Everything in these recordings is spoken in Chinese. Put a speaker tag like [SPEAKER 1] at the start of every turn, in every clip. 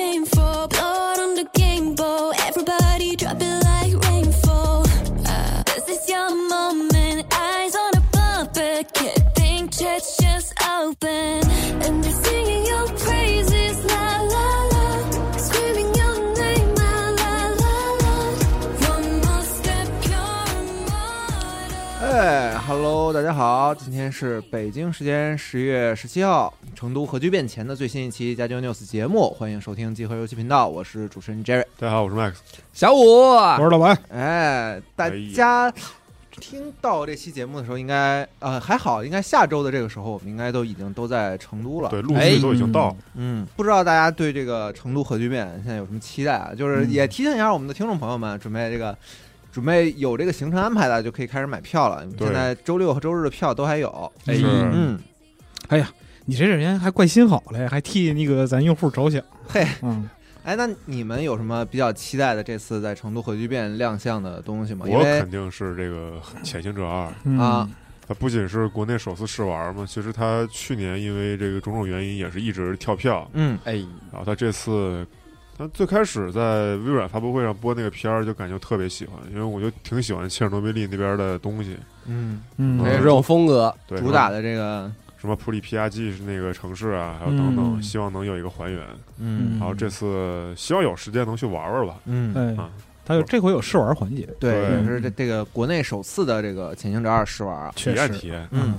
[SPEAKER 1] up. Blood on the game ball. Everybody drop it like rainfall. Uh, this is your moment. Eyes on the bumper. Kid think church just open. And they're singing your praises. La la la. Screaming your name. La la la la. One more step, you're immortal.
[SPEAKER 2] 哎，Hello，大家好，今天是北京时间十月十七号，成都核聚变前的最新一期《加九 news》节目，欢迎收听集合游戏频道，我是主持人 Jerry。
[SPEAKER 3] 大家好，我是 Max，
[SPEAKER 4] 小五，
[SPEAKER 3] 我是老白。
[SPEAKER 2] 哎，大家听到这期节目的时候，应该呃还好，应该下周的这个时候，我们应该都已经都在成都了。
[SPEAKER 3] 对，陆续都已经到了，
[SPEAKER 2] 哎嗯，不知道大家对这个成都核聚变现在有什么期待啊？就是也提醒一下我们的听众朋友们，准备这个。准备有这个行程安排的，就可以开始买票了。
[SPEAKER 3] 对
[SPEAKER 2] 现在周六和周日的票都还有。
[SPEAKER 4] 哎
[SPEAKER 3] 是
[SPEAKER 4] 嗯
[SPEAKER 2] 嗯，
[SPEAKER 4] 哎呀，你这人还怪心好嘞，还替那个咱用户着想。
[SPEAKER 2] 嘿，
[SPEAKER 4] 嗯，
[SPEAKER 2] 哎，那你们有什么比较期待的这次在成都核聚变亮相的东西吗？因
[SPEAKER 3] 我
[SPEAKER 2] 为
[SPEAKER 3] 肯定是这个《潜行者二》，
[SPEAKER 4] 嗯
[SPEAKER 2] 啊，
[SPEAKER 3] 它不仅是国内首次试玩嘛，其实它去年因为这个种种原因也是一直跳票，
[SPEAKER 2] 嗯
[SPEAKER 4] 哎，
[SPEAKER 3] 然后它这次，它最开始在微软发布会上播那个片儿，就感觉特别喜欢，因为我就挺喜欢切尔诺贝利那边的东西，
[SPEAKER 2] 嗯，
[SPEAKER 4] 嗯，
[SPEAKER 3] 哎这
[SPEAKER 4] 这种风格，
[SPEAKER 3] 对，
[SPEAKER 2] 主打的这个，
[SPEAKER 3] 什么普里皮亚季是那个城市啊，还有等等，
[SPEAKER 4] 嗯
[SPEAKER 3] 希望能有一个还原。
[SPEAKER 2] 嗯
[SPEAKER 4] 嗯
[SPEAKER 3] 然后这次希望有时间能去玩玩吧。
[SPEAKER 2] 嗯，
[SPEAKER 4] 哎
[SPEAKER 3] 啊，
[SPEAKER 4] 他有这回有试玩环节，
[SPEAKER 2] 对，
[SPEAKER 3] 对
[SPEAKER 2] 也是这这个国内首次的这个《潜行者二》试玩啊。
[SPEAKER 3] 体
[SPEAKER 4] 确
[SPEAKER 3] 验
[SPEAKER 4] 实，
[SPEAKER 3] 体验，
[SPEAKER 2] 嗯，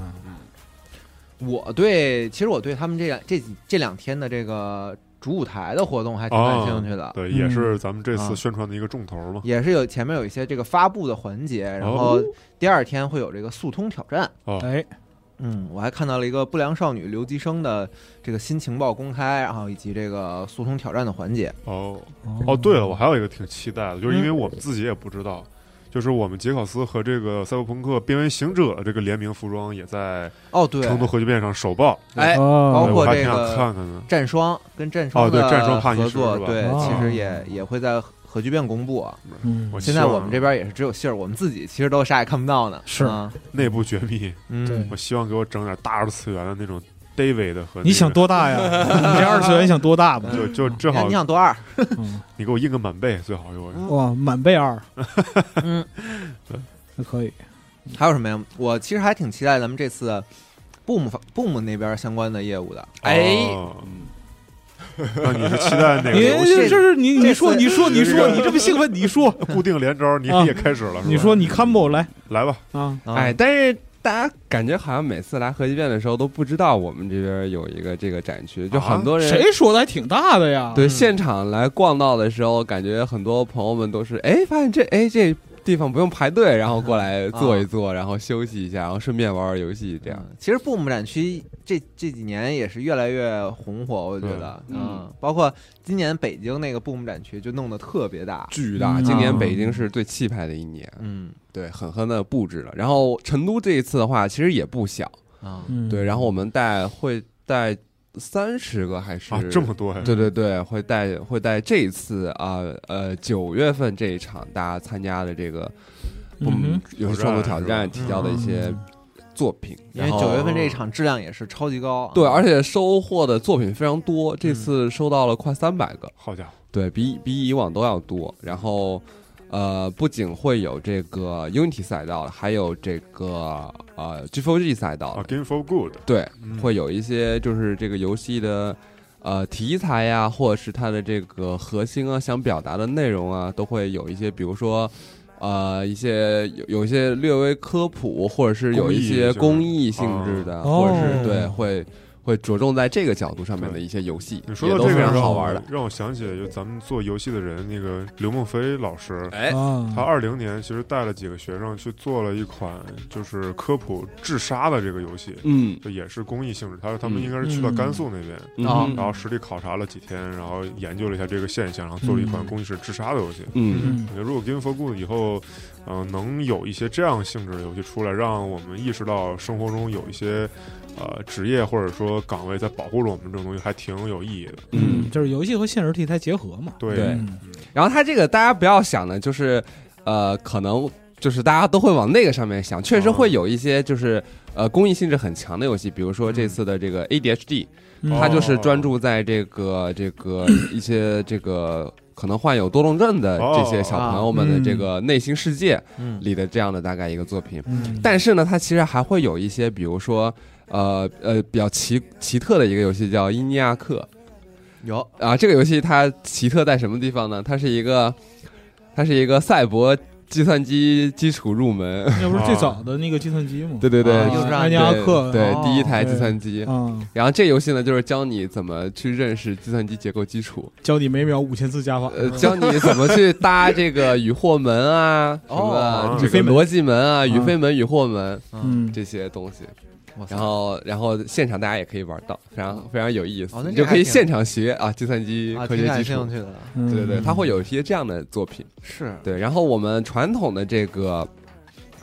[SPEAKER 2] 我对，其实我对他们这两这几这两天的这个主舞台的活动还挺感兴趣的。
[SPEAKER 3] 哦对，也是
[SPEAKER 4] 嗯
[SPEAKER 3] 咱们这
[SPEAKER 2] 啊
[SPEAKER 3] 次宣传的一个重头嘛。
[SPEAKER 2] 也是有前面有一些这个发布的环节，然
[SPEAKER 3] 哦
[SPEAKER 2] 后第二天会有这个速通挑战。
[SPEAKER 4] 哎，
[SPEAKER 2] 嗯，我还看到了一个不良少女留级生的这个新情报公开，然后以及这个速通挑战的环节。
[SPEAKER 3] 哦哦，对了，我还有一个挺期待的，就是因为
[SPEAKER 2] 嗯
[SPEAKER 3] 我们自己也不知道，就是我们杰考斯和这个赛博朋克边缘行者的这个联名服装也在
[SPEAKER 2] 哦，对，
[SPEAKER 3] 成都核聚变上首曝，
[SPEAKER 2] 哎包
[SPEAKER 3] 对
[SPEAKER 4] 哦，
[SPEAKER 2] 括
[SPEAKER 3] 我还
[SPEAKER 2] 这
[SPEAKER 3] 挺想
[SPEAKER 2] 个
[SPEAKER 3] 看看的。
[SPEAKER 2] 战霜跟战霜
[SPEAKER 3] 哦对
[SPEAKER 2] 的
[SPEAKER 3] 战霜帕尼
[SPEAKER 2] 合
[SPEAKER 3] 什
[SPEAKER 2] 作，
[SPEAKER 3] 是吧
[SPEAKER 2] 对，
[SPEAKER 4] 哦
[SPEAKER 2] 其实也也会在核聚变公布啊。
[SPEAKER 4] 嗯
[SPEAKER 3] 我希
[SPEAKER 2] 现
[SPEAKER 3] 望
[SPEAKER 2] 在我们这边也是只有信儿，我们自己其实都啥也看不到呢。
[SPEAKER 4] 是
[SPEAKER 2] 啊，
[SPEAKER 3] 内部绝密，
[SPEAKER 2] 嗯
[SPEAKER 4] 对，
[SPEAKER 3] 我希望给我整点大二次元的那种 David 和那个
[SPEAKER 4] 你想多大 呀？你这二次元想多大吧？
[SPEAKER 3] 就就正
[SPEAKER 2] 你看
[SPEAKER 3] 好
[SPEAKER 2] 你想多二，
[SPEAKER 4] 嗯
[SPEAKER 3] 你给我印个满背最好给我。哦
[SPEAKER 4] 哇，满背二，
[SPEAKER 2] 嗯，
[SPEAKER 4] 那可以。
[SPEAKER 2] 还有什么呀？我其实还挺期待咱们这次 Boom 发 Boom 那边相关的业务的。
[SPEAKER 5] 哎
[SPEAKER 3] 哦，那你是期待哪个
[SPEAKER 4] 你
[SPEAKER 3] 游戏？
[SPEAKER 4] 这是你
[SPEAKER 2] 这
[SPEAKER 4] 你说
[SPEAKER 2] 次
[SPEAKER 4] 你说你
[SPEAKER 3] 这
[SPEAKER 4] 说
[SPEAKER 3] 个
[SPEAKER 4] 你这么兴奋，你说
[SPEAKER 3] 固定连招，你
[SPEAKER 4] 啊
[SPEAKER 3] 也开始了，是吧
[SPEAKER 4] 你说你 combo 来
[SPEAKER 3] 来吧，
[SPEAKER 4] 啊，
[SPEAKER 2] 啊
[SPEAKER 5] 哎，，但是大家感觉好像每次来核聚变的时候都不知道我们这边有一个这个展区，就很多人、
[SPEAKER 4] 谁说的还挺大的呀？
[SPEAKER 5] 对
[SPEAKER 2] 嗯
[SPEAKER 5] 现场来逛到的时候，感觉很多朋友们都是哎，发现这哎这地方不用排队，然后过来坐一坐，然后休息一下，然后顺便玩玩游戏这样。
[SPEAKER 2] 嗯其实 Boom 展区这这几年也是越来越红火，我觉得，
[SPEAKER 5] 嗯
[SPEAKER 2] 嗯，包括今年北京那个 Boom 展区就弄得特别大，
[SPEAKER 5] 巨大，
[SPEAKER 4] 嗯
[SPEAKER 5] 今年北京是最气派的一年，
[SPEAKER 2] 嗯
[SPEAKER 5] 对，狠狠的布置了。然后成都这一次的话，其实也不小，
[SPEAKER 2] 啊，
[SPEAKER 4] 嗯
[SPEAKER 5] 对。然后我们带会带三十个还是
[SPEAKER 3] 啊，这么多呀？
[SPEAKER 5] 对对对，会带会带这一次啊呃九月份这一场大家参加的这个我们
[SPEAKER 4] 嗯
[SPEAKER 5] 游戏创作挑战提交的一些作品，
[SPEAKER 2] 因为
[SPEAKER 5] 然后
[SPEAKER 2] 九月份这一场质量也是超级高，嗯
[SPEAKER 5] 对，而且收获的作品非常多，这次收到了快三百个，
[SPEAKER 3] 好家伙，
[SPEAKER 5] 对比比以往都要多。然后呃，不仅会有这个 Unity 赛道了，还有这个呃 G4G 赛道了
[SPEAKER 3] 啊，Game for Good，
[SPEAKER 5] 对，
[SPEAKER 3] 嗯
[SPEAKER 5] 会有一些就是这个游戏的呃题材呀，或者是它的这个核心啊，想表达的内容啊，都会有一些，比如说。呃，一些有有一些略微科普，或者是有一些
[SPEAKER 3] 公
[SPEAKER 5] 公
[SPEAKER 3] 益
[SPEAKER 5] 益
[SPEAKER 3] 性
[SPEAKER 5] 性质的，
[SPEAKER 4] 哦
[SPEAKER 5] 或者是
[SPEAKER 4] 哦
[SPEAKER 5] 对会会着重在这个角度上面的
[SPEAKER 3] 对
[SPEAKER 5] 一些游戏，
[SPEAKER 3] 你说
[SPEAKER 5] 也
[SPEAKER 3] 到
[SPEAKER 5] 都
[SPEAKER 3] 这
[SPEAKER 5] 非
[SPEAKER 3] 个
[SPEAKER 5] 常
[SPEAKER 3] 让
[SPEAKER 5] 好
[SPEAKER 3] 我
[SPEAKER 5] 玩的。
[SPEAKER 3] 让我想起就咱们做游戏的人，那个刘梦飞老师，
[SPEAKER 5] 哎，
[SPEAKER 4] 啊
[SPEAKER 3] 他二零年其实带了几个学生去做了一款就是科普治沙的这个游戏，
[SPEAKER 5] 嗯，
[SPEAKER 3] 这也是公益性质。他说他们
[SPEAKER 5] 嗯
[SPEAKER 3] 应该是去到甘肃那边，
[SPEAKER 5] 嗯
[SPEAKER 2] 啊
[SPEAKER 3] 然后实地考察了几天，然后研究了一下这个现象，然后做了一款公益式治沙的游戏。
[SPEAKER 5] 嗯，
[SPEAKER 4] 嗯
[SPEAKER 3] 我觉得如果 Game for Good 以后，嗯、能有一些这样性质的游戏出来，让我们意识到生活中有一些呃职业或者说岗位在保护着我们这种东西，还挺有意义的。
[SPEAKER 4] 嗯，就是游戏和现实题材结合嘛。
[SPEAKER 3] 对
[SPEAKER 5] 对
[SPEAKER 4] 嗯
[SPEAKER 5] 然后它这个大家不要想的就是，呃，可能就是大家都会往那个上面想，确实会有一些就是呃公益性质很强的游戏，比如说这次的这个 ADHD，
[SPEAKER 4] 嗯
[SPEAKER 5] 它就是专注在这个这个啊一些这个可能患有多动症的这些小朋友们的
[SPEAKER 4] 哦
[SPEAKER 5] 这个内心世界
[SPEAKER 2] 嗯
[SPEAKER 5] 里的这样的大概一个作品。
[SPEAKER 4] 嗯
[SPEAKER 5] 但是呢，它其实还会有一些，比如说。呃呃，比较奇奇特的一个游戏叫《伊尼亚克》，
[SPEAKER 2] 有
[SPEAKER 5] 啊，这个游戏它奇特在什么地方呢？它是一个，它是一个赛博计算机基础入门，
[SPEAKER 4] 那不是最早的那个计算机吗？
[SPEAKER 5] 对对对，
[SPEAKER 2] 啊
[SPEAKER 5] 对
[SPEAKER 2] 就是让
[SPEAKER 4] 安尼亚克
[SPEAKER 5] 对
[SPEAKER 2] 哦
[SPEAKER 5] 第一台计算机。
[SPEAKER 4] 啊，
[SPEAKER 5] 然后这游戏呢，就是教你怎么去认识计算机结构基础，
[SPEAKER 4] 教你每秒五千字加法，
[SPEAKER 5] 呃，教你怎么去搭这个与或门啊，什么
[SPEAKER 2] 哦
[SPEAKER 5] 这
[SPEAKER 4] 宇飞
[SPEAKER 5] 个
[SPEAKER 4] 门
[SPEAKER 5] 逻辑门啊、与非门、与或门
[SPEAKER 4] 嗯，
[SPEAKER 5] 这些东西。
[SPEAKER 2] 我操
[SPEAKER 5] 然后，然后现场大家也可以玩到，非常非常有意
[SPEAKER 2] 哦
[SPEAKER 5] 思，
[SPEAKER 2] 那
[SPEAKER 5] 你
[SPEAKER 2] 这
[SPEAKER 5] 就
[SPEAKER 2] 还
[SPEAKER 5] 可以
[SPEAKER 2] 挺
[SPEAKER 5] 现场学啊计算机
[SPEAKER 2] 啊，
[SPEAKER 5] 科
[SPEAKER 2] 挺
[SPEAKER 5] 学
[SPEAKER 2] 感
[SPEAKER 5] 基础
[SPEAKER 2] 兴。趣的，
[SPEAKER 4] 嗯
[SPEAKER 5] 对对对，它会有一些这样的作品。
[SPEAKER 2] 是
[SPEAKER 5] 对，然后我们传统的这个，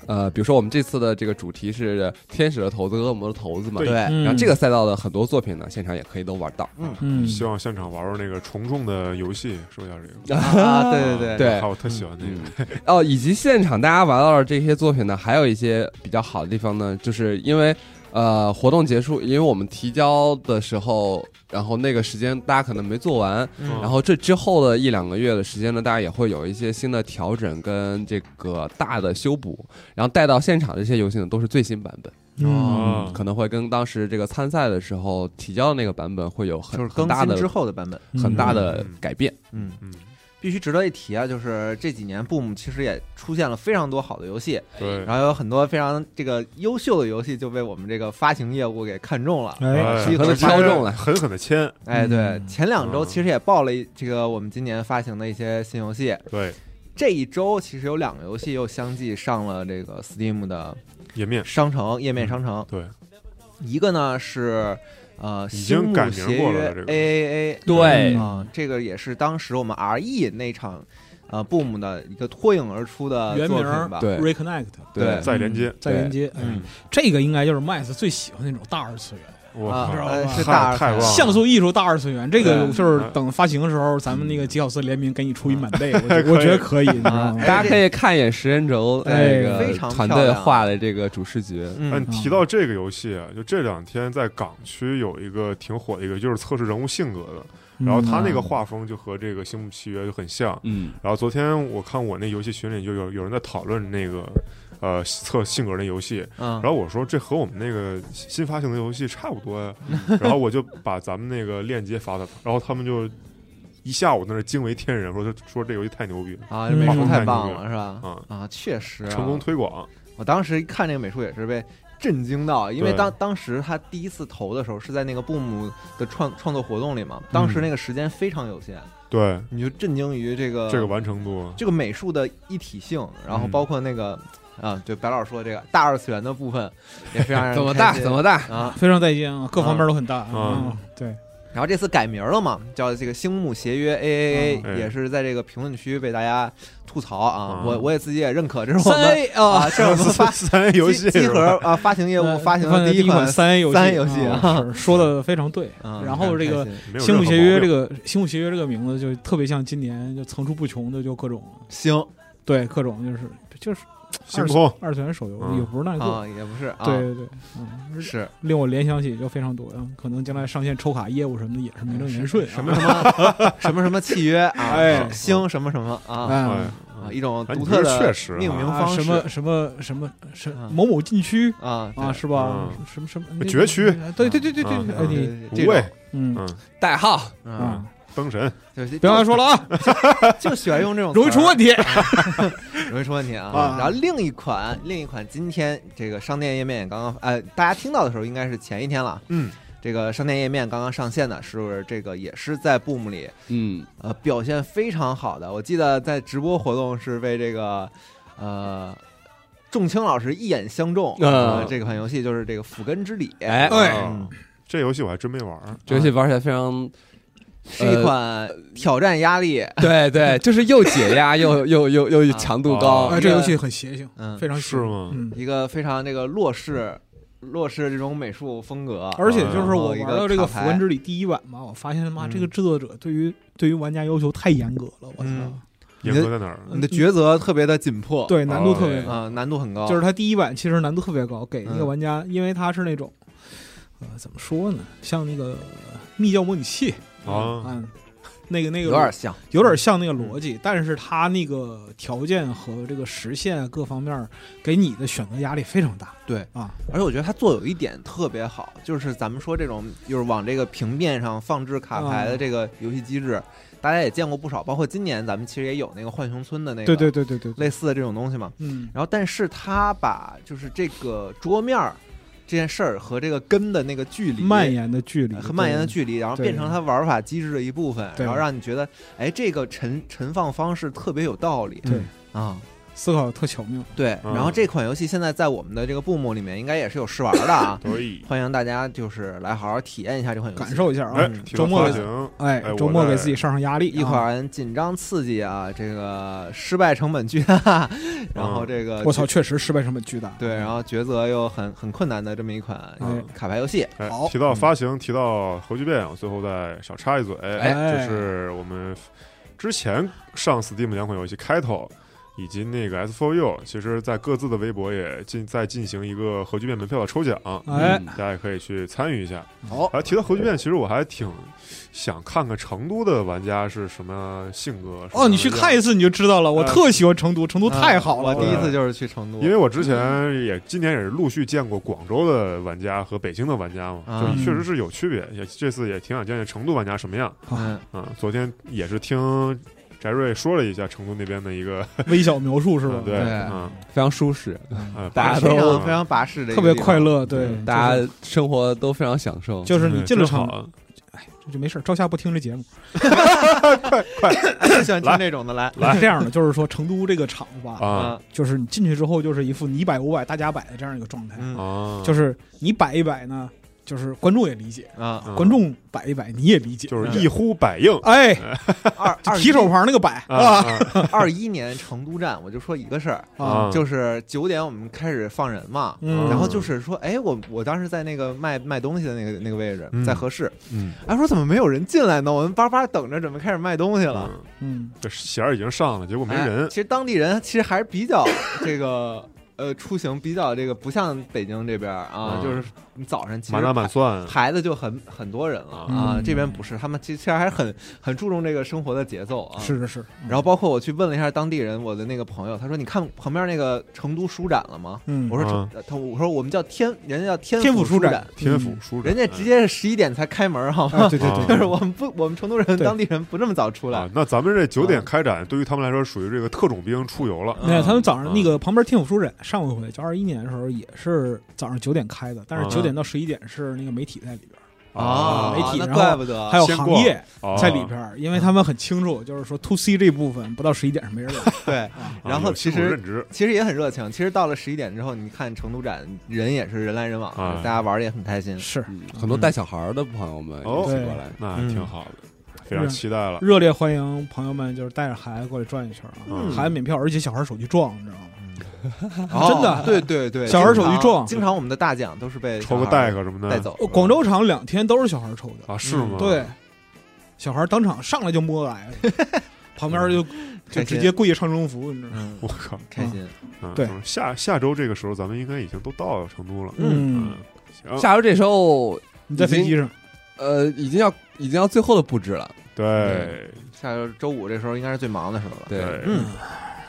[SPEAKER 5] 呃，比如说我们这次的这个主题是天使的头子、恶魔的头子嘛，
[SPEAKER 3] 对
[SPEAKER 2] 对，
[SPEAKER 4] 嗯
[SPEAKER 5] 然后这个赛道的很多作品呢，现场也可以都玩到。
[SPEAKER 4] 嗯，
[SPEAKER 3] 希望现场玩玩那个虫虫的游戏，说一下这个。
[SPEAKER 2] 啊，对对
[SPEAKER 5] 对
[SPEAKER 3] 啊我特喜欢那个。
[SPEAKER 5] 嗯哦，以及现场大家玩到的这些作品呢，还有一些比较好的地方呢，就是因为呃活动结束，因为我们提交的时候，然后那个时间大家可能没做完，
[SPEAKER 2] 嗯
[SPEAKER 5] 然后这之后的一两个月的时间呢，大家也会有一些新的调整跟这个大的修补，然后带到现场这些游戏呢都是最新版本，
[SPEAKER 4] 嗯，
[SPEAKER 3] 啊，
[SPEAKER 5] 可能会跟当时这个参赛的时候提交的那个版本会有
[SPEAKER 2] 对，就
[SPEAKER 5] 很
[SPEAKER 2] 是
[SPEAKER 5] 很
[SPEAKER 2] 更
[SPEAKER 5] 大
[SPEAKER 2] 新之
[SPEAKER 5] 的
[SPEAKER 2] 后的版本，
[SPEAKER 5] 很大的
[SPEAKER 3] 嗯
[SPEAKER 5] 改变。
[SPEAKER 2] 嗯。
[SPEAKER 3] 嗯，
[SPEAKER 2] 必须值得一提啊，就是这几年 Boom 其实也出现了非常多好的游戏，
[SPEAKER 3] 对，
[SPEAKER 2] 然后有很多非常这个优秀的游戏就被我们这个发行业务给看中了。
[SPEAKER 4] 哎，
[SPEAKER 3] 哎
[SPEAKER 2] 是一个
[SPEAKER 5] 狠狠敲中了
[SPEAKER 3] 狠狠的签，
[SPEAKER 2] 哎，对，
[SPEAKER 4] 嗯
[SPEAKER 2] 前两周
[SPEAKER 3] 嗯
[SPEAKER 2] 其实也报了一这个我们今年发行的一些新游戏，
[SPEAKER 3] 对，
[SPEAKER 2] 这一周其实有两个游戏又相继上了这个 Steam 的
[SPEAKER 3] 页面，
[SPEAKER 2] 商城页面商城，
[SPEAKER 3] 对，
[SPEAKER 2] 一个呢是呃
[SPEAKER 3] 已
[SPEAKER 2] 星
[SPEAKER 3] 经
[SPEAKER 2] 木
[SPEAKER 3] 改名
[SPEAKER 2] 协
[SPEAKER 3] 过了
[SPEAKER 2] 约
[SPEAKER 3] 这个
[SPEAKER 2] AAA
[SPEAKER 5] 对
[SPEAKER 2] 啊、这个也是当时我们 RE 那场呃 Boom 的一个脱颖而出的
[SPEAKER 4] 原
[SPEAKER 2] 作
[SPEAKER 4] 名
[SPEAKER 2] 品吧，啊呃
[SPEAKER 5] 对
[SPEAKER 4] reconnect
[SPEAKER 2] 对
[SPEAKER 3] 再连接，
[SPEAKER 4] 再连接，哎
[SPEAKER 2] 嗯，
[SPEAKER 4] 这个应该就是 Max 最喜欢那种大二次元，
[SPEAKER 3] 我
[SPEAKER 2] 啊
[SPEAKER 3] 靠，
[SPEAKER 2] 呃
[SPEAKER 4] 太
[SPEAKER 2] 是大二
[SPEAKER 3] 太
[SPEAKER 2] 次元
[SPEAKER 3] 棒了
[SPEAKER 4] 像素艺术大二次元，这个
[SPEAKER 2] 对
[SPEAKER 4] 就是等发行的时候，咱们那个吉奥斯联名给你出一满倍，我
[SPEAKER 3] 可
[SPEAKER 4] 觉
[SPEAKER 3] 以
[SPEAKER 4] 我觉得可以，你知道吗
[SPEAKER 2] 哎？
[SPEAKER 5] 啊大家可以看一眼食人轴那
[SPEAKER 2] 哎
[SPEAKER 5] 个
[SPEAKER 2] 非常
[SPEAKER 5] 团
[SPEAKER 2] 漂
[SPEAKER 5] 队
[SPEAKER 2] 亮
[SPEAKER 5] 画的这个主视觉，
[SPEAKER 3] 哎，
[SPEAKER 2] 嗯
[SPEAKER 3] 你提到这个游戏啊，就这两天在港区有一个挺火的一个，就是测试人物性格的。
[SPEAKER 2] 嗯
[SPEAKER 4] 嗯
[SPEAKER 3] 然后他那个画风就和这个《星木契约》就很像。
[SPEAKER 5] 嗯，
[SPEAKER 3] 然后昨天我看我那游戏群里就有有人在讨论那个呃测性格那游戏，
[SPEAKER 2] 嗯
[SPEAKER 3] 然后我说这和我们那个新发行的游戏差不多呀、然后我就把咱们那个链接发他，然后他们就一下午在那惊为天人，说说这游戏太牛逼了，
[SPEAKER 2] 啊，这美术
[SPEAKER 4] 嗯
[SPEAKER 2] 太棒了，是吧？
[SPEAKER 3] 嗯
[SPEAKER 2] 啊，确实啊
[SPEAKER 3] 成功推广，
[SPEAKER 2] 我当时看这个美术也是被震惊到，因为
[SPEAKER 3] 对
[SPEAKER 2] 当当时他第一次投的时候是在那个 Boom 的创创作活动里嘛，当
[SPEAKER 3] 嗯
[SPEAKER 2] 时那个时间非常有限，
[SPEAKER 3] 对
[SPEAKER 2] 你就震惊于这个
[SPEAKER 3] 这个完成度，
[SPEAKER 2] 这个美术的一体性，然后
[SPEAKER 3] 嗯
[SPEAKER 2] 包括那个、啊，就白老师说的这个大二次元的部分也非常让人
[SPEAKER 5] 怎么大
[SPEAKER 2] 哎开心
[SPEAKER 5] 怎么大，
[SPEAKER 2] 啊！
[SPEAKER 4] 非常带劲啊，各方面都很大
[SPEAKER 3] 嗯
[SPEAKER 4] 啊，对，
[SPEAKER 2] 然后这次改名了嘛，叫这个星木协约 A A
[SPEAKER 3] 嗯
[SPEAKER 2] A，也是在这个评论区被大家吐槽啊，
[SPEAKER 3] 嗯
[SPEAKER 2] 我我也自己也认可，这是我
[SPEAKER 4] 三
[SPEAKER 2] 们
[SPEAKER 4] A
[SPEAKER 2] 啊，
[SPEAKER 4] 啊，
[SPEAKER 2] 这是我们发
[SPEAKER 3] 三游戏
[SPEAKER 2] 集
[SPEAKER 3] 是
[SPEAKER 2] 合
[SPEAKER 3] 吧
[SPEAKER 2] 啊，发行业务发行
[SPEAKER 4] 的
[SPEAKER 2] 的
[SPEAKER 4] 呃第
[SPEAKER 2] 一
[SPEAKER 4] 款
[SPEAKER 2] 款
[SPEAKER 4] 三 A 游
[SPEAKER 2] 三 A 游戏啊
[SPEAKER 4] 啊，是说的非常对。
[SPEAKER 2] 啊
[SPEAKER 4] 然后这个
[SPEAKER 2] 看
[SPEAKER 3] 没有
[SPEAKER 4] 星
[SPEAKER 3] 任
[SPEAKER 4] 木
[SPEAKER 3] 何
[SPEAKER 4] 协约
[SPEAKER 3] 毛
[SPEAKER 4] 这
[SPEAKER 3] 病
[SPEAKER 4] 个星木协约这个名字就特别像今年就层出不穷的就各种
[SPEAKER 2] 星
[SPEAKER 4] 对各种就是就是
[SPEAKER 3] 星空，
[SPEAKER 4] 二次元手游
[SPEAKER 3] 嗯
[SPEAKER 4] 也不是那个，
[SPEAKER 2] 啊，也不是啊，
[SPEAKER 4] 对对对，嗯，
[SPEAKER 2] 是
[SPEAKER 4] 令我联想起就非常多，嗯，可能将来上线抽卡业务什么的也
[SPEAKER 3] 嗯
[SPEAKER 4] 是名正言顺啊，
[SPEAKER 2] 什么什么什 么什么契约啊，
[SPEAKER 4] 哎
[SPEAKER 2] 星什么什么啊
[SPEAKER 4] 哎
[SPEAKER 3] 哎，
[SPEAKER 2] 啊，一种
[SPEAKER 3] 哎
[SPEAKER 2] 独
[SPEAKER 3] 你
[SPEAKER 2] 特
[SPEAKER 3] 这
[SPEAKER 2] 的
[SPEAKER 3] 确实啊
[SPEAKER 2] 命名
[SPEAKER 4] 啊
[SPEAKER 2] 方式
[SPEAKER 4] 什么什么什么什
[SPEAKER 2] 啊
[SPEAKER 4] 某某禁区
[SPEAKER 2] 啊
[SPEAKER 4] 啊，
[SPEAKER 2] 对
[SPEAKER 4] 是吧？
[SPEAKER 3] 嗯
[SPEAKER 4] 什么什么那个
[SPEAKER 3] 绝区
[SPEAKER 4] 对对对对
[SPEAKER 3] 嗯嗯
[SPEAKER 4] 对，
[SPEAKER 2] 对
[SPEAKER 4] 哎你
[SPEAKER 2] 对对
[SPEAKER 3] 无
[SPEAKER 2] 这
[SPEAKER 3] 畏
[SPEAKER 2] 种，
[SPEAKER 4] 嗯
[SPEAKER 3] 嗯，
[SPEAKER 5] 代号
[SPEAKER 2] 嗯，
[SPEAKER 4] 啊，
[SPEAKER 3] 灯神，
[SPEAKER 2] 就是
[SPEAKER 4] 不要再说了
[SPEAKER 2] 嗯
[SPEAKER 4] 啊，
[SPEAKER 2] 就，就喜欢用这种
[SPEAKER 4] 容易出问
[SPEAKER 2] 题，
[SPEAKER 4] 题。
[SPEAKER 2] 容易出问题啊。
[SPEAKER 4] 啊
[SPEAKER 2] 然后另一款，另一款，今天这个商店页面也刚刚，呃，大家听到的时候应该是前一天了。
[SPEAKER 3] 嗯，
[SPEAKER 2] 这个商店页面刚刚上线的是这个，也是在 Boom 里
[SPEAKER 5] 嗯，
[SPEAKER 2] 呃，表现非常好的。我记得在直播活动是被这个呃仲青老师一眼相中，
[SPEAKER 5] 嗯
[SPEAKER 2] 呃这款游戏就是这个《腐根之礼》，嗯
[SPEAKER 5] 哎
[SPEAKER 4] 对
[SPEAKER 3] 啊这游戏我还真没玩儿，
[SPEAKER 5] 这游戏玩起来非常，
[SPEAKER 2] 是一款挑战压力，
[SPEAKER 5] 对对，就是又解 压又又又又强度高
[SPEAKER 4] 啊，，这游戏很邪性，
[SPEAKER 2] 嗯
[SPEAKER 4] 非常邪性
[SPEAKER 3] 是吗
[SPEAKER 4] 嗯，
[SPEAKER 2] 一个非常这个落式落式这种美术风格，
[SPEAKER 4] 而且就是我
[SPEAKER 2] 嗯
[SPEAKER 4] 玩到这个
[SPEAKER 2] 一个
[SPEAKER 4] 《
[SPEAKER 2] 卡牌
[SPEAKER 4] 符文之礼》第一版嘛，我发现他妈
[SPEAKER 2] 嗯
[SPEAKER 4] 这个制作者对于对于玩家要求太严格了，我操
[SPEAKER 2] 嗯！你
[SPEAKER 3] 严
[SPEAKER 2] 的
[SPEAKER 3] 格在哪儿？
[SPEAKER 2] 你的抉择特别的紧迫，
[SPEAKER 4] 对，难度特别
[SPEAKER 5] 哦
[SPEAKER 4] 高。
[SPEAKER 2] 啊，难度很高，
[SPEAKER 4] 就是它第一版其实难度特别高，给那个
[SPEAKER 2] 嗯
[SPEAKER 4] 玩家，因为它是那种，呃，怎么说呢，像那个密教模拟器
[SPEAKER 3] 啊，
[SPEAKER 4] 啊，那个那
[SPEAKER 2] 有
[SPEAKER 4] 个
[SPEAKER 2] 点嗯像，
[SPEAKER 4] 有点像那个逻辑，但是它那个条件和这个实现啊各方面给你的选择压力非常大。
[SPEAKER 2] 对
[SPEAKER 4] 啊，
[SPEAKER 2] 而且我觉得它做有一点特别好，就是咱们说这种就是往这个平面上放置卡牌
[SPEAKER 4] 嗯
[SPEAKER 2] 的这个游戏机制，大家也见过不少，包括今年咱们其实也有那个浣熊村的那个
[SPEAKER 4] 对对对对对，对
[SPEAKER 2] 类似的这种东西嘛。
[SPEAKER 4] 嗯，
[SPEAKER 2] 然后，但是它把就是这个桌面儿这件事儿和这个根的那个距离呃
[SPEAKER 4] 蔓延的距离
[SPEAKER 2] 和蔓延的距离，然后
[SPEAKER 4] 对
[SPEAKER 2] 变成它玩法机制的一部分，
[SPEAKER 4] 对
[SPEAKER 2] 然后让你觉得，哎，这个陈陈放方式特别有道理
[SPEAKER 4] 离对
[SPEAKER 3] 嗯，
[SPEAKER 2] 啊。
[SPEAKER 4] 思考特巧妙。
[SPEAKER 2] 对，
[SPEAKER 3] 嗯
[SPEAKER 2] 然后这款游戏现在在我们的这个布幕里面应该也是有试玩的啊，
[SPEAKER 3] 所以
[SPEAKER 2] 欢迎大家就是来好好体验一下这款游戏，
[SPEAKER 4] 感。受一下
[SPEAKER 3] 哎
[SPEAKER 4] 啊，，
[SPEAKER 3] 提到
[SPEAKER 4] 周末
[SPEAKER 3] 发
[SPEAKER 4] 给
[SPEAKER 3] 行，
[SPEAKER 4] 哎
[SPEAKER 3] 哎，
[SPEAKER 4] 周
[SPEAKER 3] 我
[SPEAKER 4] 末给
[SPEAKER 3] 在
[SPEAKER 4] 自己上上压力啊，
[SPEAKER 2] 一款紧张刺激啊，这个失败成本巨大， 然后这个
[SPEAKER 4] 我操，确实失败成本巨大。
[SPEAKER 2] 对，然后抉择又很很困难的这么一款
[SPEAKER 4] 哎
[SPEAKER 2] 卡牌游戏，
[SPEAKER 3] 哎
[SPEAKER 4] 好，
[SPEAKER 3] 提到发行，提到核聚变，我最后再小插一嘴，
[SPEAKER 4] 哎
[SPEAKER 3] 就是我们之前上 Steam 两款游戏开头。以及那个 S4U，其实在各自的微博也进在进行一个核聚变门票的抽奖，
[SPEAKER 4] 哎，
[SPEAKER 5] 嗯
[SPEAKER 3] 大家也可以去参与一下。
[SPEAKER 4] 好，
[SPEAKER 3] 哎，提到核聚变，其实我还挺想看看成都的玩家是什么性格。
[SPEAKER 4] 哦，你去看一
[SPEAKER 3] 次，
[SPEAKER 4] 次你就知道了。我
[SPEAKER 3] 呃
[SPEAKER 4] 特喜欢成都，成都太好了。
[SPEAKER 2] 我第一
[SPEAKER 4] 我
[SPEAKER 2] 次就是去成都，
[SPEAKER 3] 因为我之前也今年也是陆续见过广州的玩家和北京的玩家嘛，就
[SPEAKER 2] 嗯
[SPEAKER 3] 确实是有区别。也这次也挺想见见成都玩家什么样
[SPEAKER 2] 嗯
[SPEAKER 3] 啊、昨天也是听翟瑞说了一下成都那边的一个，
[SPEAKER 4] 微小描述是吧？
[SPEAKER 3] 对，
[SPEAKER 5] 对
[SPEAKER 3] 嗯，
[SPEAKER 5] 非常舒适，
[SPEAKER 3] 呃
[SPEAKER 2] 大家
[SPEAKER 5] 大家
[SPEAKER 2] 非
[SPEAKER 5] 都
[SPEAKER 2] 常非常巴适的，
[SPEAKER 4] 特别快。乐。对，
[SPEAKER 3] 嗯
[SPEAKER 5] 大家生活都非常享受。
[SPEAKER 4] 就是就是你进了
[SPEAKER 3] 真好
[SPEAKER 4] 场
[SPEAKER 3] 啊
[SPEAKER 4] 就没事儿，朝夏不听这节目。
[SPEAKER 2] 就 喜欢听这种的来嗯
[SPEAKER 4] 是这样的，就是说成都这个场子吧，
[SPEAKER 3] 啊，
[SPEAKER 4] 就是你进去之后就是一副你摆我摆大家摆的这样一个状态，
[SPEAKER 2] 嗯
[SPEAKER 3] 啊，
[SPEAKER 4] 就是你摆一摆呢，就是观众也理解，
[SPEAKER 2] 啊，
[SPEAKER 3] 嗯
[SPEAKER 4] 观众摆一摆你也理解，
[SPEAKER 3] 就是一呼百应
[SPEAKER 4] 哎，
[SPEAKER 2] 二
[SPEAKER 4] 就
[SPEAKER 2] 二
[SPEAKER 4] 提手旁那个摆
[SPEAKER 3] 啊
[SPEAKER 4] 啊
[SPEAKER 3] 啊
[SPEAKER 2] 二一年成都站，我就说一个事儿，
[SPEAKER 3] 啊，
[SPEAKER 2] 就是九点我们开始放人嘛，
[SPEAKER 4] 嗯，
[SPEAKER 2] 然后就是说，哎，我我当时在那个卖卖东西的那个那个位置，
[SPEAKER 3] 嗯
[SPEAKER 2] 在合适，
[SPEAKER 3] 嗯，
[SPEAKER 2] 哎，说怎么没有人进来呢？我们巴巴等着准备开始卖东西了，
[SPEAKER 3] 嗯
[SPEAKER 4] 嗯，
[SPEAKER 3] 这弦儿已经上了，结果没
[SPEAKER 2] 哎
[SPEAKER 3] 人
[SPEAKER 2] 其实当地人其实还是比较这个呃出行比较这个不像北京这边儿啊，
[SPEAKER 3] 嗯
[SPEAKER 2] 就是你早上其实
[SPEAKER 3] 满打满算，
[SPEAKER 2] 排的就很很多人了啊，
[SPEAKER 4] 嗯
[SPEAKER 2] 这边不是，他们其实还是很很注重这个生活的节奏啊。
[SPEAKER 4] 是是是，
[SPEAKER 2] 然后包括我去问了一下当地人，我的那个朋友，他说：“你看旁边那个成都书展了吗？”
[SPEAKER 4] 嗯，
[SPEAKER 2] 我说成：“他我说我们叫天，人家叫天
[SPEAKER 4] 天府
[SPEAKER 2] 书
[SPEAKER 4] 书展
[SPEAKER 2] 展，
[SPEAKER 3] 天府舒展，哎
[SPEAKER 2] 人家直接是十一点才开门，好
[SPEAKER 4] 啊
[SPEAKER 2] 吗？
[SPEAKER 4] 对对对，
[SPEAKER 2] 就
[SPEAKER 4] 对
[SPEAKER 2] 是我们不，我们成都人
[SPEAKER 4] 对
[SPEAKER 2] 当地人不这么早出来
[SPEAKER 3] 啊。，那咱们这九点开展，对于他们来说属于这个特种兵出游了。
[SPEAKER 4] 那他们早
[SPEAKER 3] 啊
[SPEAKER 4] 上那个旁边天府书展，上回回就二一年的时候也是早上九点开的，但是
[SPEAKER 3] 啊
[SPEAKER 4] 九点到十一点是那个媒体在里边儿，
[SPEAKER 2] 啊
[SPEAKER 4] 媒体
[SPEAKER 2] 那
[SPEAKER 4] 然后
[SPEAKER 2] 怪不得
[SPEAKER 4] 还有
[SPEAKER 3] 先
[SPEAKER 4] 行
[SPEAKER 3] 逛
[SPEAKER 4] 业
[SPEAKER 3] 啊
[SPEAKER 4] 在里边儿，因为他们很清楚，就是说 to C 这部分不到十一点是没人来的。
[SPEAKER 2] 对。
[SPEAKER 4] 啊
[SPEAKER 2] 然后
[SPEAKER 3] 有
[SPEAKER 2] 其
[SPEAKER 3] 这种
[SPEAKER 2] 实
[SPEAKER 3] 认知
[SPEAKER 2] 其实也很热情。其实到了十一点之后，你看成都展人也是人来人往，
[SPEAKER 3] 啊
[SPEAKER 2] 大家玩的也很开心。
[SPEAKER 4] 是
[SPEAKER 5] 嗯很多带小孩儿的朋友们
[SPEAKER 3] 哦
[SPEAKER 5] 一起过来，
[SPEAKER 3] 那
[SPEAKER 4] 嗯
[SPEAKER 3] 挺好的，非常期待了。
[SPEAKER 4] 热烈欢迎朋友们，就是带着孩子过来转一圈啊
[SPEAKER 3] 嗯，
[SPEAKER 4] 孩子免票，而且小孩手机撞，你知道吗？
[SPEAKER 2] 哦
[SPEAKER 4] 啊真的
[SPEAKER 2] 对对对，
[SPEAKER 4] 小孩手机
[SPEAKER 2] 经常
[SPEAKER 4] 撞
[SPEAKER 2] 经常我们的大奖都是被
[SPEAKER 3] 抽个嗯
[SPEAKER 2] 小孩
[SPEAKER 3] 带个什么的，
[SPEAKER 2] 带走。
[SPEAKER 4] 哦广州场两天都是小孩抽的，
[SPEAKER 3] 啊，是吗？
[SPEAKER 4] 嗯对，小孩当场上来就摸来了，旁边就就直接跪下唱征服，你知道吗？
[SPEAKER 2] 嗯，
[SPEAKER 3] 我靠，
[SPEAKER 2] 开心。
[SPEAKER 3] 嗯
[SPEAKER 4] 对，
[SPEAKER 3] 下下周这个时候咱们应该已经都到成都了。
[SPEAKER 4] 嗯，，
[SPEAKER 3] 行，
[SPEAKER 5] 下周这时候，
[SPEAKER 4] 你在飞机上，
[SPEAKER 5] 呃，已经要已经要最后的布置了。
[SPEAKER 3] 对
[SPEAKER 4] 嗯
[SPEAKER 2] 下周周五这时候应该是最忙的时候了。，
[SPEAKER 5] 对，
[SPEAKER 2] 嗯，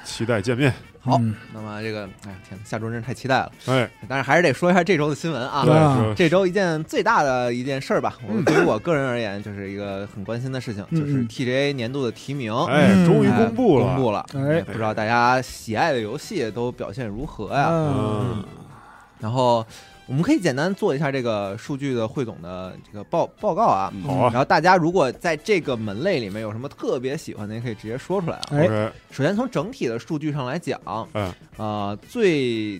[SPEAKER 3] 期待见面。
[SPEAKER 2] 好
[SPEAKER 4] 嗯
[SPEAKER 2] 那么这个，哎呀天哪，下周真是太期待了。
[SPEAKER 3] 哎，
[SPEAKER 2] 但是还是得说一下这周的新闻啊
[SPEAKER 3] 对。嗯
[SPEAKER 4] 啊
[SPEAKER 3] 说
[SPEAKER 2] 这周一件最大的一件事儿吧，我对于我个人而言，就是一个很关心的事情，
[SPEAKER 4] 嗯
[SPEAKER 2] 就是
[SPEAKER 4] 嗯
[SPEAKER 2] TGA 年度的提名，嗯
[SPEAKER 3] 哎，终于公布了，
[SPEAKER 2] 公布了。
[SPEAKER 4] 哎，
[SPEAKER 2] 不知道大家喜爱的游戏都表现如何哎呀？
[SPEAKER 4] 嗯
[SPEAKER 3] 嗯，
[SPEAKER 2] 然后我们可以简单做一下这个数据的汇总的这个报报告啊。
[SPEAKER 5] 嗯
[SPEAKER 3] 好啊
[SPEAKER 2] 然后大家如果在这个门类里面有什么特别喜欢的，也可以直接说出来啊。
[SPEAKER 4] 哎
[SPEAKER 3] ，OK，
[SPEAKER 2] 首先从整体的数据上来讲，
[SPEAKER 3] 嗯
[SPEAKER 2] 呃啊，最。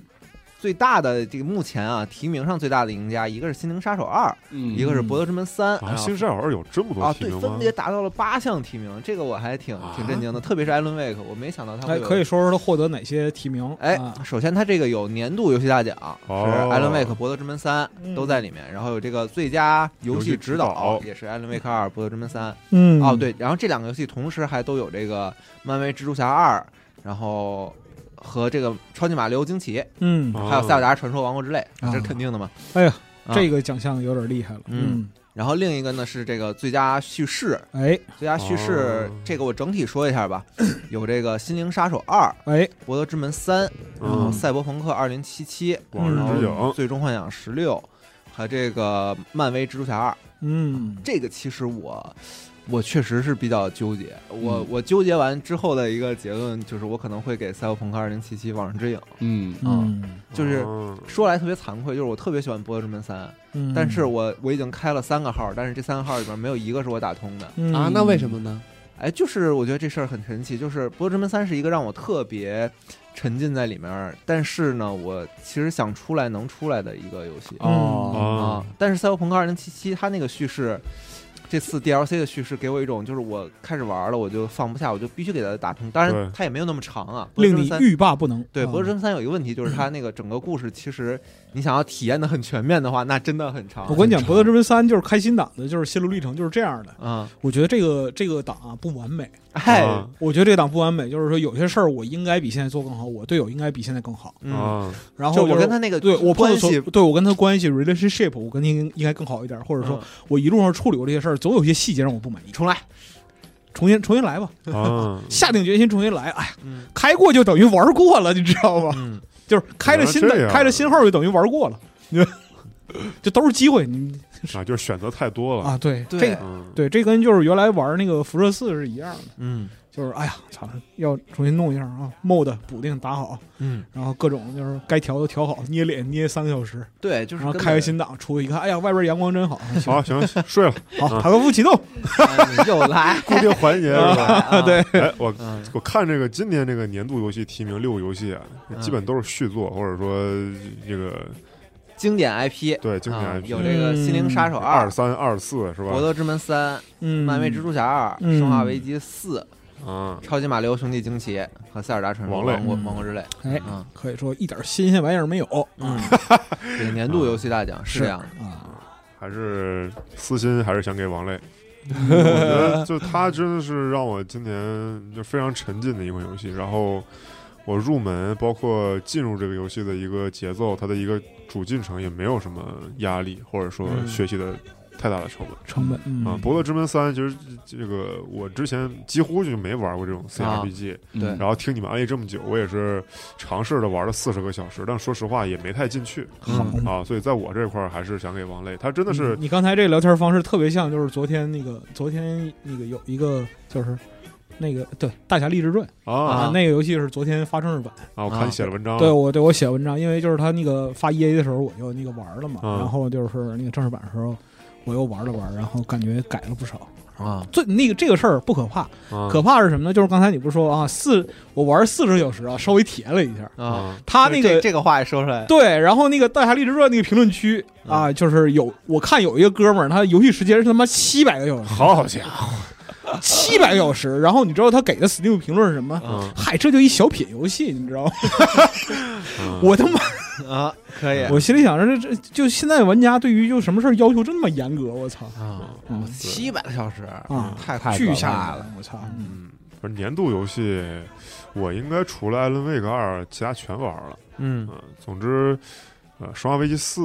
[SPEAKER 2] 最大的这个目前啊提名上最大的赢家，一个是《心灵杀手二》，
[SPEAKER 5] 嗯
[SPEAKER 2] 一个是《博德之门三》
[SPEAKER 3] 啊，
[SPEAKER 2] 然
[SPEAKER 3] 《
[SPEAKER 2] 后
[SPEAKER 3] 新山小二》有这么多
[SPEAKER 2] 啊，
[SPEAKER 3] 提
[SPEAKER 2] 对，
[SPEAKER 3] 名
[SPEAKER 2] 分
[SPEAKER 3] 吗？
[SPEAKER 2] 别达到了八项提名，这个我还挺挺震惊的，特别是艾伦·威克，我没想到他会
[SPEAKER 4] 哎，
[SPEAKER 2] 有
[SPEAKER 4] 可以说说他获得哪些提名？
[SPEAKER 2] 哎
[SPEAKER 4] 啊，
[SPEAKER 2] 首先它这个有年度游戏大奖，
[SPEAKER 3] 哦
[SPEAKER 2] 是艾伦·威克《博德之门三》都在里面，然后有这个最佳游戏指
[SPEAKER 3] 游戏指导
[SPEAKER 2] 也是艾伦·威克二《博德之门三》
[SPEAKER 4] 嗯，
[SPEAKER 2] 哦，，对，然后这两个游戏同时还都有这个漫威《蜘蛛侠二》，然后和这个超级马里奥惊奇，
[SPEAKER 4] 嗯，
[SPEAKER 3] 哦
[SPEAKER 2] 还有塞尔达传说王国之泪，
[SPEAKER 4] 啊
[SPEAKER 2] 这是肯定的嘛。
[SPEAKER 4] 哎呀，
[SPEAKER 2] 啊
[SPEAKER 4] 这个奖项有点厉害了，
[SPEAKER 2] 嗯
[SPEAKER 4] 嗯，
[SPEAKER 2] 然后另一个呢是这个最佳叙事，
[SPEAKER 4] 哎
[SPEAKER 2] 最佳叙事
[SPEAKER 3] 哦
[SPEAKER 2] 这个我整体说一下吧，有这个《心灵杀手二》《
[SPEAKER 4] 哎，
[SPEAKER 2] 博德之门三》，然后《
[SPEAKER 3] 嗯，
[SPEAKER 2] 赛博朋克二零七七》，
[SPEAKER 3] 往日之
[SPEAKER 2] 然后
[SPEAKER 4] 嗯
[SPEAKER 3] 影，
[SPEAKER 2] 最终幻想十六》和这个漫威蜘蛛侠二。
[SPEAKER 4] 嗯，
[SPEAKER 2] 这个其实我我确实是比较纠结，我我纠结完之后的一个结论就是，我可能会给《赛博朋克二零七七》《往日之影》。
[SPEAKER 5] 嗯
[SPEAKER 4] 嗯，
[SPEAKER 2] 就是
[SPEAKER 3] 嗯
[SPEAKER 2] 说来特别惭愧，就是我特别喜欢《博德之门三》，
[SPEAKER 4] 嗯
[SPEAKER 2] 但是我我已经开了三个号，但是这三个号里边没有一个是我打通的。
[SPEAKER 4] 嗯
[SPEAKER 5] 啊，那为什么呢？
[SPEAKER 2] 哎，就是我觉得这事儿很神奇，就是《博德之门三》是一个让我特别沉浸在里面，但是呢，我其实想出来能出来的一个游戏
[SPEAKER 4] 嗯
[SPEAKER 5] 哦，
[SPEAKER 2] 啊
[SPEAKER 3] 啊，。但是《赛博朋克2077》它那个叙事，这次 DLC 的叙事给我一种就是我开始玩了我就放不下，我就必须给它打通。当然对，
[SPEAKER 2] 它也没有那么长啊，《博德之
[SPEAKER 4] 令
[SPEAKER 2] 门
[SPEAKER 4] 你
[SPEAKER 2] 三》。
[SPEAKER 4] 欲罢不能？
[SPEAKER 2] 对，《
[SPEAKER 4] 啊
[SPEAKER 2] 博德之门三》有一个问题，就是它那个整个故事，其实你想要体验的很全面的话，那真的很长。
[SPEAKER 4] 我跟你讲，《
[SPEAKER 2] 很
[SPEAKER 4] 博德之门三》就是开心党的，就是心路历程就是这样的。
[SPEAKER 2] 长，嗯，
[SPEAKER 4] 我觉得这个这个党啊不完美，
[SPEAKER 2] 哎
[SPEAKER 3] 啊，
[SPEAKER 4] 我觉得这个党不完美，就是说有些事儿我应该比现在做更好，我队友应该比现在更好。
[SPEAKER 2] 嗯，
[SPEAKER 3] 啊，
[SPEAKER 4] 然后
[SPEAKER 2] 就
[SPEAKER 4] 就
[SPEAKER 2] 我
[SPEAKER 4] 是
[SPEAKER 2] 跟他那个
[SPEAKER 4] 对我碰
[SPEAKER 2] 关
[SPEAKER 4] 到所
[SPEAKER 2] 系，
[SPEAKER 4] 对我跟他关系 relationship，我跟他应应该更好一点，或者说
[SPEAKER 2] 嗯
[SPEAKER 4] 我一路上处理过这些事儿，总有一些细节让我不满意，
[SPEAKER 2] 重来，
[SPEAKER 4] 重新重新来吧，
[SPEAKER 3] 啊
[SPEAKER 4] 下定决心重新来。哎呀，
[SPEAKER 2] 嗯
[SPEAKER 4] 开过就等于玩过了，你知道吗？
[SPEAKER 2] 嗯，
[SPEAKER 4] 就是开了新
[SPEAKER 3] 原来这
[SPEAKER 4] 的
[SPEAKER 3] 样
[SPEAKER 4] 开了新号就等于玩过了， 你知道这都是机会，你
[SPEAKER 3] 啊，就是选择太多了。
[SPEAKER 4] 啊，对
[SPEAKER 2] 对
[SPEAKER 4] 这个
[SPEAKER 3] 嗯，
[SPEAKER 4] 对这跟就是原来玩那个辐射四是一样的，
[SPEAKER 2] 嗯
[SPEAKER 4] 就是哎呀，操，要重新弄一下啊，mod 补丁打好，
[SPEAKER 2] 嗯，
[SPEAKER 4] 然后各种就是该调都调好，捏脸捏三个小时，
[SPEAKER 2] 对，就是
[SPEAKER 4] 然后
[SPEAKER 2] 根
[SPEAKER 4] 啊开个
[SPEAKER 2] 本
[SPEAKER 4] 新档出去一看，哎呀，外边阳光 真好，行
[SPEAKER 3] 好，行，睡了，
[SPEAKER 2] 嗯
[SPEAKER 4] 好，塔科夫启动，
[SPEAKER 2] 哎你又 来
[SPEAKER 3] 固定环节是吧？
[SPEAKER 2] 啊，对，
[SPEAKER 3] 哎，我
[SPEAKER 2] 嗯
[SPEAKER 3] 我看这个今年这个年度游戏提名六个游戏啊，
[SPEAKER 2] 嗯
[SPEAKER 3] 基本都是续作，或者说这个
[SPEAKER 2] 经典 IP，
[SPEAKER 3] 对经典
[SPEAKER 2] 啊
[SPEAKER 3] IP
[SPEAKER 2] 有这个《心灵杀手二
[SPEAKER 3] 二》三二四是
[SPEAKER 2] 《博
[SPEAKER 3] 吧？
[SPEAKER 2] 德之门三》《
[SPEAKER 4] 嗯，
[SPEAKER 2] 漫威蜘蛛侠二》
[SPEAKER 4] 嗯
[SPEAKER 2] 生化危机四》
[SPEAKER 3] 啊
[SPEAKER 2] 《超级马里奥兄弟惊奇》和《塞尔达传说
[SPEAKER 3] 王类
[SPEAKER 2] 王国
[SPEAKER 4] 嗯
[SPEAKER 2] 王国之泪》
[SPEAKER 4] 哎
[SPEAKER 2] 啊，
[SPEAKER 4] 可以说一点新鲜玩意儿没有
[SPEAKER 2] 嗯，这个年度游戏大奖是这样的，
[SPEAKER 4] 啊，
[SPEAKER 3] 还是私心还是想 给王磊。我觉得就他真的是让我今年就非常沉浸的一款游戏，然后我入门包括进入这个游戏的一个节奏，它的一个主进程也没有什么压力，或者说
[SPEAKER 4] 嗯
[SPEAKER 3] 学习的太大的成本。
[SPEAKER 4] 成本嗯
[SPEAKER 3] 啊，《博德之门三》其实这个我之前几乎就没玩过这种
[SPEAKER 4] 啊
[SPEAKER 3] CRPG，、
[SPEAKER 5] 嗯
[SPEAKER 2] 对
[SPEAKER 3] 嗯然后听你们安利这么久，我也是尝试着玩了四十个小时，但说实话也没太进去
[SPEAKER 4] 好
[SPEAKER 2] 嗯。
[SPEAKER 3] 啊，所以在我这块儿还是想给王磊，他真的
[SPEAKER 4] 但
[SPEAKER 3] 是
[SPEAKER 4] 你刚才这个聊天方式特别像，就是昨天那个，昨天那个有一个就是那个对《大侠立志传》
[SPEAKER 3] 啊
[SPEAKER 2] 啊
[SPEAKER 4] 那个游戏是昨天发正式版。
[SPEAKER 3] 啊，我看你写了文章，
[SPEAKER 4] 对我对我写文章，因为就是他那个发 EA 的时候，我就那个玩了嘛，
[SPEAKER 3] 嗯
[SPEAKER 4] 然后就是那个正式版的时候，我又玩了玩，然后感觉改了不少。
[SPEAKER 2] 啊，
[SPEAKER 4] 最那个这个事儿不可怕，
[SPEAKER 3] 啊
[SPEAKER 4] 可怕是什么呢？就是刚才你不是说啊，四我玩四十小时啊，稍微体验了一下，
[SPEAKER 2] 啊，
[SPEAKER 3] 啊
[SPEAKER 4] 他那
[SPEAKER 2] 这
[SPEAKER 4] 个。
[SPEAKER 2] 这个话也说出来，
[SPEAKER 4] 对，然后那个《大侠立志传》那个评论区啊，就是有我看有一个哥们儿，他游戏时间是他妈七百个小时，
[SPEAKER 3] 好家伙，
[SPEAKER 4] 七百个小时。然后你知道他给的 Steam 评论是什么？
[SPEAKER 3] 嗯
[SPEAKER 4] 嗨，这就一小品游戏，你知道吗？
[SPEAKER 3] 嗯
[SPEAKER 4] 我他妈
[SPEAKER 2] 啊，可以
[SPEAKER 4] 我心里想着，这这就现在玩家对于就什么事儿要求真他妈严格，我操
[SPEAKER 2] 啊，
[SPEAKER 4] 嗯
[SPEAKER 2] 七百个小时
[SPEAKER 4] 啊，
[SPEAKER 2] 太
[SPEAKER 4] 巨
[SPEAKER 2] 可
[SPEAKER 4] 吓
[SPEAKER 2] 怕
[SPEAKER 4] 人了，我操！嗯
[SPEAKER 3] 嗯，反正年度游戏，我应该除了《艾伦·威克二》，其他全玩了。
[SPEAKER 2] 嗯
[SPEAKER 3] 嗯，总之，呃，《生化危机四》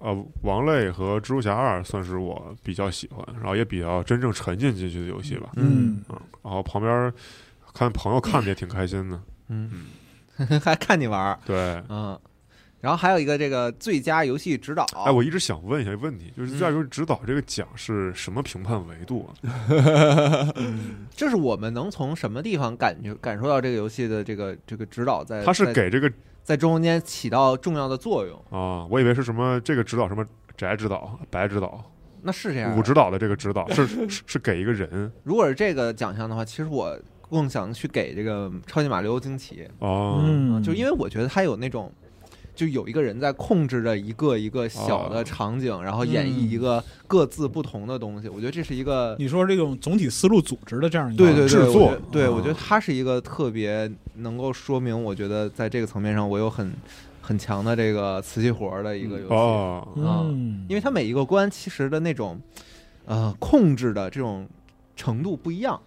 [SPEAKER 3] 呃，《王类》和《蜘蛛侠二》算是我比较喜欢，然后也比较真正沉浸进去的游戏吧。
[SPEAKER 2] 嗯
[SPEAKER 4] 嗯，
[SPEAKER 3] 嗯，然后旁边儿看朋友看着也挺开心的。
[SPEAKER 2] 嗯，还看你玩儿，
[SPEAKER 3] 对，
[SPEAKER 2] 嗯，然后还有一个这个最佳游戏指导，
[SPEAKER 3] 哎，我一直想问一下问题，
[SPEAKER 2] 嗯
[SPEAKER 3] 就是在于指导这个奖是什么评判维度啊？
[SPEAKER 2] 这是我们能从什么地方感觉感受到这个游戏的这个这个指导在，
[SPEAKER 3] 他是
[SPEAKER 2] 呃在
[SPEAKER 3] 给这个
[SPEAKER 2] 在中间起到重要的作用，
[SPEAKER 3] 啊，我以为是什么这个指导什么翟指导、白指导、
[SPEAKER 2] 那是这样
[SPEAKER 3] 武
[SPEAKER 2] 的。
[SPEAKER 3] 指导的这个指导是是是给一 个人
[SPEAKER 2] 如果是这个奖项的话，其实我更想去给这个超级马里奥惊奇，
[SPEAKER 3] 哦，
[SPEAKER 4] 嗯
[SPEAKER 2] 就因为我觉得它有那种。就有一个人在控制着一个一个小的
[SPEAKER 3] 哦
[SPEAKER 2] 场景，然后演绎一个各自不同的东西。我觉得这是一个
[SPEAKER 4] 你说这种总体思路组织的这样一
[SPEAKER 2] 嗯
[SPEAKER 4] 个
[SPEAKER 2] 对对对
[SPEAKER 3] 制
[SPEAKER 2] 我觉
[SPEAKER 3] 作
[SPEAKER 2] 得嗯对我觉得
[SPEAKER 3] 啊
[SPEAKER 2] 它是一个特别能够说明，我觉得在这个层面上我有很很强的这个瓷器活儿的一个游戏，
[SPEAKER 3] 哦，
[SPEAKER 4] 嗯，
[SPEAKER 2] 因为它每一个关其实的那种呃控制的这种程度不一样，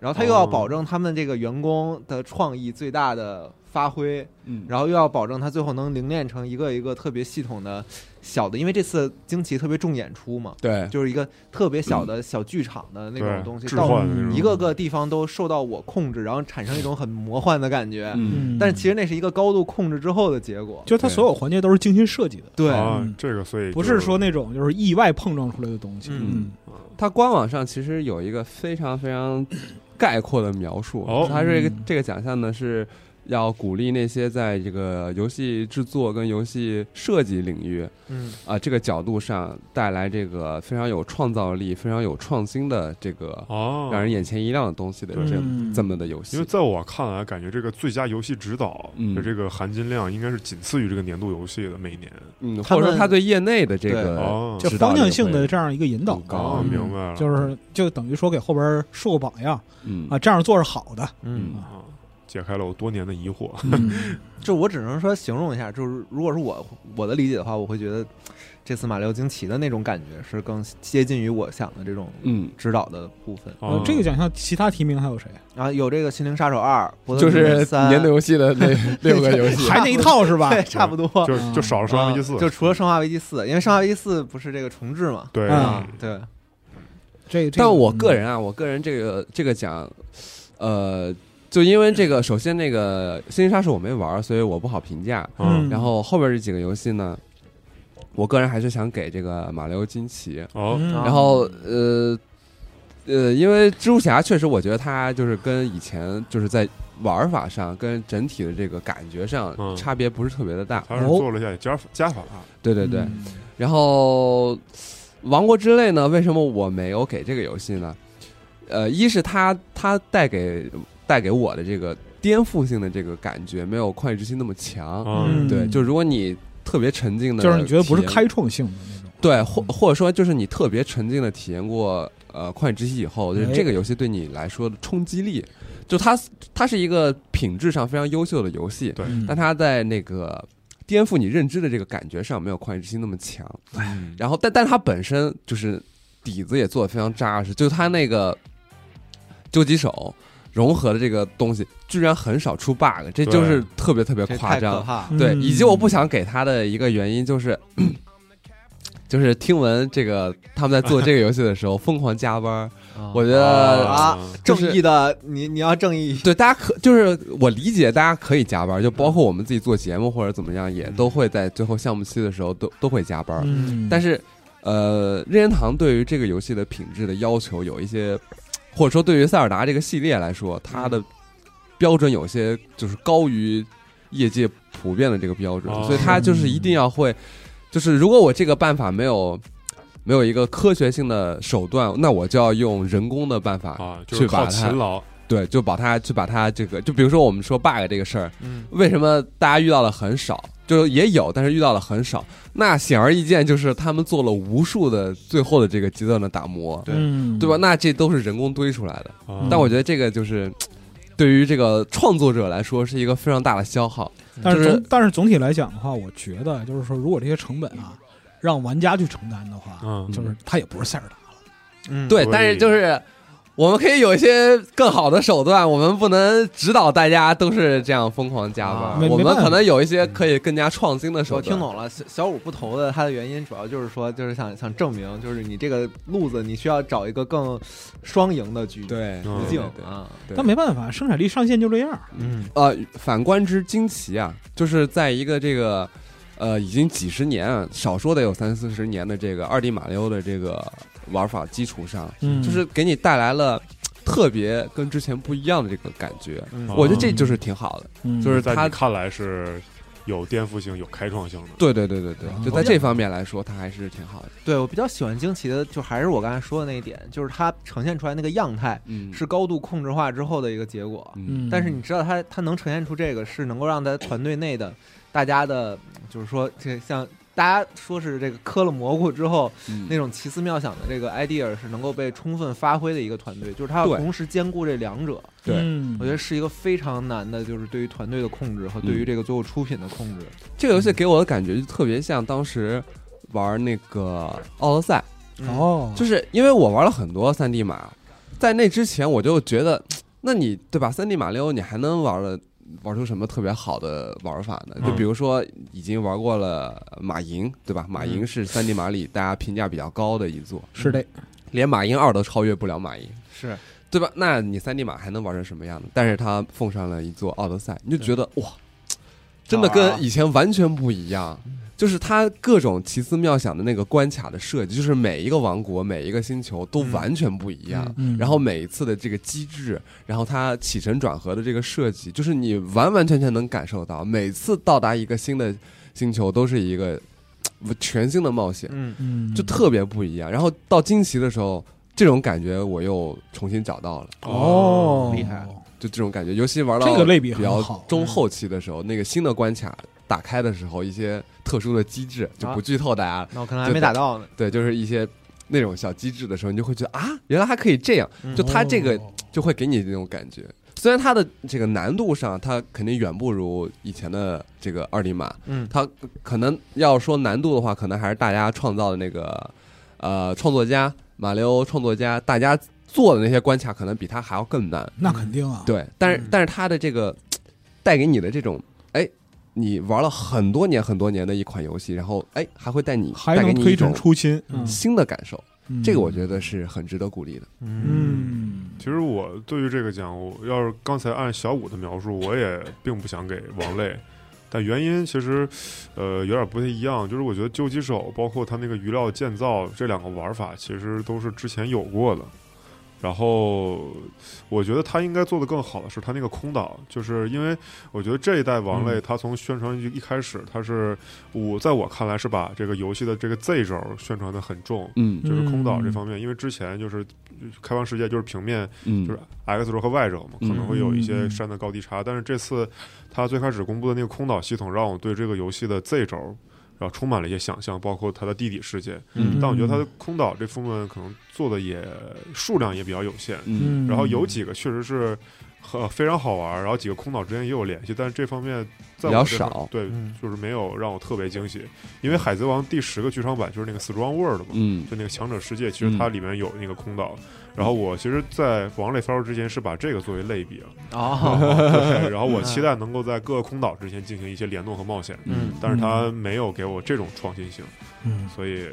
[SPEAKER 2] 然后它又要
[SPEAKER 3] 哦
[SPEAKER 2] 保证他们这个员工的创意最大的发挥，
[SPEAKER 5] 嗯，
[SPEAKER 2] 然后又要保证它最后能凝练成一个一个特别系统的小的，因为这次惊奇特别重演出嘛，
[SPEAKER 5] 对，
[SPEAKER 2] 就是一个特别小的小剧场的那种
[SPEAKER 3] 对
[SPEAKER 2] 东西，
[SPEAKER 3] 置
[SPEAKER 2] 到
[SPEAKER 3] 换的那种
[SPEAKER 2] 一个个地方都受到我控制，然后产生一种很魔幻的感觉。
[SPEAKER 5] 嗯，
[SPEAKER 4] 嗯，
[SPEAKER 2] 但是其实那是一个高度控制之后的结果。
[SPEAKER 4] 就是它所有环节都是精心设计的，
[SPEAKER 2] 对，
[SPEAKER 3] 啊
[SPEAKER 4] 嗯，
[SPEAKER 3] 这个所以
[SPEAKER 4] 不
[SPEAKER 3] 就是
[SPEAKER 4] 说那种就是意外碰撞出来的东西。
[SPEAKER 2] 嗯
[SPEAKER 4] 嗯，
[SPEAKER 5] 它官网上其实有一个非常非常概括的描述，
[SPEAKER 3] 哦
[SPEAKER 5] 它这个
[SPEAKER 4] 嗯
[SPEAKER 5] 这个奖项呢是要鼓励那些在这个游戏制作跟游戏设计领域
[SPEAKER 2] 嗯
[SPEAKER 5] 啊、这个角度上带来这个非常有创造力、非常有创新的这个
[SPEAKER 3] 哦，
[SPEAKER 5] 让人眼前一亮的东西的这
[SPEAKER 4] 嗯
[SPEAKER 5] 这么的游戏
[SPEAKER 3] 因为。在我看来，感觉这个最佳游戏指导
[SPEAKER 5] 嗯
[SPEAKER 3] 的这个含金量应该是仅次于这个年度游戏的每年。
[SPEAKER 5] 嗯，
[SPEAKER 2] 他
[SPEAKER 5] 或
[SPEAKER 2] 们
[SPEAKER 5] 者说他对业内的这个
[SPEAKER 3] 哦，
[SPEAKER 4] 就
[SPEAKER 5] 指导
[SPEAKER 4] 方向
[SPEAKER 5] 也会
[SPEAKER 4] 性的这样一个引导
[SPEAKER 5] 更
[SPEAKER 4] 吧，
[SPEAKER 5] 高
[SPEAKER 3] 哦，
[SPEAKER 5] 嗯
[SPEAKER 3] 明白了，
[SPEAKER 4] 就是就等于说给后边树个榜样
[SPEAKER 5] 嗯
[SPEAKER 4] 啊，这样做是好的。
[SPEAKER 2] 嗯，
[SPEAKER 3] 啊，解开了我多年的疑惑。
[SPEAKER 4] 嗯，
[SPEAKER 2] 就我只能说形容一下，就是如果是我我的理解的话，我会觉得这次马里奥惊奇的那种感觉是更接近于我想的这种
[SPEAKER 5] 嗯，
[SPEAKER 2] 指导的部分
[SPEAKER 4] 呃
[SPEAKER 3] 哦，
[SPEAKER 4] 这个奖项其他提名还有谁？
[SPEAKER 2] 然后有这个《心灵杀手二》，博德
[SPEAKER 5] 就
[SPEAKER 2] 之门
[SPEAKER 5] 是
[SPEAKER 2] 三
[SPEAKER 5] 年度游戏的那六个游戏
[SPEAKER 4] 还那一套是吧？
[SPEAKER 2] 对，差不多。
[SPEAKER 3] 啊就就少了《生化危机四
[SPEAKER 2] 啊》，就除了《生化危机四》，因为《生化危机四》不是这个重置嘛？
[SPEAKER 3] 对
[SPEAKER 4] 啊
[SPEAKER 2] 对，
[SPEAKER 4] 这，嗯这
[SPEAKER 5] 但我个人啊，我个人这个这个奖，呃，就因为这个，首先那个《星际杀手》我没玩儿，所以我不好评价。
[SPEAKER 4] 嗯
[SPEAKER 5] 然后后边这几个游戏呢，我个人还是想给这个马里奥惊奇。
[SPEAKER 3] 哦，
[SPEAKER 2] 啊
[SPEAKER 5] 然后呃呃，因为蜘蛛侠确实，我觉得它就是跟以前就是在玩法上跟整体的这个感觉上
[SPEAKER 3] 嗯
[SPEAKER 5] 差别不是特别的大。
[SPEAKER 3] 他是做了一下加加法，啊
[SPEAKER 5] 对对对，
[SPEAKER 4] 嗯
[SPEAKER 5] 然后《王国之泪》呢，为什么我没有给这个游戏呢？呃，一是它它带给带给我的这个颠覆性的这个感觉没有《旷野之心》那么强。
[SPEAKER 4] 嗯
[SPEAKER 3] 嗯，
[SPEAKER 5] 对，就如果你特别沉浸的，
[SPEAKER 4] 就是你觉得不是开创性的那种，
[SPEAKER 5] 对，或或者说就是你特别沉浸的体验过呃《旷野之息》以后，就是
[SPEAKER 4] 哎
[SPEAKER 5] 这个游戏对你来说的冲击力，就它它是一个品质上非常优秀的游戏，
[SPEAKER 3] 对
[SPEAKER 4] 嗯
[SPEAKER 5] 但它在那个颠覆你认知的这个感觉上没有《旷野之息》那么强。
[SPEAKER 3] 嗯
[SPEAKER 5] 然后但但他本身就是底子也做的非常扎实，就他那个究极手融合的这个东西，居然很少出 bug，这
[SPEAKER 3] 对
[SPEAKER 5] 就是特别特别
[SPEAKER 2] 这
[SPEAKER 5] 夸
[SPEAKER 2] 太可
[SPEAKER 5] 张。
[SPEAKER 2] 怕了。
[SPEAKER 5] 对，
[SPEAKER 4] 嗯
[SPEAKER 5] 以及我不想给他的一个原因就是。就是听闻这个他们在做这个游戏的时候疯狂加班，我觉得
[SPEAKER 2] 啊
[SPEAKER 3] 啊
[SPEAKER 2] 正
[SPEAKER 5] 就是
[SPEAKER 2] 义的你，你要正义，
[SPEAKER 5] 对大家可就是我理解大家可以加班，就包括我们自己做节目或者怎么样，也都会在最后项目期的时候都都会加班。
[SPEAKER 4] 嗯，
[SPEAKER 5] 但
[SPEAKER 4] 是
[SPEAKER 5] 是，呃，任天堂对于这个游戏的品质的要求有一些，或者说对于塞尔达这个系列来说，它的标准有些就是高于业界普遍的这个标准，
[SPEAKER 3] 哦
[SPEAKER 5] 所以它就是一定要会，就是如果我这个办法没有没有一个科学性的手段，那我就要用人工的办法，
[SPEAKER 3] 啊，就是靠勤劳，
[SPEAKER 5] 对，就把它去把它这个，就比如说我们说 bug 这个事儿，
[SPEAKER 2] 嗯，
[SPEAKER 5] 为什么大家遇到的很少？就是也有，但是遇到的很少。那显而易见，就是他们做了无数的最后的这个阶段的打磨，
[SPEAKER 2] 对
[SPEAKER 4] 嗯，
[SPEAKER 5] 对吧？？那这都是人工堆出来的。
[SPEAKER 3] 啊
[SPEAKER 5] 但我觉得这个就是嘖对于这个创作者来说是一个非常大的消耗。
[SPEAKER 4] 但是
[SPEAKER 5] 就是
[SPEAKER 4] 总但是总体来讲的话，我觉得就是说，如果这些成本啊，让玩家去承担的话，
[SPEAKER 3] 嗯
[SPEAKER 4] 就是它也不是塞尔达了。
[SPEAKER 2] 嗯
[SPEAKER 5] 对，
[SPEAKER 3] 对
[SPEAKER 5] 但是就是我们可以有一些更好的手段，我们不能指导大家都是这样疯狂加班，
[SPEAKER 2] 啊
[SPEAKER 4] 没
[SPEAKER 5] 我
[SPEAKER 4] 没
[SPEAKER 5] 们
[SPEAKER 4] 办法
[SPEAKER 5] 可能有一些可以更加创新的手
[SPEAKER 2] 我
[SPEAKER 5] 段。
[SPEAKER 2] 听懂了，小小五不投的他的原因主要就是说，就是想想证明，就是你这个路子，你需要找一个更双赢的局
[SPEAKER 5] 对，
[SPEAKER 3] 嗯
[SPEAKER 2] 途
[SPEAKER 5] 对
[SPEAKER 2] 径
[SPEAKER 5] 对对
[SPEAKER 2] 啊，
[SPEAKER 5] 对
[SPEAKER 4] 但没办法，生产力上限就这样。
[SPEAKER 2] 嗯
[SPEAKER 5] 呃，反观之惊奇啊，就是在一个这个呃已经几十年啊，少说得有三四十年的这个二 D 马里奥的这个玩法基础上，
[SPEAKER 4] 嗯
[SPEAKER 5] 就是给你带来了特别跟之前不一样的这个感觉。
[SPEAKER 2] 嗯
[SPEAKER 5] 我觉得这就是挺好的，
[SPEAKER 4] 嗯
[SPEAKER 5] 就是
[SPEAKER 3] 在
[SPEAKER 5] 它
[SPEAKER 3] 你看来是有颠覆性、有开创性的。
[SPEAKER 5] 对对对对对，就在
[SPEAKER 4] 哦
[SPEAKER 5] 这方面来说，它还是挺好的。
[SPEAKER 2] 对我比较喜欢惊奇的，就还是我刚才说的那一点，就是它呈现出来那个样态
[SPEAKER 5] 嗯，
[SPEAKER 2] 是高度控制化之后的一个结果。
[SPEAKER 5] 嗯，
[SPEAKER 2] 但是你知道它它能呈现出这个，是能够让它团队内的大家的，就是说这像大家说是这个磕了蘑菇之后
[SPEAKER 5] 嗯
[SPEAKER 2] 那种奇思妙想的这个 idea 是能够被充分发挥的一个团队，就是它要
[SPEAKER 5] 对
[SPEAKER 2] 同时兼顾这两者，
[SPEAKER 5] 对
[SPEAKER 4] 嗯
[SPEAKER 2] 我觉得是一个非常难的，就是对于团队的控制和对
[SPEAKER 5] 嗯
[SPEAKER 2] 于这个最后出品的控制。
[SPEAKER 5] 这个游戏给我的感觉就特别像当时玩那个奥德赛，
[SPEAKER 2] 嗯，
[SPEAKER 4] 哦，
[SPEAKER 5] 就是因为我玩了很多三 D 马，在那之前我就觉得，那你对吧？三 D 马里奥你还能玩的玩出什么特别好的玩法呢？
[SPEAKER 3] 嗯
[SPEAKER 5] 就比如说已经玩过了马营，对吧？马营是三 D 马里大家评价比较高的一座，
[SPEAKER 4] 嗯是的，
[SPEAKER 5] 连马营二都超越不了马营。
[SPEAKER 2] 是
[SPEAKER 5] 对吧？那你三 D 马还能玩成什么样呢？但是它奉上了一座奥德赛，你就觉得哇，真的
[SPEAKER 2] 好玩啊
[SPEAKER 5] 跟以前完全不一样。就是它各种奇思妙想的那个关卡的设计，就是每一个王国、每一个星球都
[SPEAKER 2] 嗯
[SPEAKER 5] 完全不一样。
[SPEAKER 4] 嗯嗯
[SPEAKER 5] 然后每一次的这个机制，然后它起承转合的这个设计，就是你完完全全能感受到，每次到达一个新的星球都是一个嘖全新的冒险。
[SPEAKER 2] 嗯，
[SPEAKER 4] 嗯，
[SPEAKER 5] 就特别不一样。然后到惊奇的时候，这种感觉我又重新找到了，
[SPEAKER 4] 哦，
[SPEAKER 2] 厉害
[SPEAKER 5] 就这种感觉，尤其玩到
[SPEAKER 4] 这个类比
[SPEAKER 5] 比
[SPEAKER 4] 很
[SPEAKER 5] 较
[SPEAKER 4] 好嗯
[SPEAKER 5] 中后期的时候，那个新的关卡打开的时候，一些特殊的机制
[SPEAKER 4] 啊
[SPEAKER 5] 就不剧透大家了。
[SPEAKER 2] 那我可能还没打到呢。
[SPEAKER 5] 对，就是一些那种小机制的时候，你就会觉得啊，原来还可以这样，
[SPEAKER 2] 嗯
[SPEAKER 5] 就它这个
[SPEAKER 4] 哦
[SPEAKER 5] 就会给你那种感觉。虽然它的这个难度上，它肯定远不如以前的这个二 D 码，
[SPEAKER 2] 嗯，
[SPEAKER 5] 它可能要说难度的话，可能还是大家创造的那个呃创作家马里奥创作家，大家做的那些关卡可能比它还要更难。
[SPEAKER 4] 那肯定啊，，
[SPEAKER 5] 对，但是、
[SPEAKER 2] 嗯
[SPEAKER 5] 但是它的这个带给你的这种，哎，你玩了很多年很多年的一款游戏，然后哎还会带你
[SPEAKER 4] 还
[SPEAKER 5] 带给
[SPEAKER 4] 能
[SPEAKER 5] 你一
[SPEAKER 4] 推
[SPEAKER 5] 种
[SPEAKER 4] 陈出新，
[SPEAKER 5] 新的感受，
[SPEAKER 4] 嗯
[SPEAKER 5] 这个我觉得是很值得鼓励的。
[SPEAKER 4] 嗯，
[SPEAKER 3] 其实我对于这个讲，我要是刚才按小五的描述，我也并不想给王类，但原因其实，呃，有点不太一样。就是我觉得救击手包括他那个鱼料建造这两个玩法，其实都是之前有过的。然后我觉得他应该做的更好的是他那个空岛，就是因为我觉得这一代王类，他从宣传一开始，他是我在我看来是把这个游戏的这个 Z 轴宣传的很重，
[SPEAKER 5] 嗯
[SPEAKER 3] 就是空岛这
[SPEAKER 4] 嗯
[SPEAKER 3] 方面，因为之前就是开放世界就是平面
[SPEAKER 5] 嗯，
[SPEAKER 3] 就是 X 轴和 Y 轴嘛，可
[SPEAKER 5] 嗯
[SPEAKER 3] 能会有一些
[SPEAKER 4] 嗯
[SPEAKER 3] 山的高低差。但是这次它最开始公布的那个空岛系统，让我对这个游戏的 Z 轴，然后充满了一些想象，包括它的地理世界。
[SPEAKER 5] 嗯
[SPEAKER 3] 但我觉得它的空岛这部分可能做的也数量也比较有限，
[SPEAKER 4] 嗯，
[SPEAKER 5] 嗯
[SPEAKER 3] 然后有几个确实是。很非常好玩，然后几个空岛之间也有联系，但是这方面在
[SPEAKER 5] 比较
[SPEAKER 3] 我这方
[SPEAKER 5] 少
[SPEAKER 3] 对，
[SPEAKER 2] 嗯
[SPEAKER 3] 就是没有让我特别惊喜，因为《海贼王》第十个剧场版就是那个 Strong World 嘛，
[SPEAKER 5] 嗯
[SPEAKER 3] 就那个强者世界，其实它里面有那个空岛。然后我其实，在王类发售之前是把这个作为类比了，
[SPEAKER 2] 哦，
[SPEAKER 3] 对。然后我期待能够在各个空岛之间进行一些联动和冒险，
[SPEAKER 2] 嗯
[SPEAKER 3] 但是它没有给我这种创新性，
[SPEAKER 4] 嗯，
[SPEAKER 3] 所以，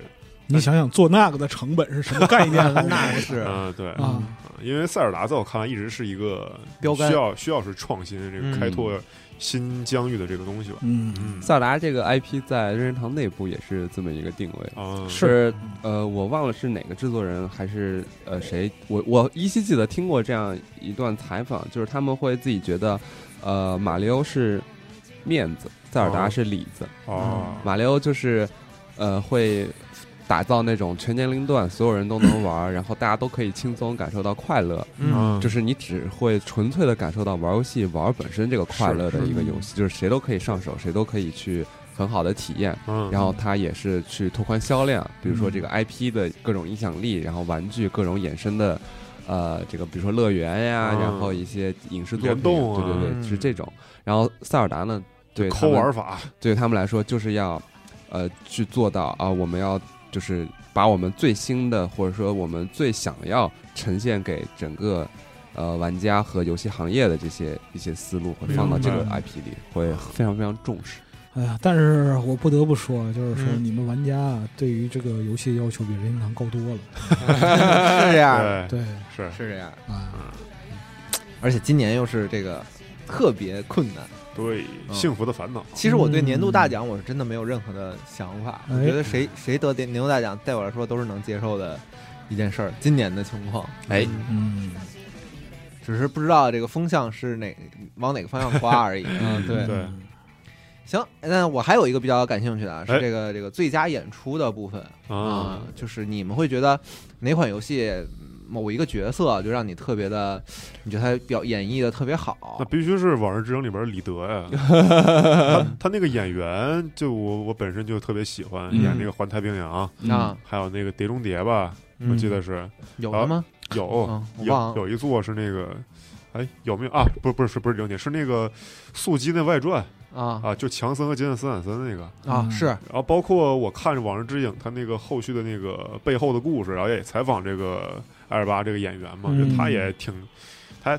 [SPEAKER 4] 你想想做那个的成本是什么概念 啊？
[SPEAKER 2] 那 是
[SPEAKER 3] 嗯、对，
[SPEAKER 4] 啊，
[SPEAKER 3] 因为塞尔达在我看来一直是一个
[SPEAKER 2] 标杆
[SPEAKER 3] 需要需要是创新这
[SPEAKER 2] 嗯
[SPEAKER 3] 个开拓新疆域的这个东西吧，
[SPEAKER 4] 嗯，
[SPEAKER 3] 嗯，
[SPEAKER 5] 塞尔达这个 IP 在任天堂内部也是这么一个定位。
[SPEAKER 3] 啊，
[SPEAKER 4] 是
[SPEAKER 5] 是呃，我忘了是哪个制作人还是呃谁，我我依稀记得听过这样一段采访，就是他们会自己觉得，呃，马里奥是面子，塞尔达
[SPEAKER 3] 哦
[SPEAKER 5] 是里子，
[SPEAKER 3] 啊，
[SPEAKER 5] 马里奥就是呃会打造那种全年龄段所有人都能玩儿，然后大家都可以轻松感受到快乐，
[SPEAKER 2] 嗯，
[SPEAKER 3] 嗯
[SPEAKER 5] 就是你只会纯粹的感受到玩游戏玩本身这个快乐的一个
[SPEAKER 4] 是
[SPEAKER 5] 游戏，就是谁都可以上手，谁都可以去很好的体验。
[SPEAKER 3] 嗯，
[SPEAKER 5] 然后它也是去拓宽销量，比如说这个 IP 的各种影响力，然后玩具各种衍生的，呃，这个比如说乐园呀，
[SPEAKER 3] 嗯
[SPEAKER 5] 然后一些影视作品，
[SPEAKER 3] 联动啊
[SPEAKER 5] 对对对，
[SPEAKER 2] 嗯
[SPEAKER 5] 是这种。然后塞尔达呢，对
[SPEAKER 3] 抠玩
[SPEAKER 5] 法，
[SPEAKER 3] 法，
[SPEAKER 5] 对他们来说就是要，呃，去做到啊，我们要就是把我们最新的或者说我们最想要呈现给整个。呃，玩家和游戏行业的这些一些思路会放到这个
[SPEAKER 4] 明白
[SPEAKER 5] IP 里，会嗯非常非常重视。
[SPEAKER 4] 哎呀，但是我不得不说，就是说
[SPEAKER 2] 嗯
[SPEAKER 4] 你们玩家啊对于这个游戏的要求比任天堂高多了。
[SPEAKER 2] 是这样，
[SPEAKER 3] 对，
[SPEAKER 4] 对
[SPEAKER 3] 是，
[SPEAKER 2] 是这样。
[SPEAKER 4] 啊，
[SPEAKER 2] 而且今年又是这个特别困难。
[SPEAKER 3] 对，
[SPEAKER 2] 嗯
[SPEAKER 3] 幸福的烦恼，
[SPEAKER 2] 其实我对年度大奖我是真的没有任何的想法，
[SPEAKER 4] 哎
[SPEAKER 2] 我觉得谁谁得年度大奖，对我来说都是能接受的一件事儿。今年的情况，
[SPEAKER 5] 哎
[SPEAKER 4] 嗯，
[SPEAKER 5] 啊
[SPEAKER 2] 只是不知道这个风向是哪往哪个方向刮而已。嗯，对
[SPEAKER 3] 对，
[SPEAKER 2] 行，那我还有一个比较感兴趣的啊，是
[SPEAKER 3] 哎
[SPEAKER 2] 这个这个最佳演出的部分
[SPEAKER 3] 啊，
[SPEAKER 2] 就是你们会觉得哪款游戏嗯某一个角色就让你特别的，你觉得他表演绎的特别好
[SPEAKER 3] 那，必须是《往日之城》里边李德呀， 他他那个演员就我我本身就特别喜欢
[SPEAKER 5] 嗯
[SPEAKER 3] 演那个《环太平洋》，
[SPEAKER 2] 那
[SPEAKER 3] 还有那个《碟中谍》吧，我记得是
[SPEAKER 2] 啊嗯有了吗？
[SPEAKER 3] 有
[SPEAKER 2] 嗯，我忘
[SPEAKER 3] 有
[SPEAKER 2] 了。
[SPEAKER 3] 有一座是那个。哎，有没有啊？不，不是，不是零点，是那个《速激》那外传
[SPEAKER 2] 啊
[SPEAKER 3] 啊，就强森和杰森斯坦森那个。
[SPEAKER 2] 啊
[SPEAKER 4] 嗯
[SPEAKER 2] 是
[SPEAKER 3] 然后包括我看《往日之影》，他那个后续的那个背后的故事，然后也采访这个艾尔巴这个演员嘛，
[SPEAKER 4] 嗯
[SPEAKER 3] 就他也挺，他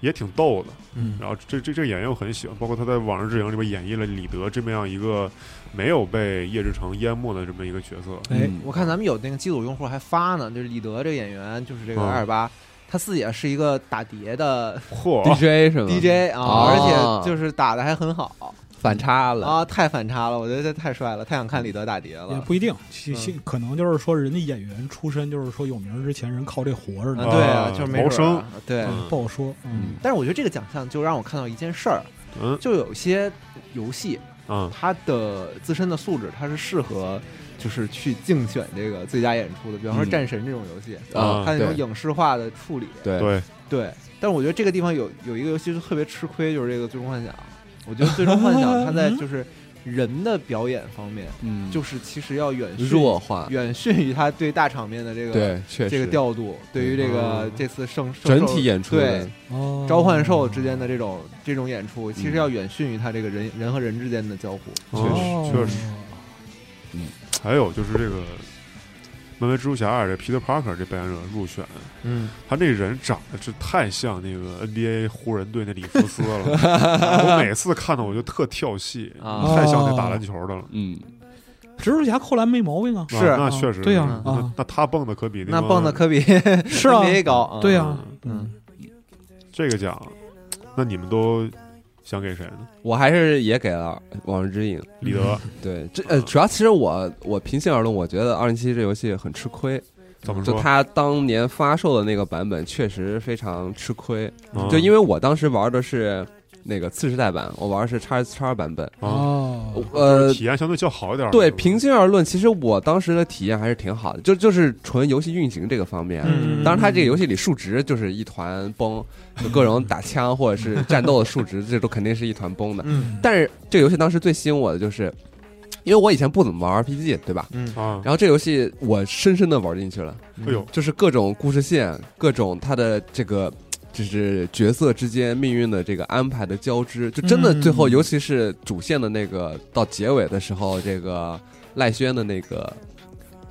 [SPEAKER 3] 也挺逗的。
[SPEAKER 2] 嗯
[SPEAKER 3] 然后这这这个演员我很喜欢，包括他在《往日之影》里边演绎了李德这么样一个没有被叶志成淹没的这么一个角色。
[SPEAKER 4] 哎
[SPEAKER 5] 嗯
[SPEAKER 2] 我看咱们有那个机组用户还发呢，就是李德这个演员，就是这个
[SPEAKER 3] 嗯
[SPEAKER 2] 二八，他自己也是一个打碟的
[SPEAKER 3] 嚯、
[SPEAKER 5] DJ 是
[SPEAKER 3] 嗯
[SPEAKER 5] 吗
[SPEAKER 2] DJ 啊，
[SPEAKER 5] 哦
[SPEAKER 2] 而且就是打的还很好
[SPEAKER 5] 反差了，
[SPEAKER 2] 啊，太反差了，我觉得这太帅了，太想看李德打碟
[SPEAKER 4] 也
[SPEAKER 2] 了。
[SPEAKER 4] 不一定，
[SPEAKER 3] 嗯
[SPEAKER 4] 其其可能就是说人家演员出身，就是说有名儿之前人靠这活着
[SPEAKER 2] 嗯，
[SPEAKER 4] 呢，
[SPEAKER 2] 对啊，
[SPEAKER 3] 啊
[SPEAKER 2] 就是没
[SPEAKER 3] 谋
[SPEAKER 2] 准儿
[SPEAKER 3] 生
[SPEAKER 2] 啊对。
[SPEAKER 3] 嗯
[SPEAKER 4] 不好说。嗯，
[SPEAKER 2] 但是我觉得这个奖项就让我看到一件事儿，
[SPEAKER 3] 嗯
[SPEAKER 2] 就有些游戏
[SPEAKER 3] 啊
[SPEAKER 2] 它的自身的素质，它是适合就是去竞选这个最佳演出的，比方说《
[SPEAKER 5] 嗯
[SPEAKER 2] 战神》这种游戏，
[SPEAKER 5] 啊
[SPEAKER 2] 它那种
[SPEAKER 5] 对
[SPEAKER 2] 影视化的处理，
[SPEAKER 5] 对
[SPEAKER 3] 对，
[SPEAKER 2] 对，但是我觉得这个地方有有一个游戏就特别吃亏，就是这个《最终幻想》。我觉得《最终幻想》它在就是人的表演方面，
[SPEAKER 5] 嗯，
[SPEAKER 2] 就是其实要远逊
[SPEAKER 5] 弱化，
[SPEAKER 2] 远逊于它对大场面的这个
[SPEAKER 5] 对，确实
[SPEAKER 2] 这个调度，对于这个
[SPEAKER 3] 嗯
[SPEAKER 2] 这次圣圣
[SPEAKER 5] 整
[SPEAKER 2] 兽
[SPEAKER 5] 体演出
[SPEAKER 2] 对
[SPEAKER 5] 的
[SPEAKER 4] 哦，
[SPEAKER 2] 召唤兽之间的这种这种演出，其实要远逊于它这个人人和人之间的交互。
[SPEAKER 3] 确
[SPEAKER 5] 嗯确
[SPEAKER 3] 实、确
[SPEAKER 4] 哦
[SPEAKER 3] 实。还有就是这个漫威蜘蛛侠二这 Peter Parker 这扮演者入选，
[SPEAKER 2] 嗯，
[SPEAKER 3] 他那人长得是太像那个 NBA 湖人队那里弗斯了，我每次看到我就特跳戏，
[SPEAKER 2] 啊
[SPEAKER 3] 太像那打篮球的了。
[SPEAKER 5] 嗯，
[SPEAKER 4] 蜘蛛侠扣篮没毛病啊，
[SPEAKER 2] 是
[SPEAKER 3] 那
[SPEAKER 4] 啊
[SPEAKER 3] 那确实，
[SPEAKER 4] 对呀
[SPEAKER 5] 嗯
[SPEAKER 3] 那
[SPEAKER 4] 啊
[SPEAKER 3] 那他蹦的可比
[SPEAKER 2] 那
[SPEAKER 3] 帮
[SPEAKER 2] 蹦的可比
[SPEAKER 4] 是啊，
[SPEAKER 2] NBA 高啊。
[SPEAKER 4] 对呀，
[SPEAKER 2] 嗯
[SPEAKER 4] 嗯，
[SPEAKER 3] 这个奖，那你们都想给谁呢？
[SPEAKER 5] 我还是也给了《往日之影》。
[SPEAKER 3] 李德
[SPEAKER 5] 对，这呃，主要其实我我平心而论，我觉得二零七这游戏很吃亏，
[SPEAKER 3] 怎么
[SPEAKER 5] 就
[SPEAKER 3] 说？
[SPEAKER 5] 它当年发售的那个版本确实非常吃亏，
[SPEAKER 3] 嗯
[SPEAKER 5] 就因为我当时玩的是那个次世代版，我玩的是叉 S 叉版本，
[SPEAKER 3] 啊，
[SPEAKER 4] 哦，
[SPEAKER 5] 呃。
[SPEAKER 3] 体验相对较好一点。
[SPEAKER 5] 对，
[SPEAKER 3] 是吧
[SPEAKER 5] 平心而论，其实我当时的体验还是挺好的，就就是纯游戏运行这个方面，
[SPEAKER 2] 嗯
[SPEAKER 5] 当然，它这个游戏里数值就是一团崩，就各种打枪或者是战斗的数值，这都肯定是一团崩的。
[SPEAKER 2] 嗯
[SPEAKER 5] 但是这个游戏当时最吸引我的就是，因为我以前不怎么玩 RPG，对吧？
[SPEAKER 2] 嗯
[SPEAKER 3] 啊，
[SPEAKER 5] 然后这游戏我深深的玩进去了，
[SPEAKER 3] 哎呦，
[SPEAKER 5] 就是各种故事线，各种它的这个。就是角色之间命运的这个安排的交织，就真的最
[SPEAKER 4] 嗯
[SPEAKER 5] 后，尤其是主线的那个到结尾的时候，这个赖轩的那个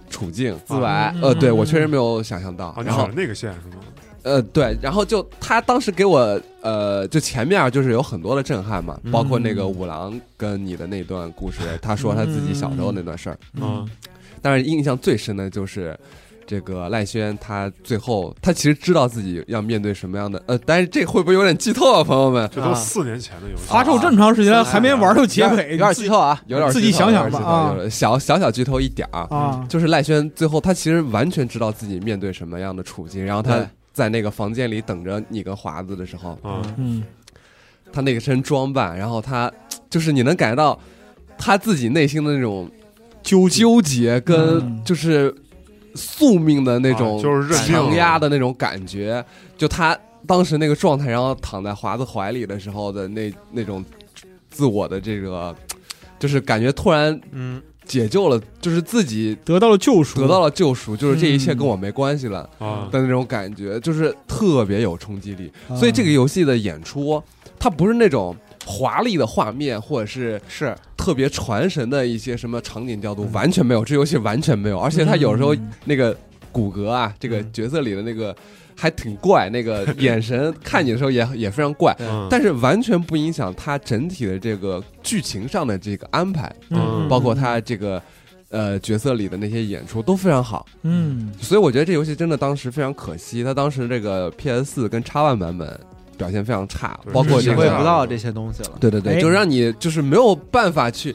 [SPEAKER 5] 处境，
[SPEAKER 4] 嗯
[SPEAKER 5] 自白，呃，对我确实没有想象到
[SPEAKER 3] 啊，。你
[SPEAKER 5] 然后
[SPEAKER 3] 选的那个线是吗？
[SPEAKER 5] 呃，对，然后就他当时给我，呃，就前面就是有很多的震撼嘛，包括那个
[SPEAKER 4] 嗯
[SPEAKER 5] 五郎跟你的那段故事，他说他自己小时候那段事儿。
[SPEAKER 4] 嗯
[SPEAKER 3] 啊，
[SPEAKER 5] 但是印象最深的就是这个赖轩，他最后他其实知道自己要面对什么样的，呃，但是这会不会有点剧透啊，朋友们？
[SPEAKER 3] 这
[SPEAKER 2] 啊
[SPEAKER 3] 都四年前的游戏，
[SPEAKER 4] 嗯发售这么长时间还没玩到结
[SPEAKER 5] 有
[SPEAKER 4] 尾，
[SPEAKER 5] 点有点
[SPEAKER 4] 你自
[SPEAKER 5] 剧
[SPEAKER 4] 己
[SPEAKER 5] 透啊，有点
[SPEAKER 4] 自己
[SPEAKER 5] 剧透
[SPEAKER 4] 想想
[SPEAKER 5] 有点
[SPEAKER 4] 吧
[SPEAKER 5] 剧透
[SPEAKER 4] 啊
[SPEAKER 5] 有点小小小剧透一点儿
[SPEAKER 4] 啊
[SPEAKER 5] 就是赖轩最后他其实完全知道自己面对什么样的处境，然后他
[SPEAKER 2] 对
[SPEAKER 5] 在那个房间里等着你跟华子的时候，
[SPEAKER 3] 啊，
[SPEAKER 4] 嗯，
[SPEAKER 5] 他那个身装扮，然后他就是你能感觉到他自己内心的那种纠纠结跟
[SPEAKER 4] 嗯
[SPEAKER 5] 就是宿命的那种
[SPEAKER 3] 啊就是认命了
[SPEAKER 5] 强压的那种感觉，就他当时那个状态，然后躺在华子怀里的时候的那那种自我的这个，就是感觉突然
[SPEAKER 2] 嗯
[SPEAKER 5] 解救了，就是自己
[SPEAKER 4] 得到了救赎，
[SPEAKER 5] 得到了救赎，就是这一切
[SPEAKER 4] 嗯
[SPEAKER 5] 跟我没关系了。
[SPEAKER 3] 啊，
[SPEAKER 5] 的那种感觉，就是特别有冲击力。
[SPEAKER 4] 啊
[SPEAKER 5] 所以这个游戏的演出，它不是那种华丽的画面，或者是
[SPEAKER 2] 是
[SPEAKER 5] 特别传神的一些什么场景调度，完全没有。这游戏完全没有，而且它有时候
[SPEAKER 4] 嗯
[SPEAKER 5] 那个骨骼啊，这个角色里的那个还挺怪，那个眼神看你的时候也也非常怪。
[SPEAKER 3] 嗯
[SPEAKER 5] 但是完全不影响它整体的这个剧情上的这个安排，
[SPEAKER 4] 嗯
[SPEAKER 5] 包括它这个呃角色里的那些演出都非常好。
[SPEAKER 4] 嗯
[SPEAKER 5] 所以我觉得这游戏真的当时非常可惜，它当时这个 PS 四跟 X One 版本表现非常差
[SPEAKER 3] 对，
[SPEAKER 5] 包括
[SPEAKER 2] 体
[SPEAKER 5] 这
[SPEAKER 2] 会
[SPEAKER 5] 个，
[SPEAKER 2] 不到这些东西了。
[SPEAKER 5] 对对对，
[SPEAKER 4] 哎
[SPEAKER 5] 就是让你就是没有办法去。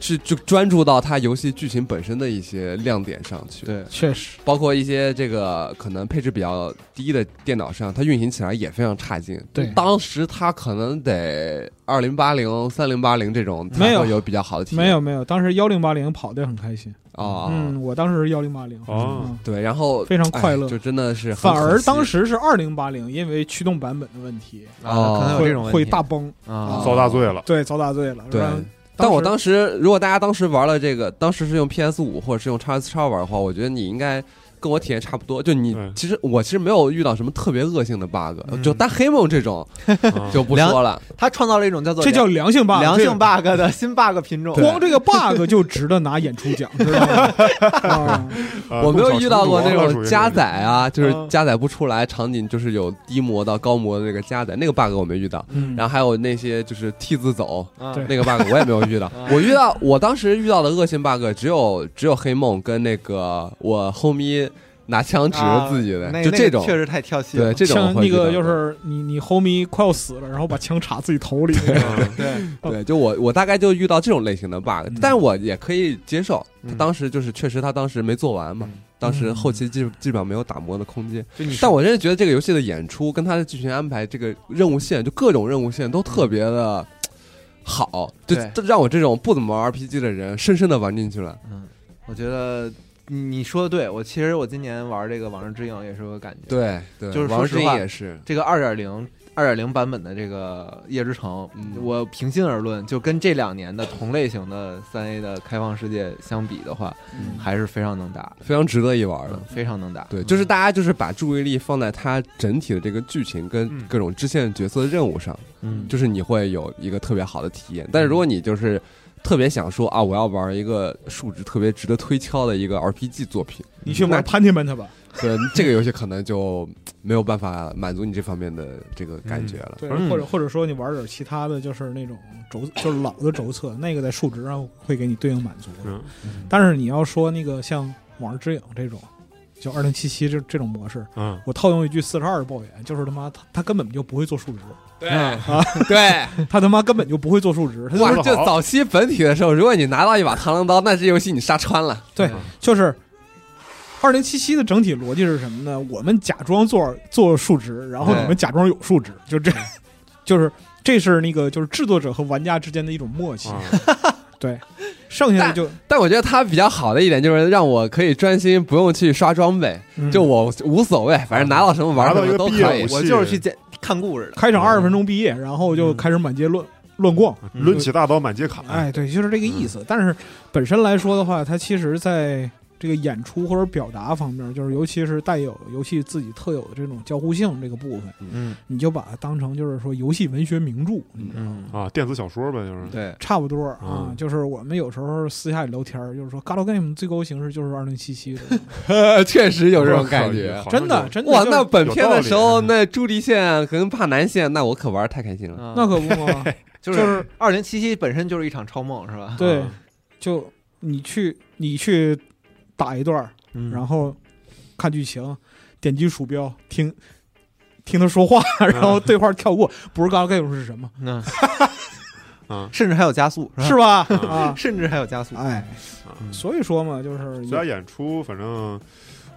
[SPEAKER 5] 去就专注到它游戏剧情本身的一些亮点上去。
[SPEAKER 2] 对，
[SPEAKER 4] 确实，
[SPEAKER 5] 包括一些这个可能配置比较低的电脑上，它运行起来也非常差劲。
[SPEAKER 4] 对
[SPEAKER 5] 当时它可能得二零八零、三零八零这种
[SPEAKER 4] 没
[SPEAKER 5] 才
[SPEAKER 4] 有
[SPEAKER 5] 会有比较好的体验。
[SPEAKER 4] 没有没有，当时幺零八零跑得很开心。
[SPEAKER 5] 啊，
[SPEAKER 4] 嗯，我当时是幺零八零，
[SPEAKER 3] 哦
[SPEAKER 4] 嗯
[SPEAKER 5] 对，然后
[SPEAKER 4] 非常快乐
[SPEAKER 5] 哎就真的是很
[SPEAKER 4] 反而
[SPEAKER 5] 可惜
[SPEAKER 4] 当时是二零八零，因为驱动版本的问题，
[SPEAKER 5] 哦
[SPEAKER 2] 啊，可能有这
[SPEAKER 4] 会
[SPEAKER 2] 种问题
[SPEAKER 4] 会大嗯崩，
[SPEAKER 2] 啊，
[SPEAKER 3] 遭大罪了。
[SPEAKER 4] 对，遭大罪了。
[SPEAKER 5] 对
[SPEAKER 4] 然后。
[SPEAKER 5] 但我
[SPEAKER 4] 当时
[SPEAKER 5] 当时，如果大家当时玩了这个，当时是用 PS 五或者是用 x S 叉玩的话，我觉得你应该跟我体验差不多。就你
[SPEAKER 3] 对
[SPEAKER 5] 其实我其实没有遇到什么特别恶性的 bug，、
[SPEAKER 2] 嗯
[SPEAKER 5] 就但黑梦这种
[SPEAKER 3] 啊
[SPEAKER 5] 哦就不
[SPEAKER 2] 良
[SPEAKER 5] 说了。
[SPEAKER 2] 他创造了一种叫做
[SPEAKER 4] 这叫良性 bug，
[SPEAKER 2] 良
[SPEAKER 4] 这
[SPEAKER 2] 性 bug 的新 bug 品种，
[SPEAKER 4] 光这个 bug 就值得拿演出奖，知道吗？啊，
[SPEAKER 3] 啊
[SPEAKER 5] 我没有遇到过那
[SPEAKER 3] 弄巧成拙了
[SPEAKER 5] 种
[SPEAKER 3] 属于是
[SPEAKER 5] 加载啊，就是
[SPEAKER 2] 嗯
[SPEAKER 5] 加载不出来场景，就是有低模到高模的那个加载，那个 bug 我没遇到。
[SPEAKER 4] 嗯
[SPEAKER 5] 然后还有那些就是 T 字走
[SPEAKER 2] 啊
[SPEAKER 4] 对
[SPEAKER 5] 那个 bug 我也没有 遇到
[SPEAKER 2] 啊，
[SPEAKER 5] 我遇到我当时遇到的恶性 bug 只有只有黑梦跟那个我 homie 拿枪指着自己的，
[SPEAKER 2] 啊那
[SPEAKER 5] 就这
[SPEAKER 2] 那个
[SPEAKER 5] 种
[SPEAKER 2] 确实太跳戏
[SPEAKER 5] 对
[SPEAKER 2] 了，
[SPEAKER 5] 这种
[SPEAKER 4] 像
[SPEAKER 5] 会
[SPEAKER 4] 那
[SPEAKER 5] 遇到
[SPEAKER 4] 个
[SPEAKER 5] 的
[SPEAKER 4] 就是你你 homie 快要死了，然后把枪插自己头 里，
[SPEAKER 3] 嗯
[SPEAKER 2] 对，
[SPEAKER 5] 对，就我我大概就遇到这种类
[SPEAKER 4] 嗯
[SPEAKER 5] 型的 bug，、但我也可以接受。他
[SPEAKER 2] 嗯
[SPEAKER 5] 当时就是确实他当时没做完嘛，
[SPEAKER 2] 嗯
[SPEAKER 5] 当时后期基基本上没有打磨的空间。
[SPEAKER 2] 就你
[SPEAKER 5] 但我真是觉得这个游戏的演出跟它的剧情安排，这个任务线就各种任务线都特别的好，就
[SPEAKER 2] 对
[SPEAKER 5] 就让我这种不怎么玩 RPG 的人深深的玩进去了。
[SPEAKER 2] 嗯，我觉得你你说的对，我其实我今年玩这个《往日之影》也是有个感觉，
[SPEAKER 5] 对对，
[SPEAKER 2] 就是
[SPEAKER 5] 王
[SPEAKER 2] 说实
[SPEAKER 5] 志
[SPEAKER 2] 话
[SPEAKER 5] 也是，
[SPEAKER 2] 这个二点零。二点零版本的这个《夜之城》
[SPEAKER 5] 嗯
[SPEAKER 2] 我平心而论，就跟这两年的同类型的三 A 的开放世界相比的话，还是非常能打
[SPEAKER 5] 非常值得一玩的
[SPEAKER 2] 的。，非常能打。
[SPEAKER 5] 对，就是大家就是把注意力放在它整体的这个剧情跟
[SPEAKER 3] 嗯
[SPEAKER 5] 各种支线角色的任务上。
[SPEAKER 2] 嗯，
[SPEAKER 5] 就是你会有一个特别好的体验。但是如果你就是特别想说啊，我要玩一个数值特别值得推敲的一个 RPG 作品，
[SPEAKER 4] 你去玩 Pentiment 吧。
[SPEAKER 5] 对这个游戏可能就没有办法满足你这方面的这个感觉 了。
[SPEAKER 4] 对，
[SPEAKER 2] 嗯
[SPEAKER 4] 或者或者说你玩点其他的就是那种轴，就是老的轴测，那个在数值上会给你对应满足的。
[SPEAKER 3] 嗯
[SPEAKER 4] 但是你要说那个像《往日之影》这种，就二零七七这这种模式，
[SPEAKER 3] 嗯，
[SPEAKER 4] 我套用一句四十二的抱怨，就是他妈他他根本就不会做数值，
[SPEAKER 5] 对对，
[SPEAKER 4] 他他妈根本就不会做数值，他就
[SPEAKER 5] 哇
[SPEAKER 4] 是
[SPEAKER 3] 做得好！
[SPEAKER 5] 就早期本体的时候，如果你拿到一把螳螂刀，那这游戏你杀穿了。
[SPEAKER 4] 对，就是二零七七的整体逻辑是什么呢？我们假装做做数值，然后
[SPEAKER 2] 对
[SPEAKER 4] 你们假装有数值，就
[SPEAKER 5] 嗯
[SPEAKER 4] 这， 就是这是那个就是制作者和玩家之间的一种默
[SPEAKER 5] 嗯
[SPEAKER 4] 契。
[SPEAKER 3] 啊
[SPEAKER 4] 剩下的就
[SPEAKER 5] 但我觉得它比较好的一点就是让我可以专心，不用去刷装备，
[SPEAKER 4] 嗯
[SPEAKER 5] 就我无所谓，反正拿到什么玩
[SPEAKER 3] 拿
[SPEAKER 5] 什
[SPEAKER 3] 到一
[SPEAKER 5] 么
[SPEAKER 3] 个
[SPEAKER 5] 都
[SPEAKER 3] 毕业
[SPEAKER 5] 可以
[SPEAKER 3] 武。器
[SPEAKER 2] 我就是去见看故事的。
[SPEAKER 4] 开场二十分钟毕
[SPEAKER 5] 嗯
[SPEAKER 4] 业，然后就开始满街乱乱逛。
[SPEAKER 3] 嗯抡起大刀满街砍，
[SPEAKER 4] 哎，对，就是这个意
[SPEAKER 5] 嗯
[SPEAKER 4] 思。但是本身来说的话，它其实在这个演出或者表达方面，就是尤其是带有游戏自己特有的这种交互性这个部分，
[SPEAKER 2] 嗯
[SPEAKER 4] 你就把它当成就是说游戏文学名著，你知道吗？
[SPEAKER 2] 嗯，
[SPEAKER 3] 啊，电子小说呗，就是
[SPEAKER 2] 对，
[SPEAKER 4] 差不多啊
[SPEAKER 3] 嗯，
[SPEAKER 4] 就是我们有时候私下里聊天儿，就是说《g a l Game》最高形式就是二零七七 的，
[SPEAKER 5] 确实有这种
[SPEAKER 3] 我靠
[SPEAKER 5] 感觉，
[SPEAKER 3] 好像
[SPEAKER 4] 真的
[SPEAKER 3] 有
[SPEAKER 4] 真的
[SPEAKER 5] 哇，
[SPEAKER 4] 就是
[SPEAKER 5] 那本片的时候，
[SPEAKER 3] 有道理啊
[SPEAKER 5] 那朱棣线跟帕南线，那我可玩太开心了。
[SPEAKER 4] 那
[SPEAKER 2] 那
[SPEAKER 4] 可不 嘛，
[SPEAKER 2] 嗯就
[SPEAKER 4] 就是
[SPEAKER 2] 二零七七本身就是一场超梦，是吧？
[SPEAKER 4] 对
[SPEAKER 3] 啊，
[SPEAKER 4] 就你去你去打一段儿，
[SPEAKER 2] 嗯
[SPEAKER 4] 然后看剧情，点击鼠标听。听他说 话，然后对话跳过，不是 g a l Game 是什么？
[SPEAKER 2] 那
[SPEAKER 3] 啊，
[SPEAKER 2] 甚至还有加速，
[SPEAKER 4] 是吧？
[SPEAKER 3] 嗯
[SPEAKER 4] 啊，
[SPEAKER 2] 甚至还有加速。
[SPEAKER 4] 哎，
[SPEAKER 2] 嗯
[SPEAKER 4] 所以说嘛，就是
[SPEAKER 3] 最佳演出，反正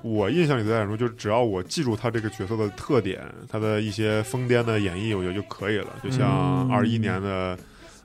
[SPEAKER 3] 我印象里最佳演出就是只要我记住他这个角色的特点，他的一些疯癫的演绎，我觉得就可以了。就像
[SPEAKER 4] 嗯
[SPEAKER 3] 二一年的。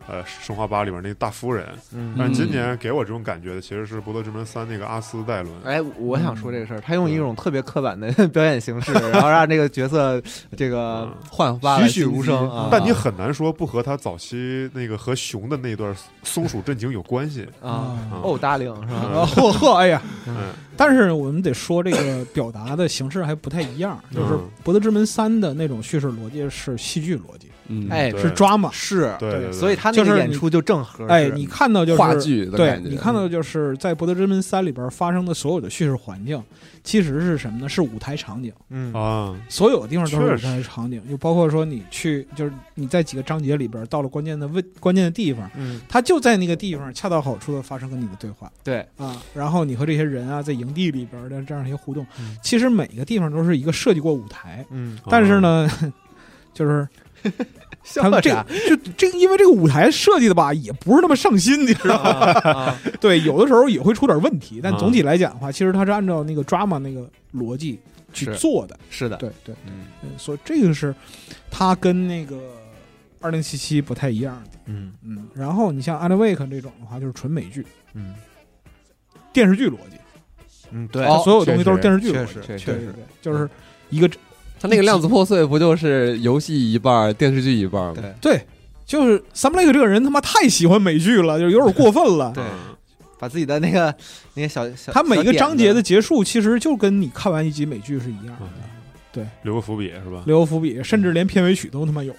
[SPEAKER 3] 呃，《生化八》里边那个大夫人，
[SPEAKER 2] 嗯，
[SPEAKER 3] 但今年给我这种感觉的其实是《博德之门三》那个阿斯戴伦，
[SPEAKER 2] 哎，我想说这个事儿，他
[SPEAKER 4] 嗯
[SPEAKER 2] 用一种特别刻板的 表演形式，然后让这个角色这个
[SPEAKER 3] 嗯
[SPEAKER 5] 焕发了
[SPEAKER 2] 栩栩如生啊！
[SPEAKER 3] 但你很难说不和他早期那个和熊的那段松鼠震惊有关系。
[SPEAKER 2] 啊，
[SPEAKER 3] 嗯
[SPEAKER 2] 哦，达令是吧？
[SPEAKER 4] 啊，嚯嚯，哎呀！
[SPEAKER 3] 嗯
[SPEAKER 4] 但是我们得说，这个表达的形式还不太一样。就是《
[SPEAKER 3] 嗯
[SPEAKER 4] 博德之门三》的那种叙事逻辑是戏剧逻辑，
[SPEAKER 5] 嗯，
[SPEAKER 2] 哎，
[SPEAKER 3] 对
[SPEAKER 4] 是 drama。
[SPEAKER 2] 是，
[SPEAKER 3] 对对对，
[SPEAKER 2] 所以他那
[SPEAKER 4] 就
[SPEAKER 2] 个
[SPEAKER 4] 是
[SPEAKER 2] 演出就正合适。
[SPEAKER 4] 哎，你看到就是
[SPEAKER 5] 话剧的
[SPEAKER 4] 对
[SPEAKER 5] 感觉，
[SPEAKER 4] 你看到就是在《博德之门三》里边发生的所有的叙事环境，其实是什么呢？是舞台场景，
[SPEAKER 2] 嗯
[SPEAKER 3] 啊，
[SPEAKER 4] 所有地方都是舞
[SPEAKER 3] 确
[SPEAKER 4] 台
[SPEAKER 3] 实
[SPEAKER 4] 场景，就包括说你去，就是你在几个章节里边到了关键的问关键的地方，
[SPEAKER 2] 嗯，
[SPEAKER 4] 它就在那个地方恰到好处的发生跟你的对话。
[SPEAKER 2] 对，
[SPEAKER 4] 啊，然后你和这些人啊，在营地里边儿的这样一些互动，
[SPEAKER 2] 嗯哦
[SPEAKER 4] 其 实每个地方都是一个设计过舞台，
[SPEAKER 2] 嗯
[SPEAKER 4] 但是呢，就是他
[SPEAKER 2] 笑
[SPEAKER 4] 们这
[SPEAKER 2] 啥
[SPEAKER 4] 个？就这个，因为这个舞台设计的吧，也不是那么上心，你知道吗？
[SPEAKER 2] 啊
[SPEAKER 4] 对，有的时候也会出点问题，但
[SPEAKER 3] 嗯
[SPEAKER 4] 总体来讲的话，其实它是按照那个 drama 那个逻辑去
[SPEAKER 2] 是
[SPEAKER 4] 做的。
[SPEAKER 2] 是的，
[SPEAKER 4] 对对，
[SPEAKER 2] 嗯
[SPEAKER 4] 嗯所以这个是它跟那个二零七七不太一样的。
[SPEAKER 2] 嗯
[SPEAKER 4] 嗯，然后你像《Anna Wake》这种的话，就是纯美剧、
[SPEAKER 2] 嗯
[SPEAKER 4] 电视剧逻辑，
[SPEAKER 2] 嗯，对，
[SPEAKER 5] 哦
[SPEAKER 4] 所有东西都是电视剧
[SPEAKER 2] 确
[SPEAKER 4] 逻辑。
[SPEAKER 2] 实嗯确
[SPEAKER 5] 确实
[SPEAKER 4] 对
[SPEAKER 2] 实
[SPEAKER 4] 对对，就是一个
[SPEAKER 5] 他那个量子破碎不就是游戏一半儿，电视剧一半儿吗？
[SPEAKER 2] 对
[SPEAKER 3] 嗯
[SPEAKER 4] 对，就是 Sam Lake 这个人他妈太喜欢美剧了，就是有点过分了。
[SPEAKER 2] 对，把自己的那个那些小小，
[SPEAKER 4] 他每
[SPEAKER 2] 小
[SPEAKER 4] 个
[SPEAKER 2] 点
[SPEAKER 4] 章节
[SPEAKER 2] 子嗯
[SPEAKER 4] 的结束，其实就跟你看完一集美剧是一样的，
[SPEAKER 3] 啊留个伏笔是吧？
[SPEAKER 4] 留有伏笔，甚至连片尾曲都他妈有。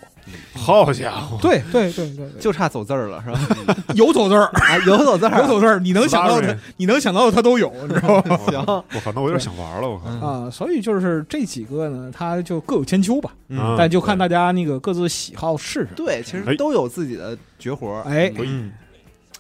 [SPEAKER 3] 好家 伙，
[SPEAKER 4] 对对对对对，
[SPEAKER 2] 嗯就差走字儿了，是吧？
[SPEAKER 3] 嗯
[SPEAKER 4] 有走字儿，
[SPEAKER 2] 啊，有走字儿，
[SPEAKER 4] 有走字儿，你能想到的
[SPEAKER 3] Sorry，
[SPEAKER 4] 你能想到的他都有，你知道吗？
[SPEAKER 2] 行
[SPEAKER 3] 我靠，那我有点想玩了，我靠，
[SPEAKER 2] 嗯
[SPEAKER 4] 啊，所以就是这几个呢，他就各有千秋吧，
[SPEAKER 3] 嗯哎
[SPEAKER 4] 但就看大家那个各自喜好是什么。
[SPEAKER 2] 对，其实都有自己的绝活儿，
[SPEAKER 4] 哎
[SPEAKER 2] 嗯
[SPEAKER 3] 嗯，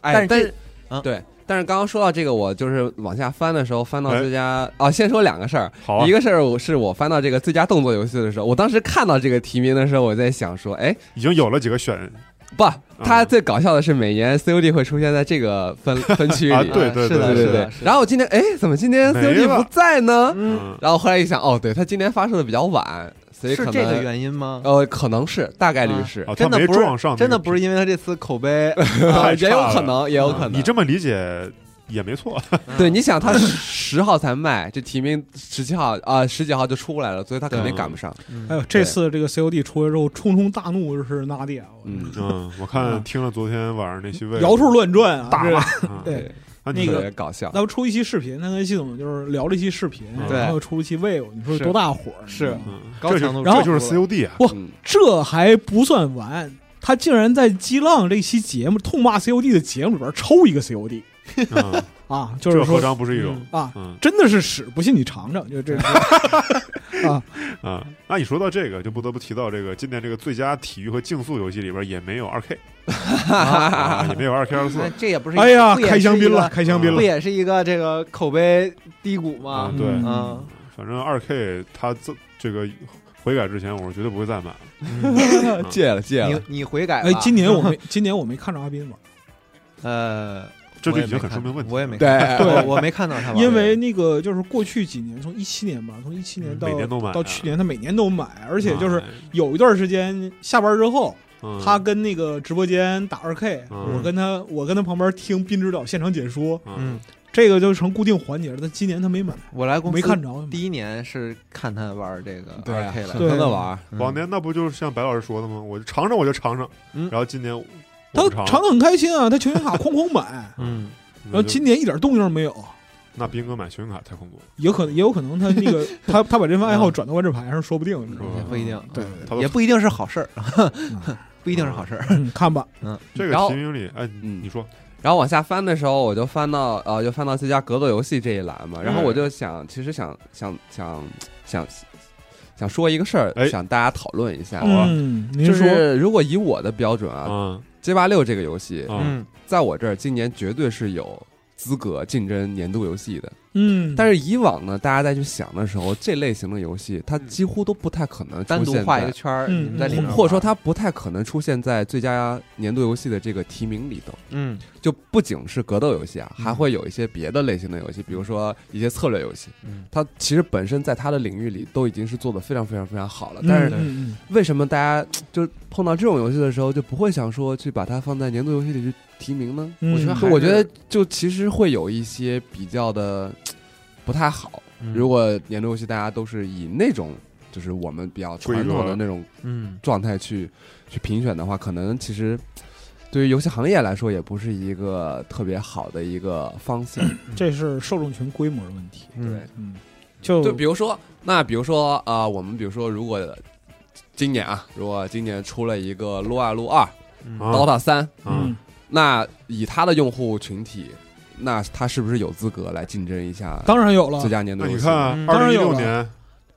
[SPEAKER 5] 哎，
[SPEAKER 2] 但
[SPEAKER 5] 但
[SPEAKER 2] 是
[SPEAKER 5] 是
[SPEAKER 2] 啊
[SPEAKER 5] 对，但是刚刚说到这个，我就是往下翻的时候，翻到
[SPEAKER 3] 哎
[SPEAKER 5] 最佳啊，先说两个事儿。
[SPEAKER 3] 好啊
[SPEAKER 5] 一，个事儿我是我翻到这个最佳动作游戏的时候，我当时看到这个提名的时候，我在想说，哎，
[SPEAKER 3] 已经有了几个选
[SPEAKER 5] 不，
[SPEAKER 3] 嗯
[SPEAKER 5] 它最搞笑的是每年 COD 会出现在这个 分分区里，
[SPEAKER 3] 啊，
[SPEAKER 2] 啊
[SPEAKER 3] 对对
[SPEAKER 2] 是的
[SPEAKER 5] 对
[SPEAKER 3] 对
[SPEAKER 5] 对对
[SPEAKER 2] 是。的
[SPEAKER 5] 然后我今天，哎，怎么今天
[SPEAKER 3] 没
[SPEAKER 5] COD
[SPEAKER 3] 了
[SPEAKER 5] 不在呢？
[SPEAKER 3] 嗯，
[SPEAKER 5] 然后后来一想，哦，对，它今年发售的比较晚，所以
[SPEAKER 2] 是
[SPEAKER 5] 可能
[SPEAKER 2] 这个原因吗？
[SPEAKER 5] 呃，可能是大概率是，
[SPEAKER 3] 啊，他
[SPEAKER 2] 真的
[SPEAKER 3] 没
[SPEAKER 2] 不是
[SPEAKER 3] 撞上那个，
[SPEAKER 2] 真的不是因为他这次口 碑，
[SPEAKER 5] 啊
[SPEAKER 3] 太
[SPEAKER 5] 也
[SPEAKER 3] 差
[SPEAKER 5] 有
[SPEAKER 3] 了嗯
[SPEAKER 5] 可能，也有可能。
[SPEAKER 3] 你这么理解也没错，
[SPEAKER 5] 对，你想它十号才卖，这提名十七号啊十几号就出来了，所以它肯定
[SPEAKER 3] 对
[SPEAKER 5] 赶不上。
[SPEAKER 4] 哎呦，这次这个 COD 出来之后，冲冲大怒就是纳迪啊，
[SPEAKER 5] 嗯，
[SPEAKER 3] 嗯，我看听了昨天晚上那期位，
[SPEAKER 4] 摇柱乱转啊，
[SPEAKER 3] 大
[SPEAKER 4] 这
[SPEAKER 3] 骂，嗯
[SPEAKER 4] 对。
[SPEAKER 3] 啊
[SPEAKER 4] 那
[SPEAKER 3] 你
[SPEAKER 4] 个
[SPEAKER 5] 特别搞笑。
[SPEAKER 4] 那不出一期视频，他跟系统就是聊了一期视频，
[SPEAKER 3] 对
[SPEAKER 4] 然后出了一期 Wave，你说
[SPEAKER 2] 是
[SPEAKER 4] 多大火儿？
[SPEAKER 2] 是
[SPEAKER 4] 你知道吗
[SPEAKER 3] 嗯
[SPEAKER 2] 高
[SPEAKER 3] 这
[SPEAKER 2] 强
[SPEAKER 3] 就
[SPEAKER 2] 度
[SPEAKER 3] 这
[SPEAKER 4] 然后
[SPEAKER 3] 就是 COD 啊，
[SPEAKER 4] 哇
[SPEAKER 5] 嗯
[SPEAKER 4] 这还不算完，他竟然在激浪这期节目痛骂 COD 的节目里边抽一个 COD
[SPEAKER 3] 嗯
[SPEAKER 4] 啊，就
[SPEAKER 3] 这
[SPEAKER 4] 是
[SPEAKER 3] 何
[SPEAKER 4] 说
[SPEAKER 3] 尝不是一种？
[SPEAKER 4] 啊，
[SPEAKER 3] 嗯
[SPEAKER 4] 真的是屎，不信你尝尝，就这个啊，
[SPEAKER 3] 啊，那你说到这个，就不得不提到这个今年这个最佳体育和竞速游戏里边也没有二 K，啊，也没有二 K 二
[SPEAKER 2] 哎
[SPEAKER 3] 四，
[SPEAKER 2] 这也不是一
[SPEAKER 4] 哎呀，
[SPEAKER 2] 不也
[SPEAKER 4] 开香
[SPEAKER 2] 是一
[SPEAKER 4] 槟
[SPEAKER 2] 个
[SPEAKER 4] 了，开香槟
[SPEAKER 2] 不
[SPEAKER 4] 了，
[SPEAKER 2] 也是一个这个口碑低谷吗
[SPEAKER 3] 啊？对，
[SPEAKER 4] 嗯
[SPEAKER 2] 嗯，
[SPEAKER 3] 反正二 K 它这这个悔改之前，我是绝对不会再买了。嗯
[SPEAKER 5] 戒了戒了
[SPEAKER 2] 你，你悔改吧
[SPEAKER 4] 哎，今年我没，今年我没看着阿斌玩，
[SPEAKER 2] 呃，
[SPEAKER 3] 这
[SPEAKER 2] 我
[SPEAKER 3] 就
[SPEAKER 2] 也
[SPEAKER 3] 已经
[SPEAKER 2] 没
[SPEAKER 3] 很说
[SPEAKER 2] 看
[SPEAKER 3] 明问题了。
[SPEAKER 2] 我也没
[SPEAKER 5] 对
[SPEAKER 2] 看我我没看到他玩，
[SPEAKER 4] 因为那个就是过去几年，从一七年吧，从一七
[SPEAKER 2] 嗯
[SPEAKER 4] 年到
[SPEAKER 3] 每年都买啊啊
[SPEAKER 4] 到去年，他每年都买，而
[SPEAKER 3] 而
[SPEAKER 4] 且就是有一段时间下班之后，他跟那个直播间打二 K，、
[SPEAKER 3] 嗯
[SPEAKER 4] 我跟他我跟他旁边听斌指导现场解说，
[SPEAKER 2] 嗯，
[SPEAKER 4] 这个就成固定环节了。但今年他没买，
[SPEAKER 2] 我来公司
[SPEAKER 4] 没看着。
[SPEAKER 2] 第一年是看他玩这个
[SPEAKER 5] 对啊，
[SPEAKER 2] 2K 来
[SPEAKER 5] 狠
[SPEAKER 2] 的，
[SPEAKER 5] 狠的玩儿。
[SPEAKER 2] 嗯
[SPEAKER 3] 往年那不就是像白老师说的吗？我就尝尝我就尝尝，
[SPEAKER 2] 嗯，
[SPEAKER 3] 然后今年我
[SPEAKER 4] 他
[SPEAKER 3] 不尝
[SPEAKER 4] 尝的很开心啊，他球员卡哐 哐买
[SPEAKER 2] 嗯，
[SPEAKER 3] 然
[SPEAKER 4] 然后今年一点动静没有，
[SPEAKER 3] 那斌哥买信用卡太恐怖了，
[SPEAKER 4] 也可能也有可能他 那个他他把这份爱
[SPEAKER 2] 嗯
[SPEAKER 4] 好转到万智牌上，说不定你知道吗
[SPEAKER 3] 嗯
[SPEAKER 2] 也不一定，
[SPEAKER 4] 对
[SPEAKER 3] 他都
[SPEAKER 2] 也不一定是好事儿， 不一定是好事儿。
[SPEAKER 4] 嗯看吧，
[SPEAKER 3] 这
[SPEAKER 5] 然
[SPEAKER 3] 个
[SPEAKER 5] 后
[SPEAKER 3] 提名里，哎，
[SPEAKER 5] 嗯
[SPEAKER 3] 你说
[SPEAKER 5] 然后往下翻的时候，我就翻到呃，就翻到最佳格斗游戏这一栏嘛。然后我就想，其实想想想想想说一个事儿，
[SPEAKER 3] 哎
[SPEAKER 5] 想大家讨论一下。
[SPEAKER 3] 好啊
[SPEAKER 4] 嗯，您
[SPEAKER 5] 就
[SPEAKER 4] 说，
[SPEAKER 5] 是如果以我的标准啊，
[SPEAKER 3] 嗯
[SPEAKER 5] 街霸六》这个游戏，
[SPEAKER 3] 嗯，
[SPEAKER 5] 在我这儿今年绝对是有资格竞争年度游戏的。
[SPEAKER 4] 嗯，
[SPEAKER 5] 但是以往呢，大家再去想的时候，这类型的游戏它几乎都不太可能
[SPEAKER 2] 单
[SPEAKER 5] 出
[SPEAKER 2] 独
[SPEAKER 5] 现
[SPEAKER 2] 画一
[SPEAKER 5] 在
[SPEAKER 2] 个，圈儿，
[SPEAKER 4] 嗯
[SPEAKER 2] 你们在里面啊玩，
[SPEAKER 5] 或者说它不太可能出现在最佳年度游戏的这个提名里头。
[SPEAKER 2] 嗯
[SPEAKER 5] 就不仅是格斗游戏啊，
[SPEAKER 2] 嗯
[SPEAKER 5] 还会有一些别的类型的游戏，比如说一些策略游戏。
[SPEAKER 2] 嗯
[SPEAKER 5] 它其实本身在它的领域里都已经是做的非常非常非常好了，
[SPEAKER 4] 嗯
[SPEAKER 5] 但是
[SPEAKER 4] 嗯嗯
[SPEAKER 5] 为什么大家就碰到这种游戏的时候就不会想说去把它放在年度游戏里去提名呢？
[SPEAKER 4] 嗯
[SPEAKER 2] 我觉得还
[SPEAKER 5] 就是我觉得就其实会有一些比较的不太好。
[SPEAKER 2] 嗯
[SPEAKER 5] 如果年度游戏大家都是以那种就是我们比较传统的那种
[SPEAKER 2] 嗯
[SPEAKER 5] 状态去去评选的话，可能其实对于游戏行业来说也不是一个特别好的一个方向。
[SPEAKER 3] 嗯
[SPEAKER 4] 这是受众群规模的问题，
[SPEAKER 2] 嗯
[SPEAKER 4] 嗯，就
[SPEAKER 5] 就比如说，那比如说啊、呃我们比如说，如果今年啊，如果今年出了一个《撸啊撸二》
[SPEAKER 2] 嗯
[SPEAKER 5] 《DOTA 三》，
[SPEAKER 3] 嗯
[SPEAKER 4] 嗯，
[SPEAKER 5] 那以他的用户群体，那他是不是有资格来竞争一下
[SPEAKER 4] 当然有了
[SPEAKER 5] 最，佳年度
[SPEAKER 3] 啊那
[SPEAKER 5] 游
[SPEAKER 3] 你
[SPEAKER 5] 戏？
[SPEAKER 3] 看
[SPEAKER 2] 嗯
[SPEAKER 3] 啊，
[SPEAKER 4] 当
[SPEAKER 3] 二零
[SPEAKER 4] 然
[SPEAKER 3] 一
[SPEAKER 4] 有
[SPEAKER 3] 六
[SPEAKER 4] 了
[SPEAKER 3] 年，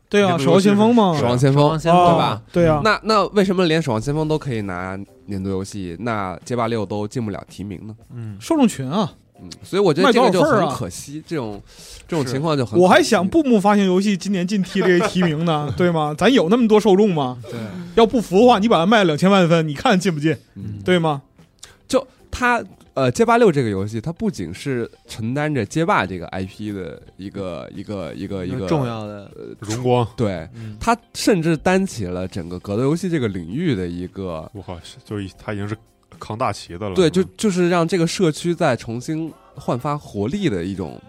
[SPEAKER 4] 对啊，
[SPEAKER 3] 年度游戏
[SPEAKER 4] 守望先锋嘛
[SPEAKER 3] 是
[SPEAKER 5] 守，望先
[SPEAKER 2] 守
[SPEAKER 5] 锋
[SPEAKER 2] 望》先
[SPEAKER 4] 啊
[SPEAKER 5] 对吧？嗯
[SPEAKER 4] 对啊，
[SPEAKER 5] 那那为什么连《守望先锋》都可以拿年度游戏，那《街霸六》都进不了提名呢？
[SPEAKER 2] 嗯
[SPEAKER 4] 受众群啊，
[SPEAKER 5] 嗯，所以我觉得这个就
[SPEAKER 4] 卖多少份
[SPEAKER 5] 很
[SPEAKER 4] 儿啊
[SPEAKER 5] 可惜，这种这种
[SPEAKER 3] 是
[SPEAKER 5] 情况就很可嗯惜。
[SPEAKER 4] 我还想布幕发行游戏今年进 TGA 提名呢，对吗？咱有那么多受众吗？
[SPEAKER 2] 对，
[SPEAKER 4] 要不服的话，你把它卖两千万分，你看进不进，
[SPEAKER 5] 嗯，
[SPEAKER 4] 对吗？
[SPEAKER 5] 就它呃，街霸六这个游戏，它不仅是承担着街霸这个 IP 的一个一个一个一个
[SPEAKER 2] 重，要的，
[SPEAKER 3] 荣光，
[SPEAKER 5] 对
[SPEAKER 2] 嗯，
[SPEAKER 5] 它甚至担起了整个格斗游戏这个领域的一个，
[SPEAKER 3] 我靠，就已他已经是扛大旗的了。
[SPEAKER 5] 对，就就是让这个社区再重新焕发活力的一种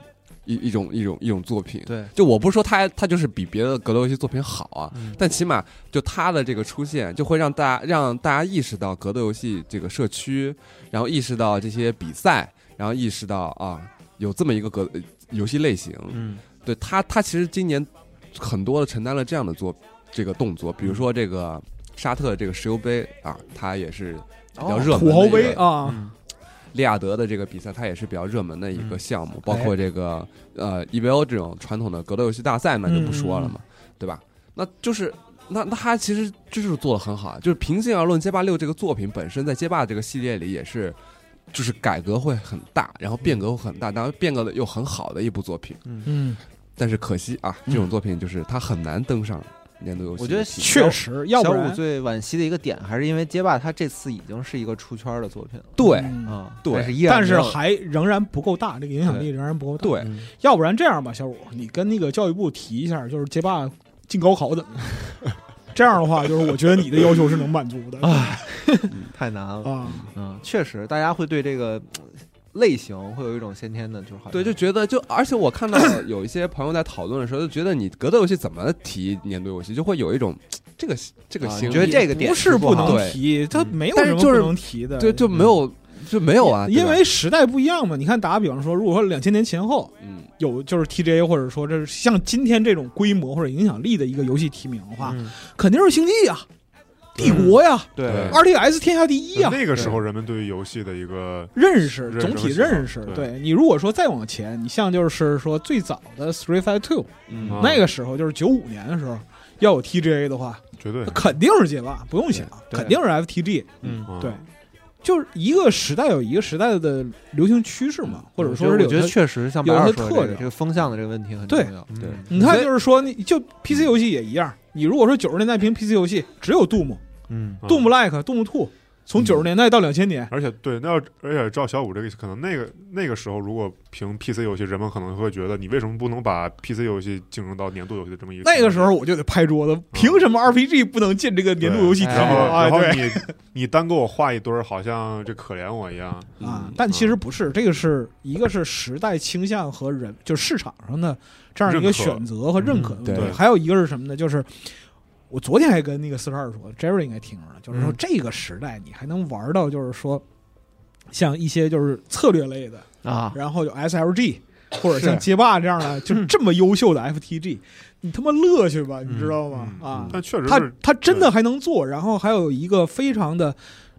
[SPEAKER 5] 一一种一种一种作品。
[SPEAKER 2] 对，
[SPEAKER 5] 就我不是说它它就是比别的格斗游戏作品好啊，
[SPEAKER 2] 嗯
[SPEAKER 5] 但起码就他的这个出现，就会让大家让大家意识到格斗游戏这个社区，然后意识到这些比赛，然后意识到啊有这么一个格呃游戏类型。
[SPEAKER 2] 嗯
[SPEAKER 5] 对他，他其实今年很多的承担了这样的做这个动作，
[SPEAKER 4] 嗯
[SPEAKER 5] 比如说这个沙特的这个石油杯啊，他也是比较热门
[SPEAKER 4] 哦土
[SPEAKER 5] 的一个、
[SPEAKER 4] 豪杯啊，
[SPEAKER 2] 嗯
[SPEAKER 5] 利亚德的这个比赛，它也是比较热门的一个项目，包括这个呃 EVO 这种传统的格斗游戏大赛，那就不说了嘛，对吧？那就是那那他其实就是做的很好啊，就是平心而论，街霸六这个作品本身在街霸这个系列里也是。就是改革会很大，然后变革会很大，然后变革的又很好的一部作品，
[SPEAKER 4] 嗯，
[SPEAKER 5] 但是可惜啊，这种作品就是它很难登上年度游戏
[SPEAKER 2] 我
[SPEAKER 5] 的
[SPEAKER 2] 觉
[SPEAKER 5] 提名。
[SPEAKER 2] 得
[SPEAKER 4] 确实，要
[SPEAKER 2] 小
[SPEAKER 4] 不
[SPEAKER 2] 五
[SPEAKER 4] 然
[SPEAKER 2] 最惋惜的一个点，还是因为街霸它这次已经是一个出圈的作品了，
[SPEAKER 5] 对
[SPEAKER 4] 嗯
[SPEAKER 2] 啊，
[SPEAKER 5] 对
[SPEAKER 2] 但是依然
[SPEAKER 4] 但
[SPEAKER 2] 没
[SPEAKER 4] 是
[SPEAKER 2] 有
[SPEAKER 4] 还仍然不够大，这个影响力仍然不够大。，
[SPEAKER 5] 对，
[SPEAKER 2] 嗯
[SPEAKER 4] 要不然这样吧，小五，你跟那个教育部提一下，就是街霸进高考怎么 样？这样的话，就是我觉得你的要求是能满足的
[SPEAKER 2] 太难了，
[SPEAKER 4] 啊。
[SPEAKER 2] 嗯，确实，大家会对这个呃类型会有一种先天的，就是好像
[SPEAKER 5] 对，就觉得就，而且我看到有一些朋友在讨论的时候，就觉得你格斗游戏怎么提年度游戏，就会有一种这个这个
[SPEAKER 2] 啊
[SPEAKER 5] 行为，
[SPEAKER 2] 你觉得这个点
[SPEAKER 4] 不是
[SPEAKER 2] 不
[SPEAKER 5] 好
[SPEAKER 4] 能
[SPEAKER 5] 对
[SPEAKER 4] 提，它
[SPEAKER 2] 嗯
[SPEAKER 4] 没有
[SPEAKER 5] 但是
[SPEAKER 4] 什么
[SPEAKER 5] 就
[SPEAKER 4] 不
[SPEAKER 5] 是
[SPEAKER 4] 能提的，
[SPEAKER 5] 就就没有就没有啊，
[SPEAKER 4] 因
[SPEAKER 5] 对吧
[SPEAKER 4] 为时代不一样嘛。你看，打个比方说，如果说两千年前后
[SPEAKER 5] 嗯
[SPEAKER 4] 有就是 TGA 或者说这是像今天这种规模或者影响力的一个游戏提名的话，
[SPEAKER 2] 嗯
[SPEAKER 4] 肯定是星际啊、
[SPEAKER 3] 对
[SPEAKER 4] 帝国呀、
[SPEAKER 2] 对
[SPEAKER 5] 对
[SPEAKER 4] RTS 天下第一啊。
[SPEAKER 3] 那个时候人们对于游戏的一个
[SPEAKER 4] 认识
[SPEAKER 3] 嗯认识
[SPEAKER 4] 总体
[SPEAKER 3] 和喜好
[SPEAKER 4] 认识，
[SPEAKER 3] 对
[SPEAKER 4] 对你如果说再往前，你像就是说最早的 Three Five Two
[SPEAKER 2] 嗯
[SPEAKER 3] 啊
[SPEAKER 4] 那个时候，就是九五年的时候，要有 TGA 的话，
[SPEAKER 3] 绝对
[SPEAKER 4] 那，肯定是街霸，不用想，
[SPEAKER 2] 对
[SPEAKER 4] 肯定是 FTG，
[SPEAKER 2] 嗯。
[SPEAKER 3] 嗯
[SPEAKER 4] 对，就是一个时代有一个时代的流行趋势嘛，或者说
[SPEAKER 2] 我
[SPEAKER 4] 是
[SPEAKER 2] 觉得我
[SPEAKER 4] 有
[SPEAKER 2] 觉得
[SPEAKER 4] 它。
[SPEAKER 2] 确嗯实像白
[SPEAKER 4] 有它
[SPEAKER 2] 老师说的这
[SPEAKER 4] 特
[SPEAKER 2] 个
[SPEAKER 4] 征
[SPEAKER 2] 这个风向的这个问题很重
[SPEAKER 4] 对
[SPEAKER 2] 要。
[SPEAKER 5] 对
[SPEAKER 3] 嗯
[SPEAKER 4] 你看，
[SPEAKER 5] 所以
[SPEAKER 4] 就是说，你就 PC 游戏也一样。你如果说九十年代评 PC 游戏，只有 Doom、
[SPEAKER 2] 嗯，
[SPEAKER 3] 嗯
[SPEAKER 4] Doom Like、Doom Two，从
[SPEAKER 5] 嗯
[SPEAKER 4] 九十年代到两千年，
[SPEAKER 3] 而且对，那要而且照小五这个意思，可能那个那个时候，如果凭 PC 游戏，人们可能会觉得你为什么不能把 PC 游戏竞争到年度游戏的这么一个
[SPEAKER 4] 那
[SPEAKER 3] 地位
[SPEAKER 4] 个时候我就得拍桌
[SPEAKER 2] 嗯
[SPEAKER 4] 子，凭什么 RPG 不能进这个年度游戏
[SPEAKER 2] 哎
[SPEAKER 4] 提
[SPEAKER 3] 然
[SPEAKER 4] 名
[SPEAKER 3] 后
[SPEAKER 4] 啊？
[SPEAKER 3] 然后
[SPEAKER 4] 对
[SPEAKER 3] 你你单给我画一堆儿，好像这可怜我一样。
[SPEAKER 4] 啊
[SPEAKER 5] 嗯，
[SPEAKER 4] 但其实不是，这个是一个是时代倾向和人就市场上的这样一个
[SPEAKER 3] 认可
[SPEAKER 4] 选择和认可的
[SPEAKER 5] 嗯
[SPEAKER 4] 问题，
[SPEAKER 5] 对
[SPEAKER 4] 还有一个是什么呢？就是我昨天还跟那个四十二说，Jerry 应该听着了，就是说
[SPEAKER 2] 嗯
[SPEAKER 4] 这个时代你还能玩到，就是说像一些就是策略类的，
[SPEAKER 2] 啊，
[SPEAKER 4] 然后有 SLG 或者
[SPEAKER 2] 是
[SPEAKER 4] 像街霸这样的，就这么优秀的 FTG，你他妈乐去吧，你知道吗
[SPEAKER 3] 嗯？
[SPEAKER 4] 啊，
[SPEAKER 3] 但确实
[SPEAKER 4] 他
[SPEAKER 3] 是，
[SPEAKER 4] 他真的还能做，然后还有一个非常的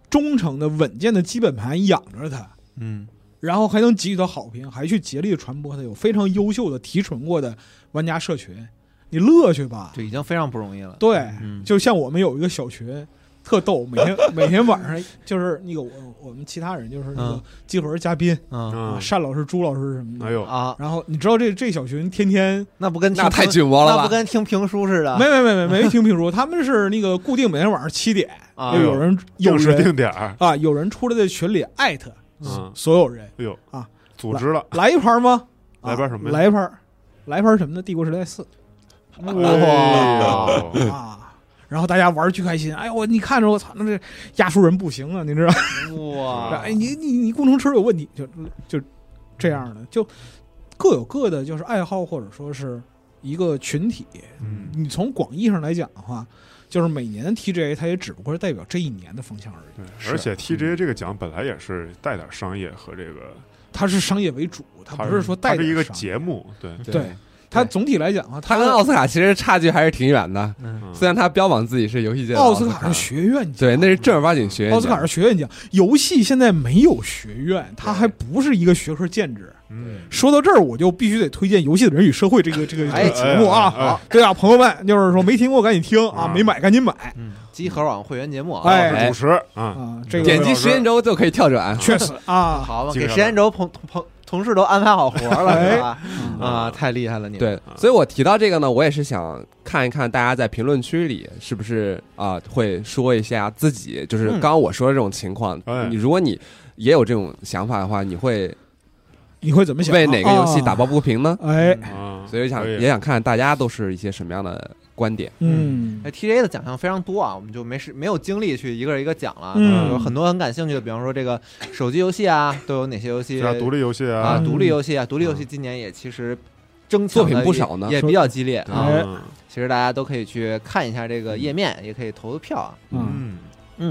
[SPEAKER 4] 忠诚的稳健的基本盘养着他，
[SPEAKER 2] 嗯，
[SPEAKER 4] 然后还能给予他好评，还去竭力传播他，有非常优秀的提纯过的玩家社群，你乐去吧
[SPEAKER 2] 就。已经非常不容易了。
[SPEAKER 4] 对，
[SPEAKER 2] 嗯
[SPEAKER 4] 就像我们有一个小群。特逗，每天每天晚上就是那个我我们其他人就是那
[SPEAKER 2] 嗯
[SPEAKER 4] 个集合嘉宾、
[SPEAKER 2] 嗯，
[SPEAKER 4] 啊，
[SPEAKER 3] 嗯，
[SPEAKER 4] 单老师、朱老师什么的，
[SPEAKER 3] 哎呦，
[SPEAKER 2] 啊，
[SPEAKER 4] 然后你知道这这小群天天
[SPEAKER 2] 那不跟
[SPEAKER 5] 那
[SPEAKER 2] 听
[SPEAKER 5] 太
[SPEAKER 2] 评
[SPEAKER 5] 紧绷了
[SPEAKER 2] 那
[SPEAKER 5] 吧
[SPEAKER 2] 不？跟听评书似的。
[SPEAKER 4] 没没没没没听评书，他们是那个固定每天晚上七点，
[SPEAKER 2] 啊
[SPEAKER 4] 就有人有
[SPEAKER 3] 定时
[SPEAKER 4] 人
[SPEAKER 3] 定点儿，
[SPEAKER 4] 啊，有人出来在群里艾特
[SPEAKER 3] 嗯
[SPEAKER 4] 所有人，
[SPEAKER 3] 哎呦
[SPEAKER 4] 啊，
[SPEAKER 3] 组织了，
[SPEAKER 4] 来一盘吗？啊
[SPEAKER 3] 来盘什么呀
[SPEAKER 4] 来一盘，来一盘什么呢？帝国时代四
[SPEAKER 3] 啊哎呦
[SPEAKER 4] 啊。然后大家玩儿巨开心，哎呦我你看着我操，那这亚述人不行啊，你知道？
[SPEAKER 3] 啊
[SPEAKER 2] 哇，
[SPEAKER 4] 哎，你你你工程车有问题，就就这样的，就各有各的就是爱好或者说是一个群体，
[SPEAKER 3] 嗯，
[SPEAKER 4] 你从广义上来讲的话，就是每年的 TGA 它也只不过是代表这一年的风向而已，
[SPEAKER 3] 对，
[SPEAKER 4] 是啊
[SPEAKER 3] 而且 TGA 这个奖本来也是带点商业和这个，
[SPEAKER 4] 它是商业为主，它
[SPEAKER 3] 它
[SPEAKER 4] 不是说带
[SPEAKER 3] 它是一个
[SPEAKER 4] 点商业
[SPEAKER 3] 节，目，对，
[SPEAKER 4] 对，它总体来讲啊，
[SPEAKER 5] 他
[SPEAKER 4] 它
[SPEAKER 5] 跟奥斯卡其实差距还是挺远的，
[SPEAKER 2] 嗯
[SPEAKER 3] 嗯
[SPEAKER 5] 虽然他标榜自己是游戏界的
[SPEAKER 4] 奥
[SPEAKER 5] 斯
[SPEAKER 4] 斯卡是学院奖，
[SPEAKER 5] 对，那是正儿八经学院
[SPEAKER 4] 奥斯卡
[SPEAKER 5] 奖
[SPEAKER 4] 是学院奖，游戏现在没有学院，它还不是一个学科建制。
[SPEAKER 3] 嗯，
[SPEAKER 4] 说到这儿，我就必须得推荐《游戏的人与社会》这个这个这
[SPEAKER 2] 哎
[SPEAKER 4] 个节目啊，
[SPEAKER 3] 哎哎哎
[SPEAKER 4] 好对啊，朋友们，就是说没听过赶紧听啊，
[SPEAKER 3] 嗯
[SPEAKER 4] 没买赶紧买
[SPEAKER 2] 嗯，集合网会员节目啊，
[SPEAKER 4] 哎
[SPEAKER 3] 是主持啊，
[SPEAKER 4] 啊，这个
[SPEAKER 5] 点击时间轴就可以跳转。
[SPEAKER 4] 确实啊，
[SPEAKER 2] 好嘛，
[SPEAKER 3] 集
[SPEAKER 2] 给
[SPEAKER 3] 合
[SPEAKER 2] 时间轴捧捧同事都安排好活了，是吧？
[SPEAKER 4] 嗯
[SPEAKER 2] 啊，太厉害了你！，
[SPEAKER 5] 对，
[SPEAKER 3] 啊
[SPEAKER 5] 所以我提到这个呢，我也是想看一看大家在评论区里是不是啊、会说一下自己，就是
[SPEAKER 2] 嗯
[SPEAKER 5] 刚刚我说的这种情况。
[SPEAKER 3] 哎
[SPEAKER 5] 你如果你也有这种想法的话，你会
[SPEAKER 4] 你会怎么想？
[SPEAKER 5] 为哪个游戏打抱
[SPEAKER 4] 啊？
[SPEAKER 5] 不平呢？
[SPEAKER 4] 哎，
[SPEAKER 2] 嗯
[SPEAKER 3] 啊，
[SPEAKER 5] 所以想
[SPEAKER 3] 可
[SPEAKER 5] 也想看大家都是一些什么样的观点。
[SPEAKER 4] 嗯，
[SPEAKER 2] 哎，TGA 的奖项非常多啊，我们就没时没有精力去一个一个讲了。
[SPEAKER 4] 嗯
[SPEAKER 2] 有很多很感兴趣的，比方说这个手机游戏啊，都有哪些游戏？
[SPEAKER 3] 加独立游戏
[SPEAKER 2] 啊，
[SPEAKER 4] 嗯
[SPEAKER 3] 啊，
[SPEAKER 2] 独立游戏啊，独立游戏今年也其实争抢
[SPEAKER 5] 作品
[SPEAKER 2] 的
[SPEAKER 5] 不
[SPEAKER 2] 也
[SPEAKER 5] 少呢
[SPEAKER 2] 也比较激烈啊。
[SPEAKER 4] 哎
[SPEAKER 3] 嗯
[SPEAKER 2] 其实大家都可以去看一下这个页面，也可以投投票啊。
[SPEAKER 4] 嗯
[SPEAKER 3] 嗯，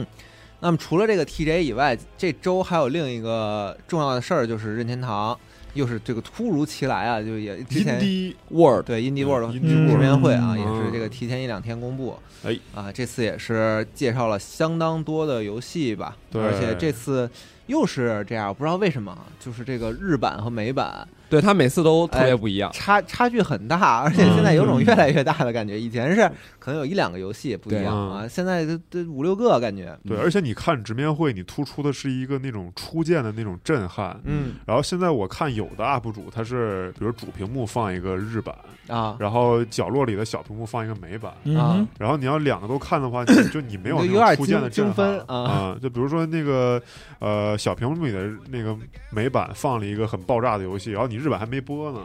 [SPEAKER 2] 那么除了这个 TJ 以外，这周还有另一个重要的事儿，就是任天堂又是这个突如其来啊，就也之前
[SPEAKER 3] Indie
[SPEAKER 5] Word
[SPEAKER 2] 对 Indie World
[SPEAKER 3] 嗯
[SPEAKER 4] ，Indie
[SPEAKER 2] 直面会啊，
[SPEAKER 4] World
[SPEAKER 2] 也
[SPEAKER 3] 嗯
[SPEAKER 2] 是这个提前一两天公布。
[SPEAKER 3] 哎，
[SPEAKER 2] 啊，这次也是介绍了相当多的游戏吧，
[SPEAKER 3] 对
[SPEAKER 2] 而且这次又是这样，我不知道为什么啊，就是这个日版和美版
[SPEAKER 5] 对他每次都特别不一样。
[SPEAKER 2] 差差距很大，而且现在有种越来越大的感觉。以前是可能有一两个游戏不一样啊，现在都都五六个感觉。
[SPEAKER 3] 对，而且你看直面会，你突出的是一个那种初见的那种震撼。
[SPEAKER 2] 嗯
[SPEAKER 3] 然后现在我看有的 UP 主，他是比如主屏幕放一个日版，
[SPEAKER 2] 啊，
[SPEAKER 3] 然后角落里的小屏幕放一个美版，
[SPEAKER 4] 嗯
[SPEAKER 2] 啊
[SPEAKER 4] 哼，
[SPEAKER 3] 然后你要两个都看的话，你就 你没有
[SPEAKER 2] 你就
[SPEAKER 3] 那
[SPEAKER 2] 有点
[SPEAKER 3] 种初见的
[SPEAKER 2] 精精
[SPEAKER 3] 震
[SPEAKER 2] 分
[SPEAKER 3] 撼
[SPEAKER 2] 啊
[SPEAKER 3] 啊、就比如说那个呃小屏幕里的那个美版放了一个很爆炸的游戏，然后你日版还没 播呢，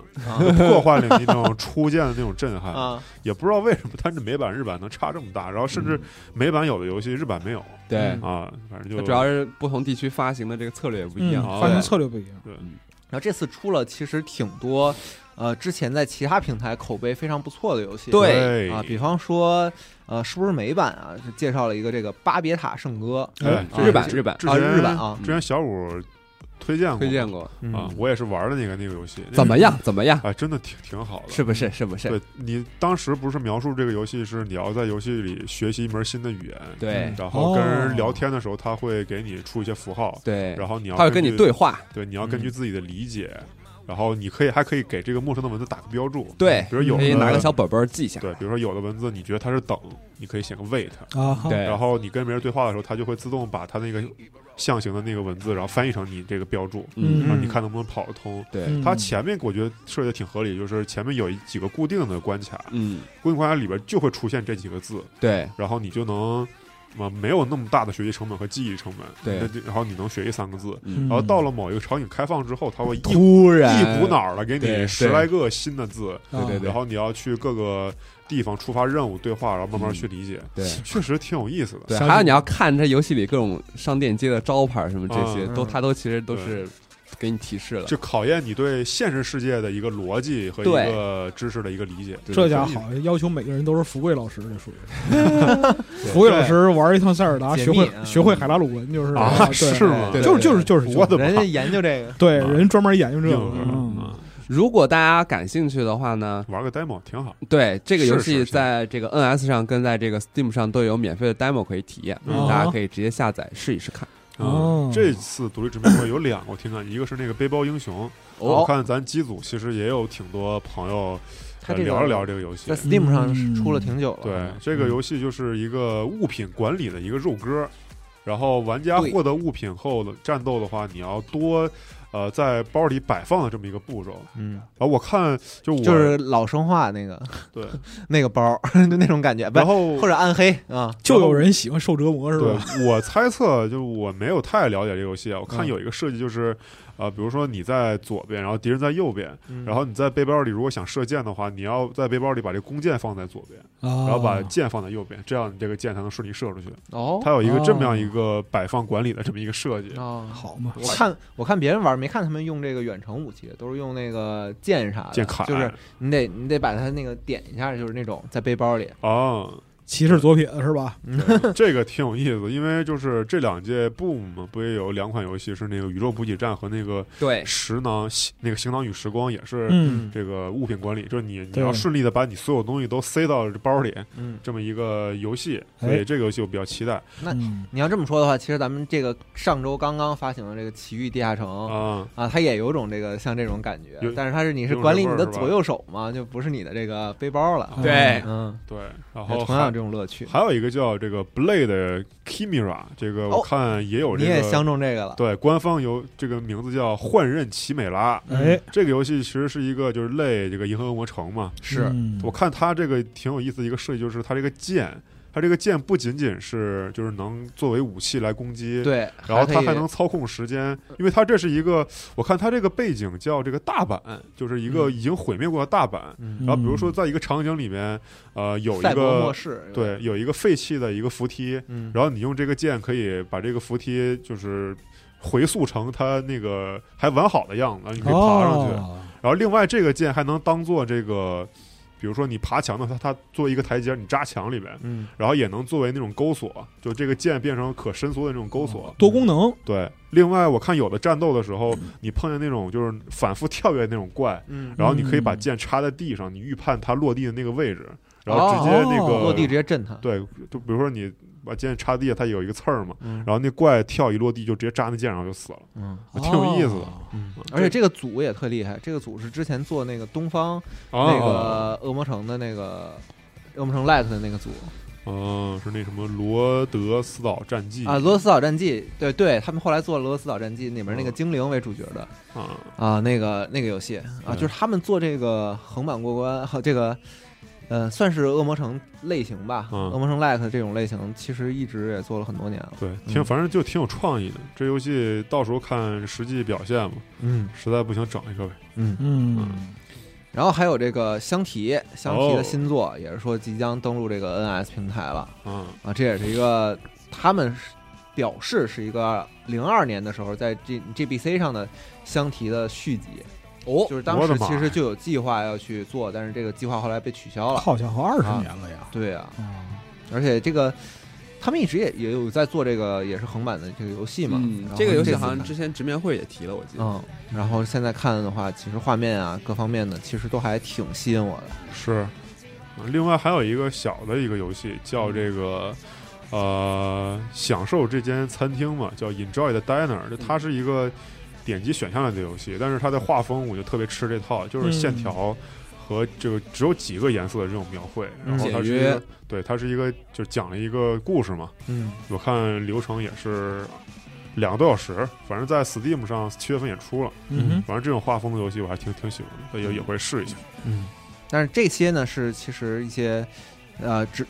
[SPEAKER 3] 就破坏了你那种初见的那种震撼。
[SPEAKER 2] 啊，
[SPEAKER 3] 也不知道为什么，但是美版日版能差这么大，然后甚至美版有的游戏日版没有
[SPEAKER 5] 对
[SPEAKER 2] 嗯，
[SPEAKER 3] 啊，反正就
[SPEAKER 5] 它主要是不同地区发行的这个策略也不一样。
[SPEAKER 4] 嗯
[SPEAKER 3] 啊
[SPEAKER 4] 发行
[SPEAKER 3] 对
[SPEAKER 4] 策略不一样。
[SPEAKER 2] 然后这次出了其实挺多，呃，之前在其他平台口碑非常不错的游戏。
[SPEAKER 5] 对
[SPEAKER 2] 啊，比方说，呃，是不是美版啊？是介绍了一个这个《巴别塔圣歌
[SPEAKER 3] 对
[SPEAKER 4] 哎
[SPEAKER 2] 这
[SPEAKER 5] 日
[SPEAKER 2] 是
[SPEAKER 5] 版
[SPEAKER 2] 这
[SPEAKER 5] 日版
[SPEAKER 3] 之》
[SPEAKER 2] 啊，
[SPEAKER 3] 前
[SPEAKER 2] 日版啊，
[SPEAKER 3] 之前小五推荐过
[SPEAKER 5] 推荐过，
[SPEAKER 2] 嗯
[SPEAKER 3] 啊，我也是玩的那个那个游戏，
[SPEAKER 5] 怎么样？怎么样？
[SPEAKER 3] 啊，真的挺挺好的，
[SPEAKER 5] 是不是？是不是？
[SPEAKER 3] 对你当时不是描述这个游戏是你要在游戏里学习一门新的语言，嗯
[SPEAKER 5] 对
[SPEAKER 3] 然后跟
[SPEAKER 4] 哦
[SPEAKER 3] 人聊天的时候，他会给你出一些符号，
[SPEAKER 5] 对，
[SPEAKER 3] 然后你要
[SPEAKER 5] 他会跟
[SPEAKER 3] 根据
[SPEAKER 5] 你对，话。嗯
[SPEAKER 3] 对，你要根据自己的理解，然后你可以还可以给这个陌生的文字打个标注，
[SPEAKER 5] 对，
[SPEAKER 3] 嗯比如有
[SPEAKER 5] 可以拿
[SPEAKER 3] 的
[SPEAKER 5] 个小本本记一下。
[SPEAKER 3] 对，比如说有的文字你觉得它是等，你可以写个 wait，
[SPEAKER 4] 啊哈，
[SPEAKER 5] 对，
[SPEAKER 3] 然后你跟别人对话的时候，它就会自动把它那个象形的那个文字，然后翻译成你这个标注，
[SPEAKER 5] 嗯，
[SPEAKER 3] 然后你看能不能跑得通。
[SPEAKER 5] 对，
[SPEAKER 4] 嗯，
[SPEAKER 3] 它前面我觉得设计的挺合理，就是前面有一几个固定的关卡，
[SPEAKER 5] 嗯，
[SPEAKER 3] 固定关卡里边就会出现这几个字，
[SPEAKER 5] 对，
[SPEAKER 3] 然后你就能嘛没有那么大的学习成本和记忆成本，
[SPEAKER 5] 对
[SPEAKER 3] 那就，然后你能学习三个字，
[SPEAKER 4] 嗯，
[SPEAKER 3] 然后到了某一个场景开放之后，它会一
[SPEAKER 5] 突然
[SPEAKER 3] 一股，脑儿的给
[SPEAKER 5] 对
[SPEAKER 3] 你十
[SPEAKER 5] 对
[SPEAKER 3] 来个新的字，
[SPEAKER 4] 啊，
[SPEAKER 5] 对对对
[SPEAKER 3] 然后你要去各个地方触发任务对话，然后慢慢去理
[SPEAKER 4] 嗯
[SPEAKER 3] 解，
[SPEAKER 5] 对
[SPEAKER 3] 确实挺有意思的。
[SPEAKER 5] 对，
[SPEAKER 4] 小
[SPEAKER 5] 还有
[SPEAKER 4] 姐
[SPEAKER 5] 你要看这游戏里各种商店街的招牌什么这些，
[SPEAKER 2] 嗯
[SPEAKER 5] 都
[SPEAKER 2] 嗯
[SPEAKER 5] 它都其实都是给你提示了。
[SPEAKER 3] 就考验你对现实世界的一个逻辑和一
[SPEAKER 5] 对
[SPEAKER 3] 个知识的一个理解。
[SPEAKER 4] 这家
[SPEAKER 3] 所以
[SPEAKER 4] 好，要求每个人都是福贵老师，这属于
[SPEAKER 5] 对
[SPEAKER 4] 福贵老师玩一趟塞尔达，
[SPEAKER 2] 解
[SPEAKER 4] 学会
[SPEAKER 2] 密啊
[SPEAKER 4] 学会海拉鲁文就是
[SPEAKER 3] 啊
[SPEAKER 4] 对
[SPEAKER 3] 是吗
[SPEAKER 4] 对就是就是就是，
[SPEAKER 3] 我的妈
[SPEAKER 2] 人家研究这个，
[SPEAKER 4] 对
[SPEAKER 3] 啊
[SPEAKER 4] 人专门研究这
[SPEAKER 3] 硬
[SPEAKER 4] 个，
[SPEAKER 3] 核
[SPEAKER 4] 嗯
[SPEAKER 3] 嗯
[SPEAKER 5] 如果大家感兴趣的话呢，
[SPEAKER 3] 玩个 demo 挺好。
[SPEAKER 5] 对这个游
[SPEAKER 3] 是
[SPEAKER 5] 戏
[SPEAKER 3] 是是
[SPEAKER 5] 在这个 NS 上跟在这个 Steam 上都有免费的 demo 可以体验，
[SPEAKER 3] 嗯
[SPEAKER 5] 大家可以直接下载试一试看。
[SPEAKER 4] 哦
[SPEAKER 3] 嗯，这次独立直面会有两个，我听到一个是那个背包英雄，
[SPEAKER 4] 哦
[SPEAKER 3] 我看咱机组其实也有挺多朋友
[SPEAKER 2] 哦他
[SPEAKER 3] 呃
[SPEAKER 2] 这个
[SPEAKER 3] 聊了聊这个游戏
[SPEAKER 2] 在。Steam 上是
[SPEAKER 4] 嗯
[SPEAKER 2] 出了挺久了。嗯
[SPEAKER 3] 对，这个游戏就是一个物品管理的一个肉鸽，然后玩家
[SPEAKER 2] 对
[SPEAKER 3] 获得物品后的战斗的话，你要多呃在包里摆放的这么一个步骤。
[SPEAKER 2] 嗯，
[SPEAKER 3] 然后我看就我
[SPEAKER 2] 就是老生化那个
[SPEAKER 3] 对，
[SPEAKER 2] 那个包儿， 就那种感觉，不
[SPEAKER 3] 然
[SPEAKER 2] 是
[SPEAKER 3] 后
[SPEAKER 2] 或者暗黑啊，
[SPEAKER 4] 就有人喜欢受折磨是吧？啊
[SPEAKER 3] 对，我猜测就我没有太了解这游戏啊。我看
[SPEAKER 2] 嗯
[SPEAKER 3] 有一个设计就是，呃，比如说你在左边，然后敌人在右边，
[SPEAKER 2] 嗯
[SPEAKER 3] 然后你在背包里如果想射箭的话，你要在背包里把这弓箭放在左边，
[SPEAKER 4] 然
[SPEAKER 3] 然后把箭放在右边，这样你这个箭才能顺利射出去。
[SPEAKER 2] 哦
[SPEAKER 3] 它有一个这么样
[SPEAKER 4] 哦
[SPEAKER 3] 一个摆放管理的这么一个设计。
[SPEAKER 2] 哦
[SPEAKER 4] 好嘛，
[SPEAKER 2] 我看我看别人玩，没看他们用这个远程武器，都是用那个剑啥的，
[SPEAKER 3] 箭卡
[SPEAKER 2] 就是你得你得把它那个点一下，就是那种在背包 里。
[SPEAKER 3] 啊，
[SPEAKER 4] 骑士左撇子是吧？
[SPEAKER 3] 对这个挺有意思，因为就是这两届 Boom 不也有两款游戏是那个宇宙补给站和那个
[SPEAKER 5] 对
[SPEAKER 3] 食囊，那个行囊与时光也是
[SPEAKER 4] 嗯，
[SPEAKER 3] 这个物品管理，就是你你
[SPEAKER 4] 对
[SPEAKER 3] 要顺利的把你所有东西都塞到包里，
[SPEAKER 2] 嗯，
[SPEAKER 3] 这么一个游戏，
[SPEAKER 4] 哎
[SPEAKER 3] 所以这个游戏我比较期待
[SPEAKER 2] 那
[SPEAKER 4] 嗯
[SPEAKER 2] 你要这么说的话，其实咱们这个上周刚刚发行的这个《奇遇地下城》
[SPEAKER 3] 啊。
[SPEAKER 2] 啊，它也有种这个像这种感觉
[SPEAKER 3] 有，
[SPEAKER 2] 但是它是你是
[SPEAKER 3] 有
[SPEAKER 2] 管理
[SPEAKER 3] 这味
[SPEAKER 2] 你
[SPEAKER 3] 儿
[SPEAKER 2] 的
[SPEAKER 3] 是吧
[SPEAKER 4] 哎
[SPEAKER 3] 哎
[SPEAKER 2] 左右手嘛，就不是你的这个背包了。
[SPEAKER 5] 对
[SPEAKER 2] 嗯，
[SPEAKER 3] 对，然
[SPEAKER 2] 也
[SPEAKER 3] 后
[SPEAKER 2] 同样有
[SPEAKER 3] 还
[SPEAKER 2] 这种乐趣。
[SPEAKER 3] 还有一个叫这个 Blade Kimura，这个
[SPEAKER 2] 哦
[SPEAKER 3] 我看也有
[SPEAKER 2] 你
[SPEAKER 3] 这
[SPEAKER 2] 也
[SPEAKER 3] 个。
[SPEAKER 2] 相中这个了，
[SPEAKER 3] 对，官方有这个名字叫《幻刃奇美拉》。
[SPEAKER 4] 哎，
[SPEAKER 3] 这个游戏其实是一个就是类这个《银河恶魔城》嘛。
[SPEAKER 2] 是
[SPEAKER 4] 嗯
[SPEAKER 3] 我看它这个挺有意思的一个设计，就是它这个剑，它这个剑不仅仅是就是能作为武器来攻击，
[SPEAKER 2] 对，
[SPEAKER 3] 然后
[SPEAKER 2] 可
[SPEAKER 3] 它
[SPEAKER 2] 以
[SPEAKER 3] 还能操控时间，因为它这是一个，我看它这个背景叫这个大阪，就是一个已经毁灭过的大阪。
[SPEAKER 2] 嗯
[SPEAKER 4] 嗯
[SPEAKER 3] 然后比如说，在一个场景里面，呃，有一
[SPEAKER 2] 赛博末
[SPEAKER 3] 个
[SPEAKER 2] 世，
[SPEAKER 3] 对，有一个废弃的一个扶梯，
[SPEAKER 2] 嗯，
[SPEAKER 3] 然后你用这个剑可以把这个扶梯就是回溯成它那个还完好的样子，你可以爬上去。
[SPEAKER 4] 嗯哦
[SPEAKER 3] 然后另外这个剑还能当做这个，比如说你爬墙的，它它作为一个台阶，你扎墙里边，
[SPEAKER 2] 嗯，
[SPEAKER 3] 然后也能作为那种钩索，就这个剑变成可伸缩的那种钩索。
[SPEAKER 2] 哦
[SPEAKER 4] 多功能，
[SPEAKER 3] 对，另外我看有的战斗的时候，你碰见那种就是反复跳跃那种怪，
[SPEAKER 2] 嗯，
[SPEAKER 3] 然后你可以把
[SPEAKER 4] 嗯
[SPEAKER 3] 剑插在地上，你预判它落地的那个位置，然后直接那个、
[SPEAKER 4] 哦
[SPEAKER 2] 落地直接震它，
[SPEAKER 3] 对，就比如说你把剑插地，它有一个刺儿嘛，
[SPEAKER 2] 嗯
[SPEAKER 3] 然后那怪跳一落地就直接扎那剑上就死了，
[SPEAKER 2] 嗯
[SPEAKER 3] 挺有意思的。
[SPEAKER 4] 哦
[SPEAKER 2] 嗯，而且这个组也特厉害，这个组是之前做那个东方那
[SPEAKER 3] 啊，
[SPEAKER 2] 个恶魔城的那个恶魔城 Light 的那个组
[SPEAKER 3] 嗯，是那什么罗德斯岛战记
[SPEAKER 2] 啊，《俄罗斯岛战记》对对，他们后来做了《俄罗斯岛战记》里面那
[SPEAKER 3] 嗯
[SPEAKER 2] 个精灵为主角的
[SPEAKER 3] 啊
[SPEAKER 2] 啊，那个那个游戏啊，
[SPEAKER 3] 嗯
[SPEAKER 2] 就是他们做这个横版过关和这个。呃，算是恶魔城类型吧，
[SPEAKER 3] 嗯
[SPEAKER 2] 恶魔城 Light 这种类型，其实一直也做了很多年了。
[SPEAKER 3] 对，挺反正就挺有创意的。这游戏到时候看实际表现嘛，
[SPEAKER 2] 嗯
[SPEAKER 3] 实在不行整一个呗。
[SPEAKER 2] 嗯，
[SPEAKER 4] 嗯，
[SPEAKER 2] 然后还有这个香缇，香缇的
[SPEAKER 3] 哦
[SPEAKER 2] 新作、也是说即将登陆这个 NS 平台了。
[SPEAKER 3] 啊
[SPEAKER 2] 啊，这也是一个他们是表示是一个零二年的时候在 G GBC 上的香缇的续集，
[SPEAKER 5] 哦，
[SPEAKER 2] 就是当
[SPEAKER 3] 我的
[SPEAKER 2] 时
[SPEAKER 3] 妈
[SPEAKER 2] 其实
[SPEAKER 3] 呀
[SPEAKER 2] 就有计划要去做，但是这个计划后来被取消了。
[SPEAKER 4] 好家伙，二十
[SPEAKER 2] 啊
[SPEAKER 4] 年了呀！
[SPEAKER 2] 对啊，
[SPEAKER 3] 嗯
[SPEAKER 4] 啊，
[SPEAKER 2] 而且这个他们一直也也有在做这个也是横版的这个游戏嘛，然
[SPEAKER 5] 嗯
[SPEAKER 2] 后，
[SPEAKER 5] 这个游戏
[SPEAKER 2] 次
[SPEAKER 5] 好像
[SPEAKER 2] 看
[SPEAKER 5] 之前直面会也提了，我
[SPEAKER 4] 哦
[SPEAKER 5] 记得。
[SPEAKER 2] 嗯，然后现在看的话，其实画面啊各方面的其实都还挺吸引我的。
[SPEAKER 3] 是。啊另外还有一个小的一个游戏叫这个。呃，享受这间餐厅嘛，叫 Enjoy the Diner，就它
[SPEAKER 2] 嗯
[SPEAKER 3] 是一个点击选项类的游戏，但是它的画风我就特别吃这套，
[SPEAKER 2] 嗯
[SPEAKER 3] 就是线条和这个只有几个颜色的这种描绘，
[SPEAKER 2] 嗯
[SPEAKER 3] 然后它是一
[SPEAKER 5] 简
[SPEAKER 3] 个
[SPEAKER 5] 约
[SPEAKER 3] 对，它是一个就讲了一个故事嘛，
[SPEAKER 2] 嗯，
[SPEAKER 3] 我看流程也是两个多小时，反正在 Steam 上七月份也出了。
[SPEAKER 4] 嗯
[SPEAKER 3] 反正这种画风的游戏我还挺挺喜欢的，也也会试一下。
[SPEAKER 2] 但是这些呢是其实一些呃直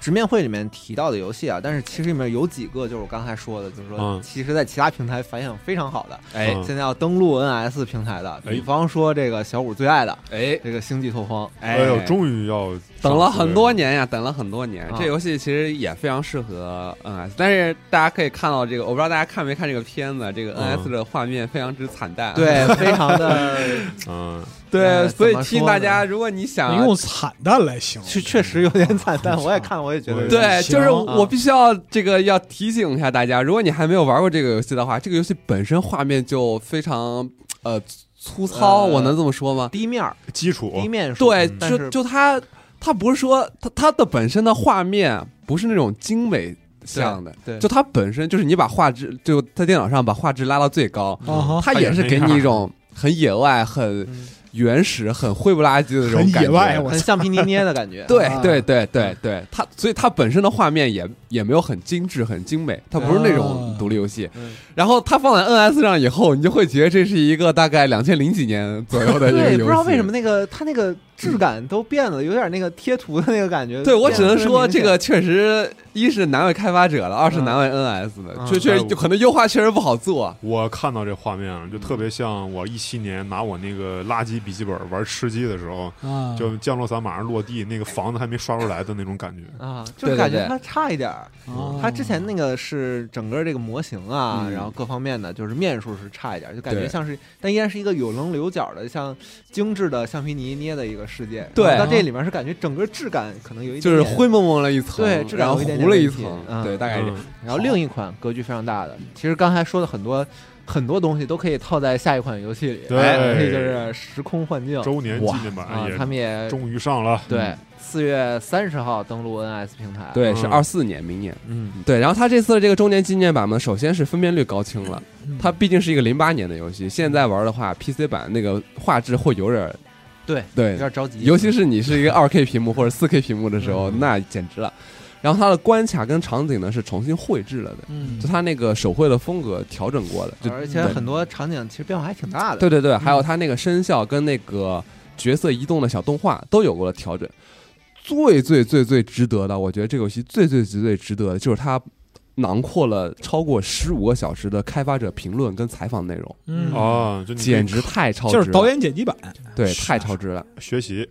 [SPEAKER 2] 直面会里面提到的游戏啊，但是其实里面有几个就是我刚才说的，就是说
[SPEAKER 3] 嗯
[SPEAKER 2] 其实在其他平台反响非常好的，
[SPEAKER 5] 哎
[SPEAKER 3] 嗯
[SPEAKER 2] 现在要登陆 NS 平台的，
[SPEAKER 3] 哎
[SPEAKER 2] 比方说这个小五最爱的
[SPEAKER 5] 哎
[SPEAKER 2] 这个《星际拓荒》，
[SPEAKER 3] 哎呦，终于要
[SPEAKER 5] 等了
[SPEAKER 3] 上市
[SPEAKER 5] 很多，年呀，等了很多年
[SPEAKER 2] 啊。
[SPEAKER 5] 这游戏其实也非常适合 NS，但是大家可以看到这个，我不知道大家看没看这个片子，这个
[SPEAKER 3] 嗯
[SPEAKER 5] NS 的画面非常之惨淡。
[SPEAKER 2] 对，非常的
[SPEAKER 3] 嗯，
[SPEAKER 5] 对，
[SPEAKER 2] 呃
[SPEAKER 5] 所以
[SPEAKER 2] 怎么
[SPEAKER 5] 提
[SPEAKER 2] 说
[SPEAKER 5] 醒
[SPEAKER 2] 呢
[SPEAKER 5] 大家，如果你
[SPEAKER 3] 啊
[SPEAKER 5] 想
[SPEAKER 4] 用惨淡来形容，
[SPEAKER 2] 确确实有点惨淡，我也看我也觉得有点
[SPEAKER 5] 对，
[SPEAKER 4] 行
[SPEAKER 5] 就是
[SPEAKER 2] 啊
[SPEAKER 5] 我必须要这个要提醒一下大家，如果你还没有玩过这个游戏的话，这个游戏本身画面就非常呃粗糙，
[SPEAKER 2] 呃
[SPEAKER 5] 我能这么说吗？
[SPEAKER 2] 低面儿
[SPEAKER 3] 基础
[SPEAKER 2] 低面数，
[SPEAKER 5] 对，
[SPEAKER 2] 但
[SPEAKER 5] 就是就它它不是说它它的本身的画面不是那种精美像的，
[SPEAKER 2] 对对
[SPEAKER 5] 就它本身就是你把画质就在电脑上把画质拉到最高，
[SPEAKER 4] 啊哈，
[SPEAKER 5] 它也是给你一种很野外、很
[SPEAKER 2] 哦嗯
[SPEAKER 5] 原始、很灰不拉几的这种
[SPEAKER 4] 很
[SPEAKER 5] 感觉。
[SPEAKER 4] 野
[SPEAKER 3] 啊
[SPEAKER 4] 外我
[SPEAKER 2] 很橡皮泥捏的感觉，
[SPEAKER 5] 对
[SPEAKER 4] 啊
[SPEAKER 5] 对对对对，它所以它本身的画面也也没有很精致、很精美，它不是那种
[SPEAKER 4] 啊
[SPEAKER 5] 独立游戏。
[SPEAKER 2] 嗯
[SPEAKER 5] 然后它放在 NS 上以后，你就会觉得这是一个大概两千零几年左右的一个游
[SPEAKER 2] 对，
[SPEAKER 5] 戏。
[SPEAKER 2] 不知道为什么那个它那个质感都变了，有点那个贴图的那呃个感觉。
[SPEAKER 5] 对我
[SPEAKER 2] 变
[SPEAKER 5] 只
[SPEAKER 2] 得
[SPEAKER 5] 能
[SPEAKER 2] 特别
[SPEAKER 5] 说，
[SPEAKER 2] 明
[SPEAKER 5] 这
[SPEAKER 2] 显
[SPEAKER 5] 个确实一是难为开发者了，二是
[SPEAKER 2] 嗯
[SPEAKER 5] 难为 NS 的，
[SPEAKER 2] 嗯
[SPEAKER 5] 确确
[SPEAKER 3] 哎我
[SPEAKER 5] 就可能优化确实不好做。
[SPEAKER 3] 我看到这画面了，就特别像我一七年拿我那个垃圾笔记本玩吃鸡的时候，
[SPEAKER 5] 嗯
[SPEAKER 4] 啊，
[SPEAKER 3] 就降落伞马上落地，那个房子还没刷出来的那种感觉。
[SPEAKER 2] 啊，就
[SPEAKER 5] 对
[SPEAKER 2] 是
[SPEAKER 5] 对
[SPEAKER 2] 感觉
[SPEAKER 5] 对
[SPEAKER 2] 它差一点儿。
[SPEAKER 4] 啊
[SPEAKER 2] 它之前那个是整个这个模型啊，
[SPEAKER 5] 嗯
[SPEAKER 2] 然后各方面的就是面数是差一点儿，就感觉
[SPEAKER 5] 对
[SPEAKER 2] 像是，但依然是一个有棱有角的，像精致的橡皮泥捏的一个世界。
[SPEAKER 5] 对
[SPEAKER 2] 然后到这里面是感觉整个质感可能有一点
[SPEAKER 5] 就是
[SPEAKER 2] 点
[SPEAKER 5] 灰。蒙蒙了一层，
[SPEAKER 2] 对质感
[SPEAKER 5] 然后
[SPEAKER 2] 有一点点
[SPEAKER 5] 糊了
[SPEAKER 2] 问
[SPEAKER 5] 一
[SPEAKER 2] 题
[SPEAKER 5] 层，
[SPEAKER 2] 嗯
[SPEAKER 5] 对，大概这样
[SPEAKER 3] 嗯，
[SPEAKER 2] 然后另一款格局非常大的，其实刚才说的很多很多东西都可以套在下一款游戏里，
[SPEAKER 3] 对
[SPEAKER 2] 哎所以就是时空幻境
[SPEAKER 3] 周年纪念
[SPEAKER 2] 啊
[SPEAKER 5] 哎
[SPEAKER 3] 版，也
[SPEAKER 2] 他们也
[SPEAKER 3] 终于上了。
[SPEAKER 2] 对四月三十号登陆 NS 平台。，
[SPEAKER 5] 对，是
[SPEAKER 3] 嗯
[SPEAKER 5] 二四年，明年。
[SPEAKER 2] 嗯，
[SPEAKER 5] 对，然后它这次的这个周年纪念版嘛，首先是分辨率高清了，
[SPEAKER 4] 嗯
[SPEAKER 5] 它毕竟是一个零八年的游戏，现在玩的话，PC 版那个画质会有点儿
[SPEAKER 2] 对，有
[SPEAKER 5] 对，
[SPEAKER 2] 点着急，
[SPEAKER 5] 尤其是你是一个二 K 屏幕或者四 K 屏幕的时候，
[SPEAKER 2] 嗯
[SPEAKER 5] 那简直了。然后它的关卡跟场景呢是重新绘制了的，
[SPEAKER 4] 嗯
[SPEAKER 5] 就它那个手绘的风格调整过的，就
[SPEAKER 2] 而且很多场景其实变化还挺大的。
[SPEAKER 5] 对对对，
[SPEAKER 4] 嗯
[SPEAKER 5] 还有它那个声效跟那个角色移动的小动画都有过了调整。最最最最值得的，我觉得这个游戏最最最最值得的就是它囊括了超过十五个小时的开发者评论跟采访内容，
[SPEAKER 4] 嗯，
[SPEAKER 3] 啊，就你可以
[SPEAKER 5] 简直太超值
[SPEAKER 4] 就
[SPEAKER 5] 了，
[SPEAKER 4] 是导演剪辑版，
[SPEAKER 5] 对
[SPEAKER 4] 是
[SPEAKER 5] 太超值了。
[SPEAKER 3] 学习，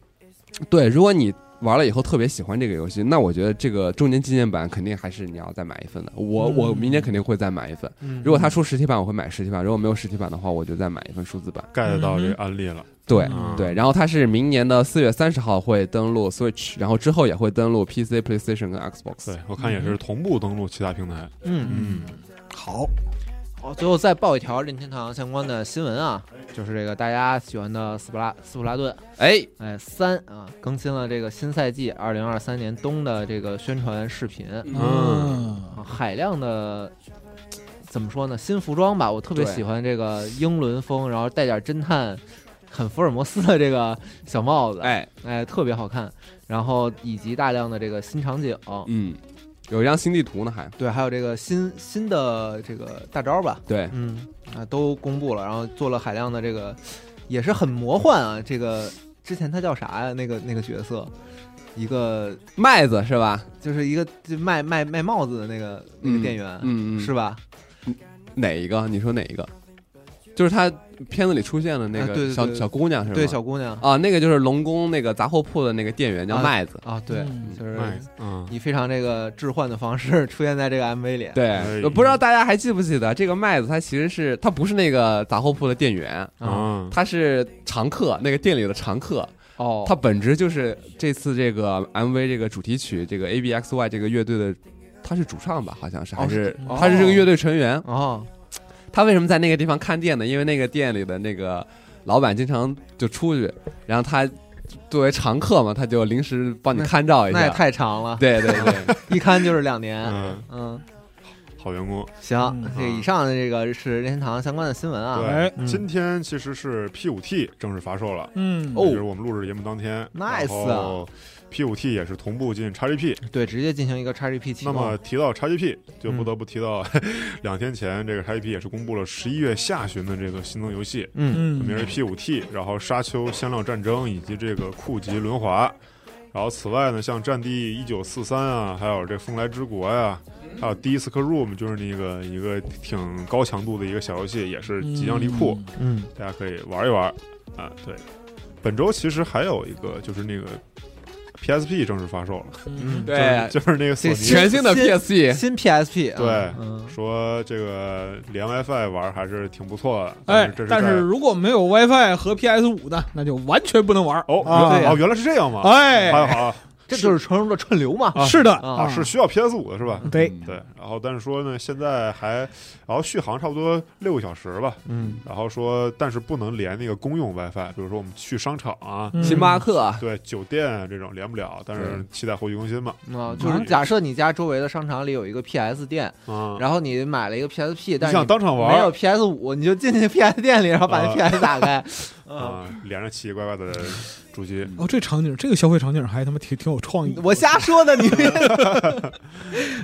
[SPEAKER 5] 对，如果你玩了以后特别喜欢这个游戏，那我觉得这个周年纪念版肯定还是你要再买一份的。我、
[SPEAKER 4] 嗯
[SPEAKER 5] 我明年肯定会再买一份。
[SPEAKER 2] 嗯，
[SPEAKER 5] 如果它出实体版，我会买实体版；如果没有实体版的话，我就再买一份数字版。
[SPEAKER 3] get 到这
[SPEAKER 4] 嗯
[SPEAKER 3] 个案例了。
[SPEAKER 5] 对、
[SPEAKER 3] 嗯
[SPEAKER 5] 对，然后它是明年的四月三十号会登陆 Switch，然后之后也会登陆 PC、PlayStation 跟 Xbox。
[SPEAKER 3] 对我看也是同步登录其他平台。
[SPEAKER 2] 嗯，
[SPEAKER 3] 嗯，
[SPEAKER 4] 好，
[SPEAKER 2] 好，最后再报一条任天堂相关的新闻啊，就是这个大家喜欢的斯普拉斯普拉顿，
[SPEAKER 5] 哎，
[SPEAKER 2] 哎三啊，更新了这个新赛季二零二三年冬的这个宣传视频，
[SPEAKER 5] 嗯
[SPEAKER 3] 嗯
[SPEAKER 2] 啊，海量的怎么说呢，新服装吧，我特别
[SPEAKER 5] 对
[SPEAKER 2] 喜欢这个英伦风，然后带点侦探。很福尔摩斯的这个小帽子，
[SPEAKER 5] 哎，
[SPEAKER 2] 哎，特别好看。然后以及大量的这个新场景，
[SPEAKER 5] 嗯，有一张新地图呢，还
[SPEAKER 2] 对，还有这个新新的这个大招吧，
[SPEAKER 5] 对，
[SPEAKER 2] 嗯啊，都公布了，然后做了海量的这个，也是很魔幻啊。这个之前他叫啥呀？那个那个角色，一个
[SPEAKER 5] 麦子是吧？
[SPEAKER 2] 就是一个就卖卖卖帽子的那个那个店员，
[SPEAKER 5] 嗯嗯，
[SPEAKER 2] 是吧？
[SPEAKER 5] 哪一个？你说哪一个？就是他片子里出现的那
[SPEAKER 2] 啊对对
[SPEAKER 5] 个
[SPEAKER 2] 对
[SPEAKER 5] 小、
[SPEAKER 2] 对
[SPEAKER 5] 小姑娘是吧？
[SPEAKER 2] 对，小姑娘
[SPEAKER 5] 啊，那个就是龙宫那个杂货铺的那个店员叫
[SPEAKER 2] 啊
[SPEAKER 5] 麦子，
[SPEAKER 2] 啊，对，
[SPEAKER 4] 嗯
[SPEAKER 2] 就是
[SPEAKER 3] 卖，嗯，
[SPEAKER 2] 以非常这个置换的方式出现在这个 MV 里。
[SPEAKER 5] 对
[SPEAKER 3] 哎，
[SPEAKER 5] 我不知道大家还记不记得这个麦子，他其实是他不是那个杂货铺的店员，
[SPEAKER 2] 啊，
[SPEAKER 3] 啊，
[SPEAKER 5] 他是常客，那个店里的常客，
[SPEAKER 2] 哦，
[SPEAKER 5] 他本职就是这次这个 MV 这个主题曲这个 A B X Y 这个乐队的。他是主唱吧，好像是，还是
[SPEAKER 2] 哦
[SPEAKER 5] 他是这个乐队成员。
[SPEAKER 2] 哦，
[SPEAKER 5] 他为什么在那个地方看店呢？因为那个店里的那个老板经常就出去，然后他作为常客嘛，他就临时帮你
[SPEAKER 2] 那
[SPEAKER 5] 看照一
[SPEAKER 2] 那也
[SPEAKER 5] 下。
[SPEAKER 2] 太长了，
[SPEAKER 5] 对对哎对，
[SPEAKER 2] 一看就是两年。
[SPEAKER 3] 嗯，
[SPEAKER 2] 嗯，
[SPEAKER 3] 好员工。
[SPEAKER 2] 行
[SPEAKER 4] 嗯，
[SPEAKER 2] 这以上的这个是任天堂相关的新闻啊。
[SPEAKER 4] 哎
[SPEAKER 3] 对，今天其实是 P 五 T 正式发售了，
[SPEAKER 4] 嗯，
[SPEAKER 2] 哦
[SPEAKER 3] 就是我们录制节目当天
[SPEAKER 2] Nice 啊
[SPEAKER 3] P 五 T 也是同步进 XGP。
[SPEAKER 2] 对，直接进行一个 XGP 启
[SPEAKER 3] 那
[SPEAKER 2] 动。
[SPEAKER 3] 么提到 XGP，就不得不提到 两天前这个 XGP 也是公布了十一月下旬的这个新增游戏，
[SPEAKER 2] 嗯，
[SPEAKER 4] 嗯，
[SPEAKER 3] 分别是 P 五 T，然后沙丘香料战争以及这个酷极轮滑。然后此外呢，像战地一九四三啊，还有这风来之国呀、还有 Disc Room，就是那个一个挺高强度的一个小游戏，也是即将离库。
[SPEAKER 2] 嗯，
[SPEAKER 4] 嗯，
[SPEAKER 3] 大家可以玩一玩啊。对，本周其实还有一个就是那个 PSP 正式发售了，
[SPEAKER 4] 嗯，
[SPEAKER 5] 对
[SPEAKER 3] 就是就是那个索
[SPEAKER 2] 这
[SPEAKER 3] 尼
[SPEAKER 5] 全新的 PSE，
[SPEAKER 2] 嗯新 PSP 啊。
[SPEAKER 3] 对
[SPEAKER 2] 嗯，
[SPEAKER 3] 说这个连 WiFi 玩还是挺不错的，
[SPEAKER 4] 哎
[SPEAKER 3] 是这，
[SPEAKER 4] 但
[SPEAKER 3] 在
[SPEAKER 4] 是如果没有 WiFi 和 PS 五呢，那就完全不能玩。
[SPEAKER 3] 哦
[SPEAKER 4] 啊
[SPEAKER 3] 原哦原来是这样嘛，
[SPEAKER 4] 哎
[SPEAKER 3] 好啊好
[SPEAKER 2] 这就是传说中的串流嘛。
[SPEAKER 4] 是的
[SPEAKER 2] 啊
[SPEAKER 3] 啊是需要 PS 五的是
[SPEAKER 2] 嗯
[SPEAKER 3] 吧？
[SPEAKER 4] 对，
[SPEAKER 3] 对，然后但是说呢，现在还，然后续航差不多六个小时吧，
[SPEAKER 2] 嗯，
[SPEAKER 3] 然后说但是不能连那个公用 WiFi，比如说我们去商场啊，
[SPEAKER 4] 嗯
[SPEAKER 5] 星巴克啊，
[SPEAKER 3] 对酒店啊这种连不了，但是期待后续更新嘛，
[SPEAKER 2] 啊，就是假设你家周围的商场里有一个 PS 店，
[SPEAKER 3] 嗯，
[SPEAKER 2] 然后你买了一个 PSP，但是
[SPEAKER 3] 你想
[SPEAKER 2] 你
[SPEAKER 3] 当场玩
[SPEAKER 2] 没有 PS 五，你就进去 PS 店里，然后把那
[SPEAKER 3] 啊
[SPEAKER 2] PS 打开。啊，
[SPEAKER 3] 啊，连着奇奇怪怪的主机，
[SPEAKER 2] 嗯
[SPEAKER 4] 哦，这场景，这个消费场景还他妈挺挺有创意 的。
[SPEAKER 2] 我瞎说 的，你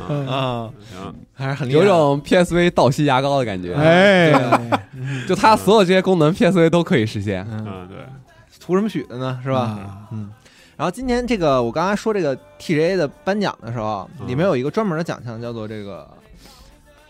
[SPEAKER 4] 嗯，
[SPEAKER 2] 啊，
[SPEAKER 3] 行，
[SPEAKER 2] 还是很厉害
[SPEAKER 5] 嗯
[SPEAKER 2] 嗯
[SPEAKER 5] 有种 PSV 倒吸牙膏的感觉。
[SPEAKER 2] 啊
[SPEAKER 4] 哎，
[SPEAKER 5] 就它所有这些功能，PSV 都可以实现。
[SPEAKER 2] 嗯，
[SPEAKER 3] 嗯，对，
[SPEAKER 2] 图什么许的呢？是吧？
[SPEAKER 4] 啊？
[SPEAKER 2] 嗯。然后今天这个，我刚才说这个 TGA 的颁奖的时候，
[SPEAKER 3] 嗯
[SPEAKER 2] 里面有一个专门的奖项，叫做这个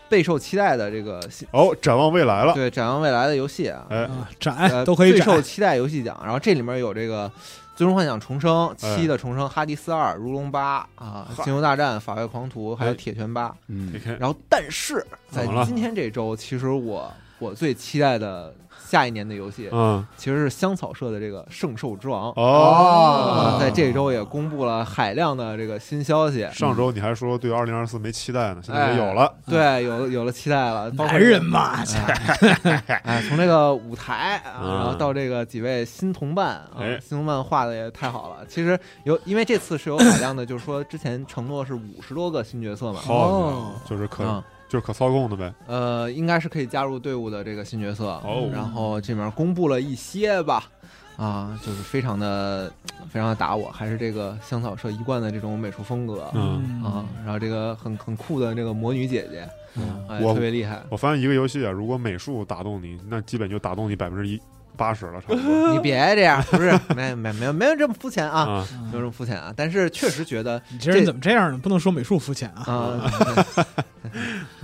[SPEAKER 2] 备受期待的这个新
[SPEAKER 3] 哦，展望未来了，
[SPEAKER 2] 对展望未来的游戏啊，
[SPEAKER 3] 哎，
[SPEAKER 4] 啊，
[SPEAKER 2] 呃
[SPEAKER 4] 展都可以
[SPEAKER 2] 最受
[SPEAKER 4] 展。
[SPEAKER 2] 期待游戏奖。然后这里面有这个《最终幻想重生》
[SPEAKER 3] 哎
[SPEAKER 2] 七的重生，《哈迪斯二》《如龙八》啊，《
[SPEAKER 3] 哈
[SPEAKER 2] 星球大战》《法外狂徒》还有
[SPEAKER 3] 哎
[SPEAKER 2] 《铁拳八》。
[SPEAKER 5] 嗯
[SPEAKER 3] 你，看，
[SPEAKER 2] 然后，但是在
[SPEAKER 3] 怎么了
[SPEAKER 2] 今天这周，其实我我最期待的下一年的游戏
[SPEAKER 3] 嗯，
[SPEAKER 2] 其实是香草社的这个《圣兽之王》啊，
[SPEAKER 3] 哦，
[SPEAKER 2] 在这周也公布了海量的这个新消息。
[SPEAKER 3] 上周你还说对二零二四没期待呢，现在也
[SPEAKER 2] 哎
[SPEAKER 3] 有了，
[SPEAKER 2] 对，有了有了期待了，包括
[SPEAKER 4] 男人
[SPEAKER 2] 啊
[SPEAKER 4] 嘛，
[SPEAKER 2] 哎，从这个舞台啊，
[SPEAKER 3] 嗯
[SPEAKER 2] 然后到这个几位新同伴啊，
[SPEAKER 3] 哎
[SPEAKER 2] 新同伴画的也太好了。其实有，因为这次是有海量的，就是说之前承诺是五十多个新角色嘛，
[SPEAKER 3] 好，就是哦嗯可
[SPEAKER 2] 啊、
[SPEAKER 3] 就是可操控的呗，
[SPEAKER 2] 呃，应该是可以加入队伍的这个新角色。
[SPEAKER 3] 哦
[SPEAKER 2] 然后这边公布了一些吧，啊，就是非常的非常的打我，还是这个香草社一贯的这种美术风格。
[SPEAKER 3] 嗯，
[SPEAKER 2] 啊，然后这个很很酷的这个魔女姐姐，
[SPEAKER 4] 嗯
[SPEAKER 2] 哎，
[SPEAKER 3] 我
[SPEAKER 2] 特别厉害。
[SPEAKER 3] 我发现一个游戏啊，如果美术打动你，那基本就打动你百分之一八十了，差不多
[SPEAKER 2] 你别这样，不是，没没没有没有这么肤浅 啊，
[SPEAKER 3] 啊。
[SPEAKER 2] 没有这么肤浅啊。但是确实觉 得
[SPEAKER 4] 你这人怎么这样呢？不能说美术肤浅啊！
[SPEAKER 2] 啊，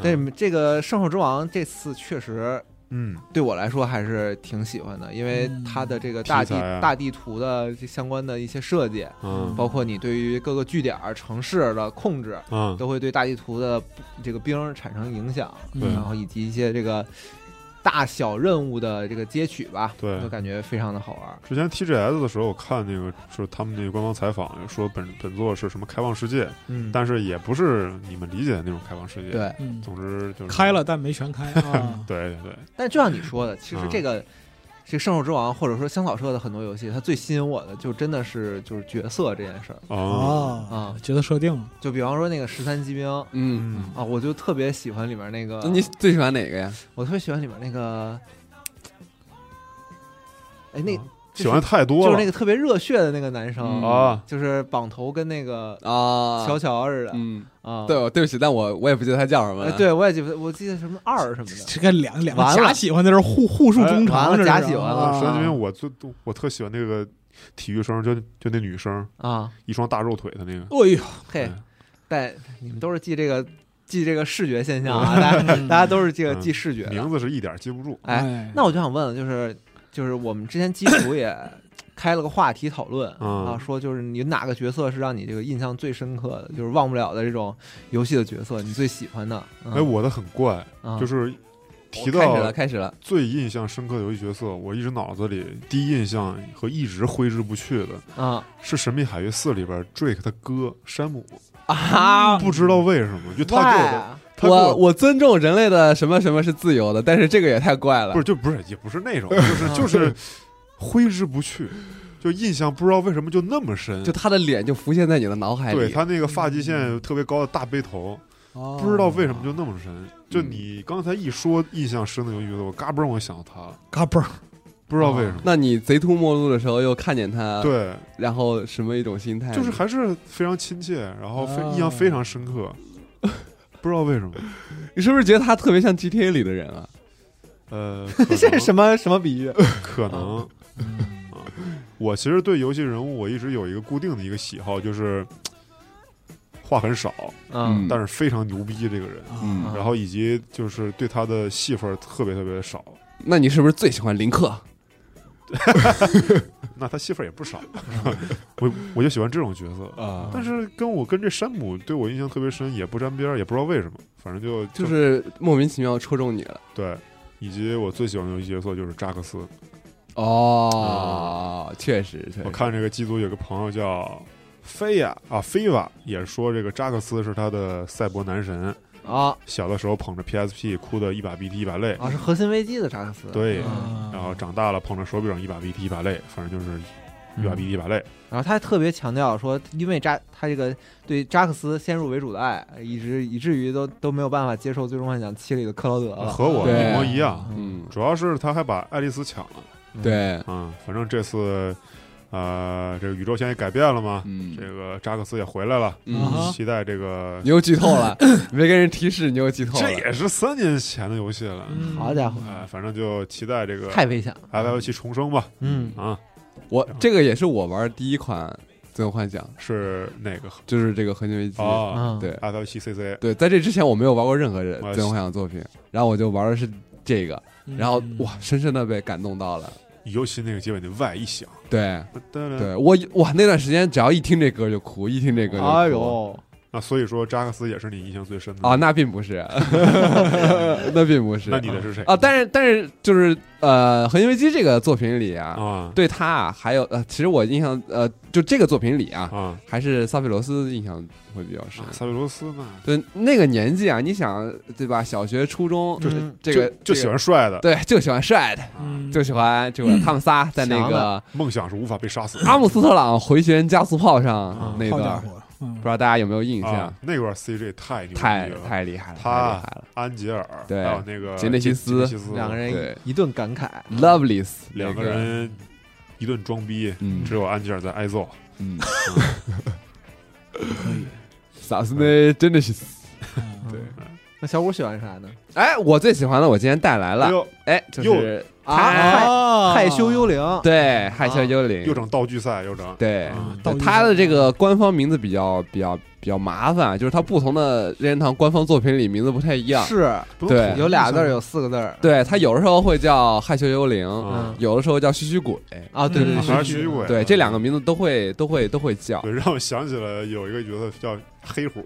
[SPEAKER 2] 对，对这个《圣兽之王》这次确实
[SPEAKER 3] 嗯，
[SPEAKER 2] 对我来说还是挺喜欢的，因为它的这个
[SPEAKER 3] 嗯
[SPEAKER 2] 大地、
[SPEAKER 3] 题材啊
[SPEAKER 2] 大地图的这相关的一些设计，
[SPEAKER 3] 嗯
[SPEAKER 2] 包括你对于各个据点儿、城市的控制，
[SPEAKER 3] 嗯，
[SPEAKER 2] 都会对大地图的这个兵产生影响，
[SPEAKER 4] 嗯
[SPEAKER 2] 然后以及一些这个大小任务的这个接取吧，
[SPEAKER 3] 对
[SPEAKER 2] 就感觉非常的好玩。
[SPEAKER 3] 之前 TGS 的时候，我看那个就是他们那个官方采访，说本本作是什么开放世界，
[SPEAKER 2] 嗯，
[SPEAKER 3] 但是也不是你们理解的那种开放世界。，
[SPEAKER 2] 对，
[SPEAKER 4] 嗯，
[SPEAKER 3] 总之就是。
[SPEAKER 4] 开了。但没全开 啊
[SPEAKER 2] 嗯
[SPEAKER 3] 对对对，
[SPEAKER 2] 但就像你说的，其实
[SPEAKER 3] 嗯
[SPEAKER 2] 这个。这个《圣兽之王》或者说香草社的很多游戏，它最吸引我的就真的是就是角色这件事儿。
[SPEAKER 3] 哦，
[SPEAKER 4] 啊
[SPEAKER 2] 啊，
[SPEAKER 4] 角色设定了，
[SPEAKER 2] 就比方说那个十三机兵啊，
[SPEAKER 5] 嗯，
[SPEAKER 3] 嗯，
[SPEAKER 2] 我就特别喜欢里面那个
[SPEAKER 5] 那，你最喜欢哪个呀？
[SPEAKER 2] 我特别喜欢里面那个，哎，那
[SPEAKER 3] 啊喜欢太多
[SPEAKER 2] 就是
[SPEAKER 3] 了，
[SPEAKER 2] 那个特别热血的那个男生
[SPEAKER 5] 嗯
[SPEAKER 3] 啊，
[SPEAKER 2] 就是绑头跟那个
[SPEAKER 5] 啊，
[SPEAKER 2] 乔乔似的
[SPEAKER 5] 嗯，
[SPEAKER 2] 啊。
[SPEAKER 5] 对，，我对不起，但我我也不记得他叫什么
[SPEAKER 2] 哎
[SPEAKER 5] 了。，
[SPEAKER 2] 对我也记不，我记得什么二什么 的。
[SPEAKER 4] 这个两两
[SPEAKER 2] 完了
[SPEAKER 4] 假喜欢在这儿互互诉衷
[SPEAKER 2] 哎完
[SPEAKER 4] 肠，
[SPEAKER 2] 了
[SPEAKER 4] 这是啊
[SPEAKER 2] 假喜欢了
[SPEAKER 3] 实在因为
[SPEAKER 4] 啊
[SPEAKER 3] 我最我特喜欢那个体育生，就就那女生，
[SPEAKER 2] 啊，
[SPEAKER 3] 一双大肉腿的那个。
[SPEAKER 4] 哎呦，
[SPEAKER 2] 嘿
[SPEAKER 3] 嗯，
[SPEAKER 2] 但你们都是记这个记这个视觉现象啊，大家大家都是这个
[SPEAKER 3] 嗯
[SPEAKER 2] 记视觉的。
[SPEAKER 3] 名字是一点记不住。
[SPEAKER 2] 哎，
[SPEAKER 4] 哎，
[SPEAKER 2] 那我就想问了，就是就是我们之前基础也开了个话题讨论
[SPEAKER 3] 嗯
[SPEAKER 2] 啊，说就是你哪个角色是让你这个印象最深刻的，就是忘不了的这种游戏的角色，你最喜欢的。嗯
[SPEAKER 3] 哎，我的很怪，
[SPEAKER 2] 啊
[SPEAKER 3] 就是提
[SPEAKER 5] 开始
[SPEAKER 3] 到
[SPEAKER 5] 了，开始了。
[SPEAKER 3] 最印象深刻的游戏角色，我一直脑子里第一印象和一直挥之不去的
[SPEAKER 2] 啊
[SPEAKER 3] 是《神秘海域四》里边 Drake 他哥山姆，
[SPEAKER 2] 啊，
[SPEAKER 3] 不知道为什么，就他给我的，
[SPEAKER 2] 哇
[SPEAKER 3] 他给
[SPEAKER 5] 我
[SPEAKER 3] 我
[SPEAKER 5] 我尊重人类的什么什么是自由的，但是这个也太怪了。
[SPEAKER 3] 不是就不是也不是那种，就是就是挥之不去，就印象不知道为什么就那么深
[SPEAKER 5] 就。他的脸就浮现在你的脑海
[SPEAKER 3] 对
[SPEAKER 5] 里。
[SPEAKER 3] 他那个发际线特别高的大背头，
[SPEAKER 4] 哦
[SPEAKER 5] 嗯
[SPEAKER 3] 不知道为什么就那么深。就你刚才一说印象深的游戏角色，我嘎嘣我想到他了，
[SPEAKER 4] 嘎嘣儿，
[SPEAKER 3] 不知道为什么。
[SPEAKER 5] 那你贼突末路的时候又看见他，，
[SPEAKER 3] 对，
[SPEAKER 5] 然后什么一种心态？
[SPEAKER 3] 就是还是非常亲切，然后非
[SPEAKER 2] 啊
[SPEAKER 4] 哦
[SPEAKER 3] 印象非常深 刻，不知道为什么。
[SPEAKER 5] 你是不是觉得他特别像 GTA 里的人啊？
[SPEAKER 3] 呃，可能
[SPEAKER 2] 这是什么什么比喻？
[SPEAKER 3] 可能。啊我其实对游戏人物我一直有一个固定的一个喜好，就是话很少，
[SPEAKER 2] 嗯
[SPEAKER 3] 但是非常牛逼这个人，
[SPEAKER 5] 嗯
[SPEAKER 2] 啊
[SPEAKER 3] 然后以及就是对他的戏份特别特别的少。
[SPEAKER 5] 那你是不是最喜欢林克？
[SPEAKER 3] 那他戏份也不少，
[SPEAKER 2] 啊
[SPEAKER 3] 我我就喜欢这种角色。
[SPEAKER 5] 啊
[SPEAKER 3] 但是跟我跟这山姆对我印象特别深，也不沾边儿，也不知道为什么，反正就
[SPEAKER 5] 就是莫名其妙戳中你了。
[SPEAKER 3] 对。以及我最喜欢的游戏角色就是扎克斯，
[SPEAKER 5] 哦，确实，确实
[SPEAKER 3] 我看这个机组有个朋友叫菲亚啊，菲瓦也说这个扎克斯是他的赛博男神，
[SPEAKER 2] 啊
[SPEAKER 3] 小的时候捧着 PSP 哭的一把鼻涕一把泪，
[SPEAKER 2] 啊，是核心危机的扎克斯。
[SPEAKER 3] 对，
[SPEAKER 4] 啊
[SPEAKER 3] 然后长大了捧着手柄一把鼻涕一把泪，反正就是一
[SPEAKER 5] 嗯
[SPEAKER 3] 把鼻涕一把泪。
[SPEAKER 2] 然后他还特别强调说，因为扎他这个对扎克斯先入为主的爱，以至以至于都都没有办法接受《最终幻想七》里的克劳德了。
[SPEAKER 3] 和我
[SPEAKER 5] 啊对
[SPEAKER 3] 一模一样，
[SPEAKER 5] 嗯，
[SPEAKER 3] 主要是他还把爱丽丝抢了
[SPEAKER 5] 对，
[SPEAKER 3] 啊、反正这次，呃，这个宇宙线也改变了嘛，
[SPEAKER 5] 嗯
[SPEAKER 3] 这个扎克斯也回来了，
[SPEAKER 5] 嗯，
[SPEAKER 4] 啊
[SPEAKER 3] 期待这个
[SPEAKER 5] 你。又剧透了，你没跟人提示，你又剧透
[SPEAKER 3] 这
[SPEAKER 5] 了。
[SPEAKER 3] 也是三年前的游戏了，
[SPEAKER 4] 嗯
[SPEAKER 2] 好家伙，
[SPEAKER 3] 哎，反正就期待这个
[SPEAKER 2] 太危险了。
[SPEAKER 3] F F 七重生吧，
[SPEAKER 2] 嗯
[SPEAKER 3] 啊，
[SPEAKER 5] 我这个也是我玩第一款《最后幻想》，
[SPEAKER 3] 是哪个？
[SPEAKER 5] 就是这个《核心危机》。
[SPEAKER 3] 哦
[SPEAKER 2] 嗯，
[SPEAKER 5] 对
[SPEAKER 3] ，F F 七 C C，
[SPEAKER 5] 对，在这之前我没有玩过任何
[SPEAKER 3] 我
[SPEAKER 5] 《最后幻想》作品，然后我就玩的是这个，
[SPEAKER 4] 嗯
[SPEAKER 5] 然后哇，深深的被感动到了。
[SPEAKER 3] 尤其那个结尾那 Y 一响，
[SPEAKER 5] 对，
[SPEAKER 3] 噔噔
[SPEAKER 5] 对我哇，那段时间只要一听这歌就哭，一听这歌就哭。
[SPEAKER 2] 哎呦，
[SPEAKER 3] 那所以说扎克斯也是你印象最深的
[SPEAKER 5] 啊，那并不是， 那并不是。
[SPEAKER 3] 那你的是谁
[SPEAKER 5] 啊，但是但是就是呃，《核心危机》这个作品里啊，
[SPEAKER 3] 啊
[SPEAKER 5] 对他啊，还有呃，其实我印象呃，就这个作品里啊，
[SPEAKER 3] 啊，
[SPEAKER 5] 还是萨菲罗斯印象会比较深。
[SPEAKER 3] 啊塞维罗斯呢？
[SPEAKER 5] 对那个年纪啊，你想对吧？小学、初中，
[SPEAKER 2] 嗯
[SPEAKER 5] 这个
[SPEAKER 3] 就就
[SPEAKER 5] 这
[SPEAKER 3] 喜
[SPEAKER 5] 个
[SPEAKER 3] 欢帅的，
[SPEAKER 5] 对，就喜欢帅的，
[SPEAKER 4] 嗯
[SPEAKER 5] 就喜欢这个他们仨在那
[SPEAKER 2] 强
[SPEAKER 5] 个
[SPEAKER 2] 的
[SPEAKER 3] 梦想是无法被杀死的。
[SPEAKER 5] 阿姆斯特朗回旋加速炮上
[SPEAKER 3] 嗯
[SPEAKER 5] 那
[SPEAKER 4] 好
[SPEAKER 5] 段
[SPEAKER 4] 家
[SPEAKER 5] 儿，
[SPEAKER 4] 伙，
[SPEAKER 5] 不
[SPEAKER 4] 嗯
[SPEAKER 5] 知道大家有没有印象
[SPEAKER 3] 啊？，那段 CG 太牛逼
[SPEAKER 5] 太
[SPEAKER 3] 了，
[SPEAKER 5] 太厉害了，太
[SPEAKER 3] 他
[SPEAKER 5] 厉害了。
[SPEAKER 3] 安吉尔，
[SPEAKER 5] 对
[SPEAKER 3] 还有那个
[SPEAKER 5] 杰内西斯
[SPEAKER 3] 杰杰内西斯
[SPEAKER 2] 两个
[SPEAKER 5] 对嗯
[SPEAKER 2] 人一顿感慨。
[SPEAKER 5] Lovelies
[SPEAKER 3] 两个
[SPEAKER 5] 那
[SPEAKER 3] 人一顿装逼，
[SPEAKER 5] 嗯
[SPEAKER 3] 只有安吉尔在挨揍。
[SPEAKER 5] 嗯，
[SPEAKER 2] 嗯
[SPEAKER 4] 可 以。
[SPEAKER 5] 萨斯内真的是，
[SPEAKER 4] 嗯
[SPEAKER 3] 对，
[SPEAKER 2] 那小五喜欢啥呢？
[SPEAKER 5] 哎，我最喜欢的我今天带来
[SPEAKER 3] 哎
[SPEAKER 5] 了，
[SPEAKER 3] 呦，
[SPEAKER 5] 哎，就是他，
[SPEAKER 4] 啊
[SPEAKER 2] 害羞幽灵，
[SPEAKER 5] 对，害羞幽
[SPEAKER 2] 啊
[SPEAKER 5] 灵
[SPEAKER 3] 又，整道具赛，又整
[SPEAKER 5] 嗯对
[SPEAKER 3] 嗯
[SPEAKER 4] 道具
[SPEAKER 5] 他的这个官方名字比较比较比较麻烦，就是他不同的任天堂官方作品里名字不太一样，
[SPEAKER 2] 是
[SPEAKER 3] 不
[SPEAKER 5] 对嗯
[SPEAKER 3] 用
[SPEAKER 2] 有俩字儿，有四个字儿。
[SPEAKER 5] 对他有的时候会叫害羞幽灵，
[SPEAKER 3] 嗯
[SPEAKER 5] 有的时候叫吸血鬼，
[SPEAKER 2] 啊，对对
[SPEAKER 4] 嗯
[SPEAKER 2] 对
[SPEAKER 3] 还是虚鬼。
[SPEAKER 5] 对，这两个名字都会都会都会叫，
[SPEAKER 3] 对，让我想起来有一个角色叫黑虎，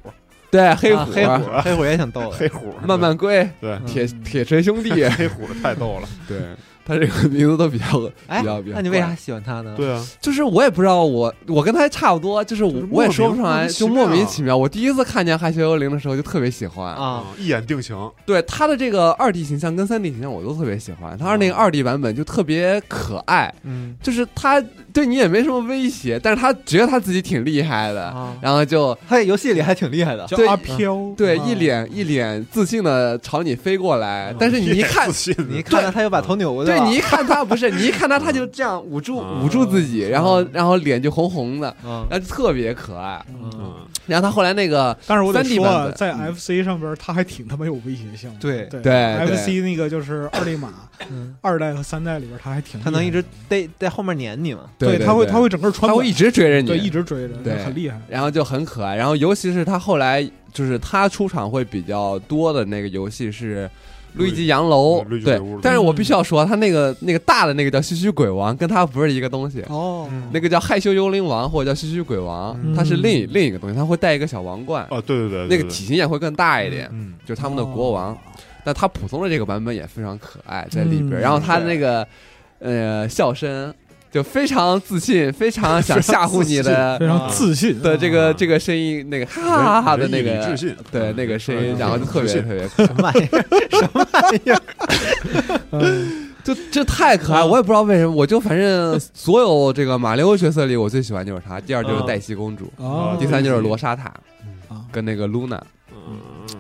[SPEAKER 5] 对，黑
[SPEAKER 2] 啊
[SPEAKER 5] 虎、
[SPEAKER 2] 黑虎，黑虎也挺 逗的。
[SPEAKER 3] 黑虎
[SPEAKER 5] 慢慢龟、
[SPEAKER 3] 对对
[SPEAKER 5] 铁
[SPEAKER 4] 嗯
[SPEAKER 5] 铁锤兄弟，
[SPEAKER 3] 黑虎太逗了。
[SPEAKER 5] 对 他这个名字都比较
[SPEAKER 2] 哎
[SPEAKER 5] 比较比较，
[SPEAKER 2] 那你为啥
[SPEAKER 5] 怪？
[SPEAKER 2] 喜欢他呢？
[SPEAKER 3] 对啊，
[SPEAKER 5] 就是我也不知道，我我跟他差不多，就是我
[SPEAKER 3] 就是莫名
[SPEAKER 5] 我也说不上
[SPEAKER 3] 莫
[SPEAKER 5] 来，
[SPEAKER 3] 名其
[SPEAKER 5] 就
[SPEAKER 3] 妙
[SPEAKER 5] 莫名其妙。我第一次看见害羞幽灵的时候就特别喜欢，
[SPEAKER 2] 啊，
[SPEAKER 3] 嗯一眼定情，
[SPEAKER 5] 对他的这个二 D 形象跟三 D 形象我都特别喜欢，他
[SPEAKER 3] 啊
[SPEAKER 5] 那个二 D 版本就特别可爱，
[SPEAKER 2] 嗯
[SPEAKER 5] 就是他对你也没什么威胁，但是他觉得他自己挺厉害的，
[SPEAKER 2] 啊，
[SPEAKER 5] 然后就
[SPEAKER 2] 他在游戏里还挺厉害的。
[SPEAKER 4] 叫
[SPEAKER 5] 对嗯
[SPEAKER 4] 阿飘，
[SPEAKER 5] 对
[SPEAKER 2] 啊
[SPEAKER 5] 一脸一脸自信的朝你飞过
[SPEAKER 3] 啊
[SPEAKER 5] 来，哎但是你一
[SPEAKER 3] 眼
[SPEAKER 5] 看
[SPEAKER 3] 自。信
[SPEAKER 2] 你一看到他又把头扭过去
[SPEAKER 5] 对
[SPEAKER 2] 了，
[SPEAKER 5] 你一看他不是，你一看他他就这样捂住
[SPEAKER 3] 啊
[SPEAKER 5] 捂住自己，然后
[SPEAKER 2] 啊
[SPEAKER 5] 然后脸就红红的，
[SPEAKER 2] 嗯
[SPEAKER 5] 然后就特别可爱。
[SPEAKER 2] 嗯，
[SPEAKER 3] 嗯，
[SPEAKER 5] 然后他后来那个
[SPEAKER 4] 但是我得
[SPEAKER 5] 3D
[SPEAKER 4] 说
[SPEAKER 5] 版
[SPEAKER 4] 啊，
[SPEAKER 5] 本
[SPEAKER 4] 在
[SPEAKER 5] 嗯
[SPEAKER 4] FC 上边儿它还挺他妈有威胁性的。
[SPEAKER 2] 对
[SPEAKER 4] 对
[SPEAKER 5] 对对
[SPEAKER 4] FC 那个就是二力马，
[SPEAKER 2] 嗯
[SPEAKER 4] 二代和三代里边儿它还挺厉
[SPEAKER 2] 他
[SPEAKER 4] 害的，
[SPEAKER 2] 能一直逮在后面撵你 嘛？
[SPEAKER 4] 对，它会它会整个穿
[SPEAKER 5] 他
[SPEAKER 4] 过，
[SPEAKER 5] 会一直追着你，
[SPEAKER 4] 对一直追着，
[SPEAKER 5] 对嗯
[SPEAKER 4] 很厉害。
[SPEAKER 5] 然后就很可爱。然后尤其是他后来就是他出场会比较多的那个游戏是。路易吉洋楼
[SPEAKER 3] 嗯路易，吉
[SPEAKER 5] 对
[SPEAKER 3] 鬼屋，
[SPEAKER 5] 但是我必须要说，他那个那个大的那个叫吸血鬼王，跟他不是一个东西。
[SPEAKER 4] 哦
[SPEAKER 2] 嗯
[SPEAKER 5] 那个叫害羞幽灵王或者叫吸血鬼王，
[SPEAKER 2] 嗯
[SPEAKER 5] 他是另一另一个东西，他会戴一个小王冠，
[SPEAKER 3] 哦，对对对，
[SPEAKER 5] 那
[SPEAKER 3] 对
[SPEAKER 5] 个体，型也会更大一点，
[SPEAKER 3] 嗯，
[SPEAKER 5] 就是他们的国王。但他普通的这个版本也非常可爱，在里边。
[SPEAKER 4] 嗯
[SPEAKER 5] 然后他那个呃笑声就非常自信，非常想吓唬你的
[SPEAKER 4] 非常自信
[SPEAKER 5] 的这个这个声音，那个哈哈哈哈的那
[SPEAKER 3] 仁义礼
[SPEAKER 5] 个
[SPEAKER 3] 智信，
[SPEAKER 5] 对那个声音，
[SPEAKER 4] 嗯
[SPEAKER 5] 然后就特别
[SPEAKER 3] 自信
[SPEAKER 5] 特别可
[SPEAKER 2] 什么
[SPEAKER 5] 爱，
[SPEAKER 2] 玩意儿？什么玩意儿？
[SPEAKER 4] 嗯
[SPEAKER 5] 就这太可爱，我也不知道为什么，我就反正所有这个马里奥角色里，我最喜欢就是他，第二就是黛西公主，
[SPEAKER 4] 哦，
[SPEAKER 5] 第三就是罗莎塔
[SPEAKER 4] 啊
[SPEAKER 5] 跟那个露娜，
[SPEAKER 3] 嗯，嗯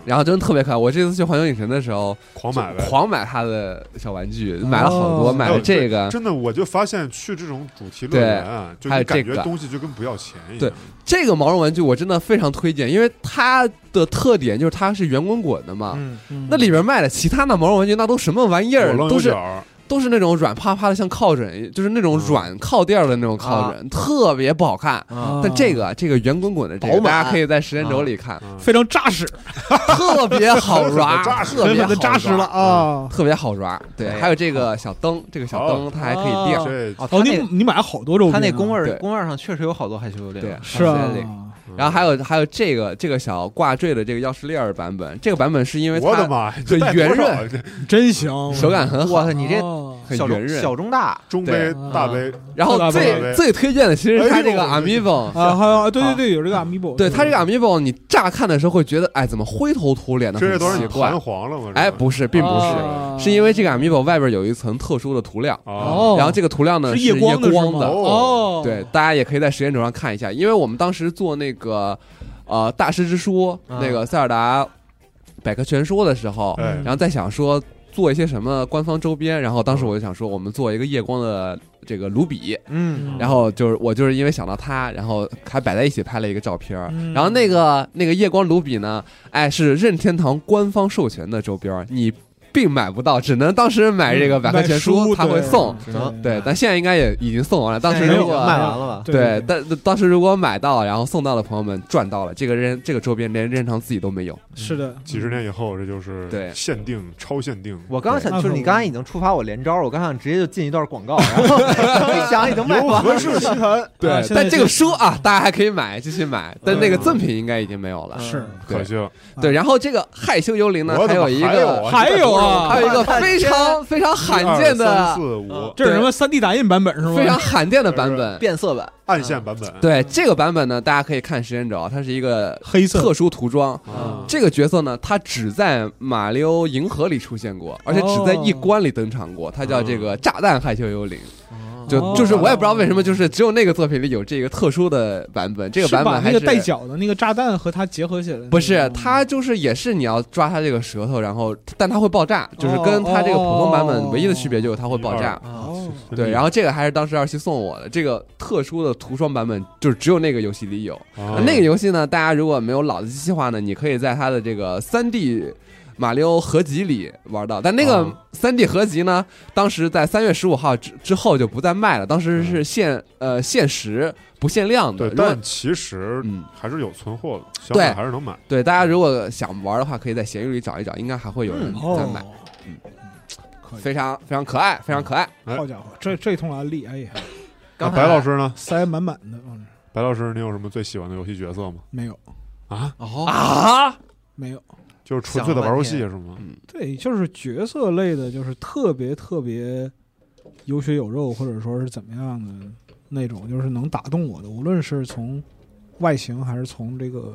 [SPEAKER 5] 然后真的特别可爱。我这次去环球影城的时候，
[SPEAKER 3] 狂买呗，
[SPEAKER 5] 狂买他的小玩具，买了好多，
[SPEAKER 4] 哦
[SPEAKER 3] 哎
[SPEAKER 5] 买了这个，
[SPEAKER 3] 真的，我就发现去这种主题乐园啊，就
[SPEAKER 5] 还有
[SPEAKER 3] 你
[SPEAKER 5] 这
[SPEAKER 3] 感
[SPEAKER 5] 个
[SPEAKER 3] 觉东西就跟不要钱一样。
[SPEAKER 5] 对这个毛绒玩具我真的非常推荐，因为它的特点就是它是圆滚滚的嘛。
[SPEAKER 2] 嗯，
[SPEAKER 4] 嗯
[SPEAKER 5] 那里边卖的其他的毛绒玩具，那都什么玩意
[SPEAKER 3] 有
[SPEAKER 5] 儿？
[SPEAKER 3] 棱
[SPEAKER 5] 都
[SPEAKER 3] 有
[SPEAKER 5] 是
[SPEAKER 3] 角儿，
[SPEAKER 5] 都是那种软趴趴的，像靠枕，就是那种软靠垫儿的那种靠枕，特别不好看。
[SPEAKER 2] 啊
[SPEAKER 5] 但这个这个圆滚滚的这
[SPEAKER 2] 饱
[SPEAKER 5] 个，
[SPEAKER 2] 满
[SPEAKER 5] 大家可以在时间轴里看，
[SPEAKER 3] 嗯
[SPEAKER 4] 非常扎实，
[SPEAKER 5] 特别好
[SPEAKER 3] 很
[SPEAKER 5] 抓，
[SPEAKER 3] 扎实
[SPEAKER 5] 特
[SPEAKER 4] 狠
[SPEAKER 5] 别
[SPEAKER 4] 狠
[SPEAKER 5] 好嗯
[SPEAKER 4] 的扎实了啊！
[SPEAKER 5] 特别好抓。对，
[SPEAKER 2] 哎
[SPEAKER 5] 还有这个小灯，这个小灯
[SPEAKER 3] 哦
[SPEAKER 5] 它还可以
[SPEAKER 4] 哦
[SPEAKER 5] 定。
[SPEAKER 3] 这
[SPEAKER 2] 哦，他
[SPEAKER 4] 哦，你
[SPEAKER 2] 那个
[SPEAKER 4] 你买了好多周边
[SPEAKER 2] 他
[SPEAKER 4] 啊，
[SPEAKER 2] 那宫
[SPEAKER 5] 对
[SPEAKER 2] 位宫位上确实有好多害羞幽灵。
[SPEAKER 5] 对
[SPEAKER 4] 是
[SPEAKER 5] 好
[SPEAKER 4] 啊
[SPEAKER 5] 像，然后
[SPEAKER 3] 嗯
[SPEAKER 5] 还有还有这个这个小挂坠的这个钥匙链儿版本，这个版本是因为
[SPEAKER 3] 我的
[SPEAKER 5] 它
[SPEAKER 3] 妈呀，这带
[SPEAKER 5] 圆
[SPEAKER 3] 多少
[SPEAKER 5] 润
[SPEAKER 3] 啊，这
[SPEAKER 4] 真行，
[SPEAKER 5] 手感很好
[SPEAKER 2] 哇，塞，你这
[SPEAKER 4] 哦
[SPEAKER 5] 啊很
[SPEAKER 2] 小
[SPEAKER 5] 圆
[SPEAKER 2] 中
[SPEAKER 5] 润。
[SPEAKER 2] 小中大，
[SPEAKER 3] 中杯
[SPEAKER 5] 对、
[SPEAKER 3] 大杯，
[SPEAKER 2] 嗯
[SPEAKER 5] 然
[SPEAKER 4] 特
[SPEAKER 5] 后
[SPEAKER 4] 大
[SPEAKER 3] 特
[SPEAKER 5] 最
[SPEAKER 3] 大
[SPEAKER 5] 最推荐的其实是它这个
[SPEAKER 3] 哎呦
[SPEAKER 5] Amiibo，
[SPEAKER 4] 啊！还有对对对，有这个 Amiibo，
[SPEAKER 5] 对它这个 Amiibo，你乍看的时候会觉得，哎，怎么灰头土脸的，
[SPEAKER 3] 这
[SPEAKER 5] 很
[SPEAKER 3] 都让
[SPEAKER 5] 奇
[SPEAKER 3] 你
[SPEAKER 5] 怪
[SPEAKER 3] 弹。簧了吗？
[SPEAKER 5] 哎，不是，并不是，
[SPEAKER 4] 哦
[SPEAKER 5] 是因为这个 Amiibo 外边有一层特殊的涂料，
[SPEAKER 3] 哦，
[SPEAKER 4] 哦，
[SPEAKER 5] 然后这个涂料呢
[SPEAKER 4] 是
[SPEAKER 5] 夜
[SPEAKER 4] 夜光的是吗
[SPEAKER 5] 的。
[SPEAKER 4] 哦，
[SPEAKER 5] 对，大家也可以在时间轴上看一下，因为我们当时做那个呃大师之书
[SPEAKER 2] 啊
[SPEAKER 5] 那个塞尔达百科全书的时候，
[SPEAKER 3] 嗯哎
[SPEAKER 5] 然后在想说做一些什么官方周边，然后当时我就想说，我们做一个夜光的这个卢比，
[SPEAKER 2] 嗯，
[SPEAKER 5] 然后就是我就是因为想到他，然后还摆在一起拍了一个照片儿。
[SPEAKER 4] 嗯
[SPEAKER 5] 然后那个那个夜光卢比呢，哎，是任天堂官方授权的周边儿，你并买不到，只能当时买
[SPEAKER 4] 嗯
[SPEAKER 5] 这个百科全书，他会送。嗯
[SPEAKER 2] 只能
[SPEAKER 5] 对，但现在应该也已经送完了。当时
[SPEAKER 2] 现在
[SPEAKER 5] 如
[SPEAKER 2] 已经
[SPEAKER 4] 啊
[SPEAKER 5] 果
[SPEAKER 2] 卖完了吧？
[SPEAKER 5] 对，但当时如果买到，然后送到的朋友们赚到了，这个任这个周边连任天堂自己都没有。
[SPEAKER 4] 是的，
[SPEAKER 3] 几十年以后，这就是
[SPEAKER 5] 对
[SPEAKER 3] 限定、超限定。
[SPEAKER 2] 我刚想
[SPEAKER 4] 对
[SPEAKER 2] 就是你刚才已经触发我连招了，我刚想直接就进一段广告，然后没想已经卖完了。
[SPEAKER 3] 西谈，
[SPEAKER 4] 啊
[SPEAKER 5] 对，
[SPEAKER 4] 现在
[SPEAKER 5] 但这个书啊，大家还可以买，继续买。但那个赠品应该已经没有了。
[SPEAKER 2] 嗯
[SPEAKER 4] 是
[SPEAKER 5] 对
[SPEAKER 3] 嗯可惜了。
[SPEAKER 5] 对，然后这个害羞幽灵呢，
[SPEAKER 3] 我
[SPEAKER 5] 还
[SPEAKER 3] 怎么
[SPEAKER 5] 有一
[SPEAKER 3] 还有
[SPEAKER 5] 个
[SPEAKER 3] 啊
[SPEAKER 4] 还有啊，
[SPEAKER 5] 还有一个非常非常罕见
[SPEAKER 3] 一二三
[SPEAKER 5] 的、嗯
[SPEAKER 3] 四五
[SPEAKER 4] 这是什么三 D 打印版本是吗？
[SPEAKER 5] 非常罕见的版本。
[SPEAKER 2] 变色版，
[SPEAKER 3] 暗线版本，
[SPEAKER 5] 对这个版本呢，大家可以看时间轴，啊它是一个
[SPEAKER 4] 黑色
[SPEAKER 5] 特殊涂装。
[SPEAKER 3] 啊，
[SPEAKER 5] 这个角色呢，他只在马里奥
[SPEAKER 3] 哦
[SPEAKER 5] 银河里出现过，而且只在一关里登场过。他叫这个炸弹害羞幽灵。
[SPEAKER 3] 哦
[SPEAKER 5] 就就是我也不知道为什么，就是只有那个作品里有这个特殊的版本，这个版本
[SPEAKER 4] 把那
[SPEAKER 5] 还
[SPEAKER 4] 个
[SPEAKER 5] 是
[SPEAKER 4] 带脚的那个炸弹和它结合起来的那个吗。
[SPEAKER 5] 不是，它就是也是你要抓它这个舌头，然后但它会爆炸，就是跟它这个普通版本唯一的区别就是它会爆炸。
[SPEAKER 2] 嗯
[SPEAKER 4] 哦，
[SPEAKER 5] 对，然后这个还是当时二七送我的，这个特殊的涂霜版本就是只有那个游戏里有。
[SPEAKER 3] 后
[SPEAKER 5] 那个游戏呢，大家如果没有老的机器的话呢，你可以在它的这个三 D 马里奥合集里玩到。但那个
[SPEAKER 3] 啊
[SPEAKER 5] 三 D 合集呢，当时在三月十五号之之后就不再卖了，当时是限呃限时不限量的。
[SPEAKER 3] 对，
[SPEAKER 5] 如果
[SPEAKER 3] 但其实
[SPEAKER 5] 嗯，
[SPEAKER 3] 还是有存货的，想
[SPEAKER 5] 对
[SPEAKER 3] 买还是能买。
[SPEAKER 5] 对，大家如果想玩的话，可以在闲鱼里找一找，应该还会有人在买。
[SPEAKER 4] 哦
[SPEAKER 5] 嗯
[SPEAKER 4] 可以。
[SPEAKER 5] 非常非常可爱，非常可爱。
[SPEAKER 3] 哎
[SPEAKER 4] 好家伙，这这通案例，哎呀，
[SPEAKER 3] 那
[SPEAKER 2] 刚才
[SPEAKER 3] 白老师呢？
[SPEAKER 4] 塞满满的，往这儿
[SPEAKER 3] 白老师，你有什么最喜欢的游戏角色吗？
[SPEAKER 4] 没有
[SPEAKER 3] 啊，
[SPEAKER 2] 哦
[SPEAKER 5] 啊，
[SPEAKER 4] 没有。
[SPEAKER 3] 就是纯粹的
[SPEAKER 2] 想了
[SPEAKER 3] 玩游戏
[SPEAKER 2] 半
[SPEAKER 3] 是吗？
[SPEAKER 4] 对，就是角色类的，就是特别特别有血有肉，或者说是怎么样的那种，就是能打动我的，无论是从外形还是从这个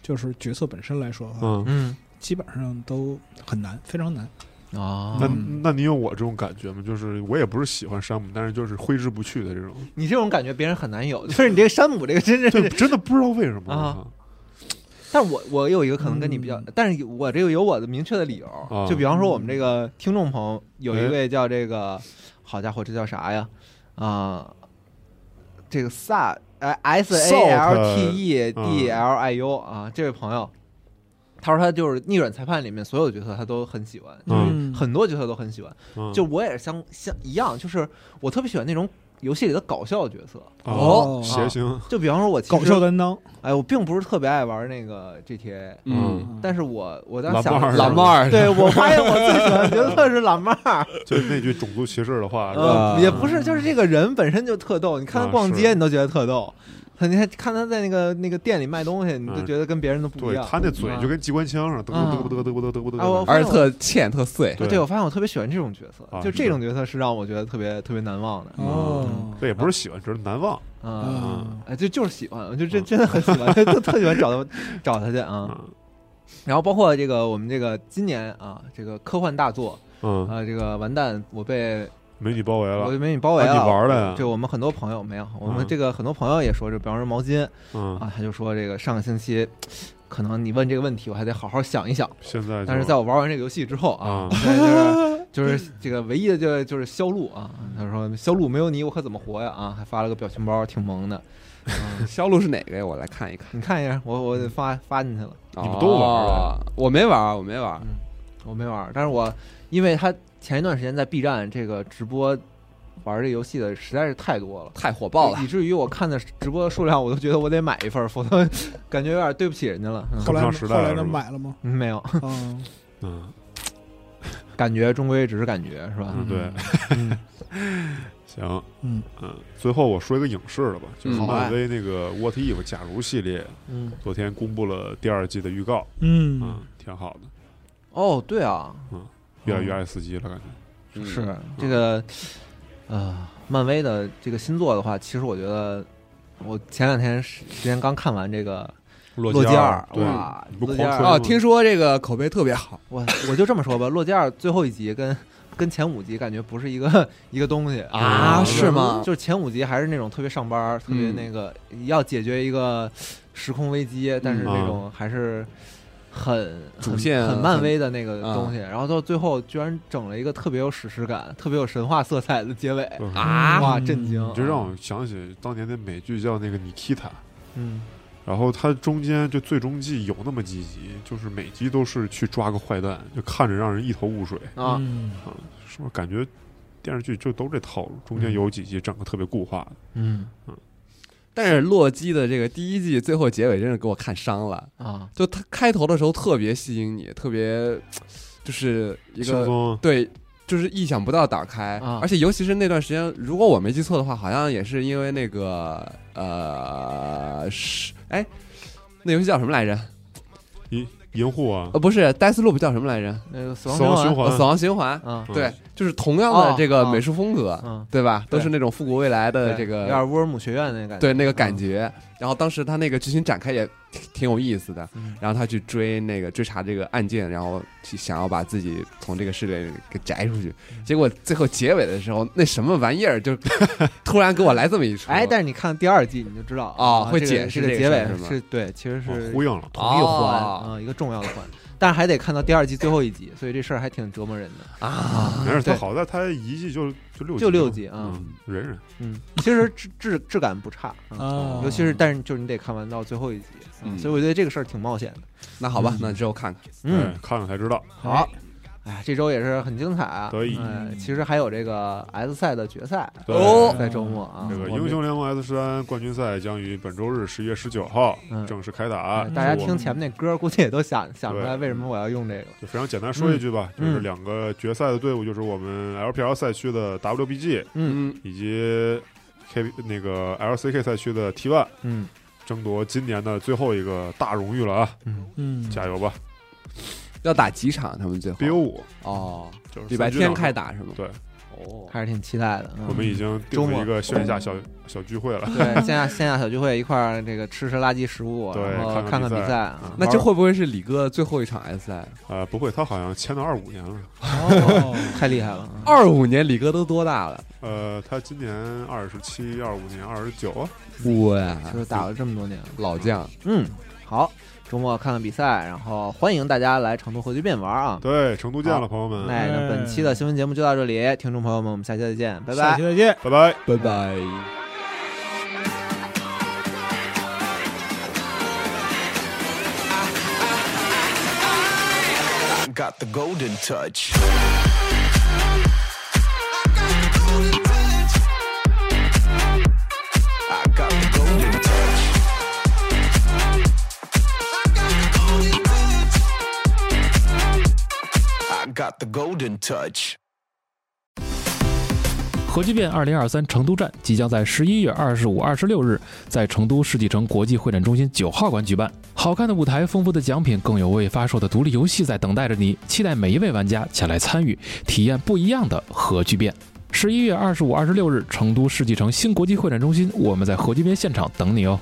[SPEAKER 4] 就是角色本身来说的话，
[SPEAKER 3] 嗯，
[SPEAKER 2] 嗯
[SPEAKER 4] 基本上都很难，非常难。
[SPEAKER 2] 啊
[SPEAKER 3] 那
[SPEAKER 4] 嗯
[SPEAKER 3] 那你有我这种感觉吗？就是我也不是喜欢山姆，但是就是挥之不去的 这种，
[SPEAKER 2] 你这种感觉别人很难有，就是你这个山姆这个真
[SPEAKER 3] 对，
[SPEAKER 2] 是，
[SPEAKER 3] 真的不知道为什么
[SPEAKER 2] 啊但我我有一个可能跟你比较，
[SPEAKER 4] 嗯
[SPEAKER 2] 但是我这个有我的明确的理由，
[SPEAKER 3] 啊
[SPEAKER 2] 就比方说我们这个听众朋友有一位叫这个，好家伙，这叫啥呀？啊，这个萨哎 S A L T E D L I U 啊，这位朋友，他说他就是逆转裁判里面所有角色他都很喜欢，
[SPEAKER 3] 嗯
[SPEAKER 2] 很多角色都很喜欢。
[SPEAKER 3] 嗯
[SPEAKER 2] 就我也是相相一样，就是我特别喜欢那种游戏里的搞笑角色。
[SPEAKER 3] 哦，
[SPEAKER 4] 哦
[SPEAKER 3] 邪星，
[SPEAKER 2] 就比方说，我其实
[SPEAKER 4] 搞笑担当，
[SPEAKER 2] 哎，我并不是特别爱玩那个 GTA，
[SPEAKER 5] 嗯，
[SPEAKER 2] 但
[SPEAKER 4] 是
[SPEAKER 2] 是我我当
[SPEAKER 3] 老
[SPEAKER 2] 时想
[SPEAKER 3] 帽儿
[SPEAKER 5] 老帽儿，
[SPEAKER 2] 对我发现我最喜欢的角色是老帽儿，
[SPEAKER 3] 就那句种族歧视的话，是吧
[SPEAKER 2] 呃，也不是，就是这个人本身就特逗，你看他
[SPEAKER 3] 啊
[SPEAKER 2] 逛
[SPEAKER 3] 是
[SPEAKER 2] 街你都觉得特逗，你还看他在那个那个店里卖东西，你就
[SPEAKER 3] 嗯
[SPEAKER 2] 觉得跟别人都不一
[SPEAKER 3] 对
[SPEAKER 2] 样。嗯
[SPEAKER 3] 他那嘴就跟机关枪似的，
[SPEAKER 2] 啊
[SPEAKER 3] 嘚嘚嘚嘚嘚嘚嘚嘚
[SPEAKER 2] 啊我
[SPEAKER 3] 嘚嘚。
[SPEAKER 5] 而且特欠特碎。
[SPEAKER 2] 啊对，我发现我特别喜欢这种角色，
[SPEAKER 3] 啊
[SPEAKER 2] 就是这
[SPEAKER 3] 的
[SPEAKER 2] 种角色是让我觉得特别特别难忘的
[SPEAKER 4] 哦，
[SPEAKER 3] 这也不是喜欢，只是难忘。
[SPEAKER 2] 啊。
[SPEAKER 4] 嗯
[SPEAKER 2] 哎，就就是喜欢，我就真
[SPEAKER 3] 嗯
[SPEAKER 2] 真的很喜欢，就特喜欢找他找他去啊。
[SPEAKER 3] 嗯
[SPEAKER 2] 然后包括这个我们这个今年啊，这个科幻大作
[SPEAKER 3] 嗯，
[SPEAKER 2] 啊，这个完蛋，我被
[SPEAKER 3] 美女包围
[SPEAKER 2] 我
[SPEAKER 3] 了。
[SPEAKER 2] 就没你包围
[SPEAKER 3] 啊
[SPEAKER 2] 了。
[SPEAKER 3] 你玩了呀
[SPEAKER 2] 对我们很多朋友没有，我们
[SPEAKER 3] 嗯
[SPEAKER 2] 这个很多朋友也说，就比方说毛巾
[SPEAKER 3] 嗯，
[SPEAKER 2] 啊，他就说这个上个星期，可能你问这个问题，我还得好好想一想。
[SPEAKER 3] 现在就
[SPEAKER 2] 但是在我玩完这个游戏之后啊
[SPEAKER 3] 啊，
[SPEAKER 2] 现在就是就是这个唯一的就就是销路啊，他说销路没有你我可怎么活呀啊，还发了个表情包，挺萌的。
[SPEAKER 5] 销路是哪个呀？我来看一看。
[SPEAKER 2] 你看一下，我我发发进去了，
[SPEAKER 5] 你
[SPEAKER 3] 们都玩了
[SPEAKER 5] 了？我没玩，我没玩。
[SPEAKER 2] 我没玩儿，但是我因为他前一段时间在 B 站这个直播玩这游戏的实在是太多了。
[SPEAKER 5] 太火爆了
[SPEAKER 2] 以！至于我看的直播数量，我都觉得我得买一份儿，否则 感觉有点对不起人家了。嗯
[SPEAKER 4] 后来
[SPEAKER 3] 上
[SPEAKER 4] 呢
[SPEAKER 3] 时
[SPEAKER 4] 后
[SPEAKER 3] 代了
[SPEAKER 4] 来呢
[SPEAKER 3] 是吧
[SPEAKER 4] 买了吗？
[SPEAKER 2] 嗯没有
[SPEAKER 4] 嗯，
[SPEAKER 3] 嗯
[SPEAKER 2] 感觉，终归只是感觉，是吧？
[SPEAKER 3] 嗯对，
[SPEAKER 2] 嗯
[SPEAKER 3] 行
[SPEAKER 4] 嗯
[SPEAKER 3] 嗯，最后我说一个影视的吧，就是
[SPEAKER 5] 嗯
[SPEAKER 3] 漫威那个 What If 假如系列，
[SPEAKER 2] 嗯。
[SPEAKER 3] 昨天公布了第二季的预告，
[SPEAKER 4] 嗯
[SPEAKER 3] 嗯，挺好的，
[SPEAKER 2] 哦，对啊，
[SPEAKER 3] 越来越爱司机了，感觉
[SPEAKER 5] 嗯
[SPEAKER 2] 是这个，呃，漫威的这个新作的话，其实我觉得，我前两天时时间刚看完这个《洛
[SPEAKER 3] 基
[SPEAKER 2] 基二》，
[SPEAKER 3] 对，
[SPEAKER 2] 哇
[SPEAKER 3] 你，不
[SPEAKER 2] 洛基
[SPEAKER 3] 狂
[SPEAKER 2] 二
[SPEAKER 3] 吹
[SPEAKER 5] 哦，听说这个口碑特别好，
[SPEAKER 2] 我我就这么说吧，《洛基二》最后一集跟跟前五集感觉不是一个一个东西
[SPEAKER 5] 啊是吗
[SPEAKER 2] 就是前五集还是那种特别上班儿，特别
[SPEAKER 5] 嗯
[SPEAKER 2] 那个要解决一个时空危机，但是那种还是很很
[SPEAKER 5] 嗯啊主线
[SPEAKER 2] 很漫威的那个
[SPEAKER 5] 很啊
[SPEAKER 2] 东西，然后到最后居然整了一个特别有史诗感、特别有神话色彩的结尾，
[SPEAKER 3] 对
[SPEAKER 5] 啊
[SPEAKER 2] 哇，震惊！啊
[SPEAKER 3] 你这让我想起当年的美剧叫那个《尼基塔》，
[SPEAKER 2] 嗯
[SPEAKER 3] 然后它中间就最终季有那么几集，就是每集都是去抓个坏蛋，就看着让人一头雾水，
[SPEAKER 2] 啊，
[SPEAKER 4] 嗯
[SPEAKER 3] 是不是感觉电视剧就都这套路？中间有几集整个特别固化的，
[SPEAKER 2] 嗯
[SPEAKER 5] 但是洛基的这个第一季最后结尾真是给我看伤了。
[SPEAKER 2] 啊，
[SPEAKER 5] 就他开头的时候特别吸引你，特别就是一
[SPEAKER 3] 轻
[SPEAKER 5] 个
[SPEAKER 3] 松
[SPEAKER 5] 对，就是意想不到打开，
[SPEAKER 2] 啊
[SPEAKER 5] 而且尤其是那段时间，如果我没记错的话，好像也是因为那个呃是哎，那游戏叫什么来着？
[SPEAKER 3] 银银护啊，
[SPEAKER 5] 呃，不是《Death Loop》叫什么来着？
[SPEAKER 2] 那个死
[SPEAKER 3] 死
[SPEAKER 2] 亡
[SPEAKER 3] 亡
[SPEAKER 2] 循
[SPEAKER 3] 循
[SPEAKER 2] 环
[SPEAKER 5] 呃
[SPEAKER 3] 环
[SPEAKER 5] 死亡循环。
[SPEAKER 2] 啊，
[SPEAKER 3] 嗯
[SPEAKER 5] 对，就是同样的
[SPEAKER 2] 哦
[SPEAKER 5] 这个
[SPEAKER 2] 哦
[SPEAKER 5] 美术风格，
[SPEAKER 2] 嗯
[SPEAKER 5] 对吧？
[SPEAKER 2] 对
[SPEAKER 5] 都是那种复古未来的
[SPEAKER 2] 对
[SPEAKER 5] 呃这
[SPEAKER 2] 有
[SPEAKER 5] 个
[SPEAKER 2] 点乌尔姆学院那个感觉，嗯
[SPEAKER 5] 对那个感觉，然后当时他那个剧情展开也挺挺有意思的，
[SPEAKER 2] 嗯
[SPEAKER 5] 然后他去追那个追查这个案件，然后去想要把自己从这个世界里给摘出去，
[SPEAKER 2] 嗯
[SPEAKER 5] 结果最后结尾的时候，那什么玩意儿就突然给我来这么一出，
[SPEAKER 2] 哎，但是你看第二季你就知道
[SPEAKER 5] 哦
[SPEAKER 2] 啊
[SPEAKER 5] 会
[SPEAKER 2] 这个
[SPEAKER 5] 解释
[SPEAKER 2] 这个
[SPEAKER 5] 这
[SPEAKER 2] 结
[SPEAKER 5] 个
[SPEAKER 2] 尾
[SPEAKER 5] 事儿是吗
[SPEAKER 2] 是对，其实
[SPEAKER 3] 哦
[SPEAKER 2] 是
[SPEAKER 3] 呼应了，
[SPEAKER 2] 同一环
[SPEAKER 5] 哦
[SPEAKER 2] 啊、一个重要的环，但是还得看到第二季最后一集，所以这事儿还挺折磨人的。
[SPEAKER 5] 啊，
[SPEAKER 3] 没事，他
[SPEAKER 2] 对
[SPEAKER 3] 好在他一季就就六
[SPEAKER 2] 就六
[SPEAKER 3] 集
[SPEAKER 2] 集
[SPEAKER 3] 嘛，
[SPEAKER 2] 啊，
[SPEAKER 3] 嗯，忍忍，
[SPEAKER 2] 嗯，其实质质质感不差啊，
[SPEAKER 4] 啊，
[SPEAKER 2] 尤其是但是就是你得看完到最后一集，
[SPEAKER 5] 嗯
[SPEAKER 2] 嗯，所以我觉得这个事儿挺冒险的。
[SPEAKER 5] 那好吧，那之后看看，
[SPEAKER 2] 嗯
[SPEAKER 3] 哎，，看看才知道，
[SPEAKER 2] 好。哎，这周也是很精彩啊！
[SPEAKER 3] 得以
[SPEAKER 2] 哎，其实还有这个 S 赛的决赛
[SPEAKER 3] 对
[SPEAKER 5] 哦
[SPEAKER 2] 在周末啊
[SPEAKER 3] 这，个
[SPEAKER 2] 我们
[SPEAKER 3] 英雄联盟 S 三冠军赛将于本周日十一月十九号
[SPEAKER 2] 嗯
[SPEAKER 3] 正式开打
[SPEAKER 2] 哎，大家
[SPEAKER 3] 是我们
[SPEAKER 2] 听前面那歌，估计也都想想出来
[SPEAKER 3] 啊对
[SPEAKER 2] 为什么我要用这个。
[SPEAKER 3] 就非常简单说一句吧，
[SPEAKER 2] 嗯
[SPEAKER 3] 就是两个决赛的队伍，就是我们 LPL 赛区的 WBG
[SPEAKER 2] 嗯
[SPEAKER 5] 嗯，
[SPEAKER 3] 以及 K 那个 LCK 赛区的 T1，
[SPEAKER 2] 嗯
[SPEAKER 3] 争夺今年的最后一个大荣誉了啊！
[SPEAKER 2] 嗯，
[SPEAKER 4] 嗯，
[SPEAKER 3] 加油吧
[SPEAKER 5] 要打几场他们最后
[SPEAKER 3] ！BO 五
[SPEAKER 5] 哦，
[SPEAKER 3] 就是
[SPEAKER 5] 礼拜
[SPEAKER 3] 三局两场
[SPEAKER 5] 天开，打是吗？
[SPEAKER 3] 对，
[SPEAKER 5] 哦，
[SPEAKER 2] 还是挺期待的。嗯
[SPEAKER 3] 我们已经定
[SPEAKER 2] 周末
[SPEAKER 3] 了一个线下小小聚会了。
[SPEAKER 2] 对线下线下小聚会一块儿这个吃吃垃圾食物，啊
[SPEAKER 3] 对
[SPEAKER 2] 然后
[SPEAKER 3] 看看
[SPEAKER 2] 看
[SPEAKER 3] 比
[SPEAKER 2] 比
[SPEAKER 3] 赛
[SPEAKER 2] 赛啊。
[SPEAKER 5] 那这会不会是李哥最后一场 S 赛？
[SPEAKER 3] 呃，不会，他好像签到二五年了。
[SPEAKER 4] 哦，
[SPEAKER 2] 太厉害了啊！
[SPEAKER 5] 二五年李哥都多大了？
[SPEAKER 3] 呃，他今年二十七、二五年、二十九，啊
[SPEAKER 5] 哇，
[SPEAKER 2] 就是打了这么多年了，
[SPEAKER 5] 老将，
[SPEAKER 2] 嗯，好，周末看看比赛，然后欢迎大家来成都核聚变玩啊。
[SPEAKER 3] 对，成都见了，朋友们，
[SPEAKER 2] 那那本期的新闻节目就到这里，听众朋友们，我们下期再见，拜
[SPEAKER 4] 下
[SPEAKER 2] 拜
[SPEAKER 4] 期。再见。
[SPEAKER 3] 拜拜。
[SPEAKER 5] 拜拜。
[SPEAKER 6] got the golden touch. I got the golden touch. I got the golden touch.
[SPEAKER 7] 核聚变二零二三成都站即将在十一月二十五、二十六日在成都世纪城国际会展中心九号馆举办。好看的舞台、丰富的奖品，更有未发售的独立游戏在等待着你。期待每一位玩家前来参与，体验不一样的核聚变。十一月二十五、二十六日，成都世纪城新国际会展中心，我们在核聚变现场等你哦。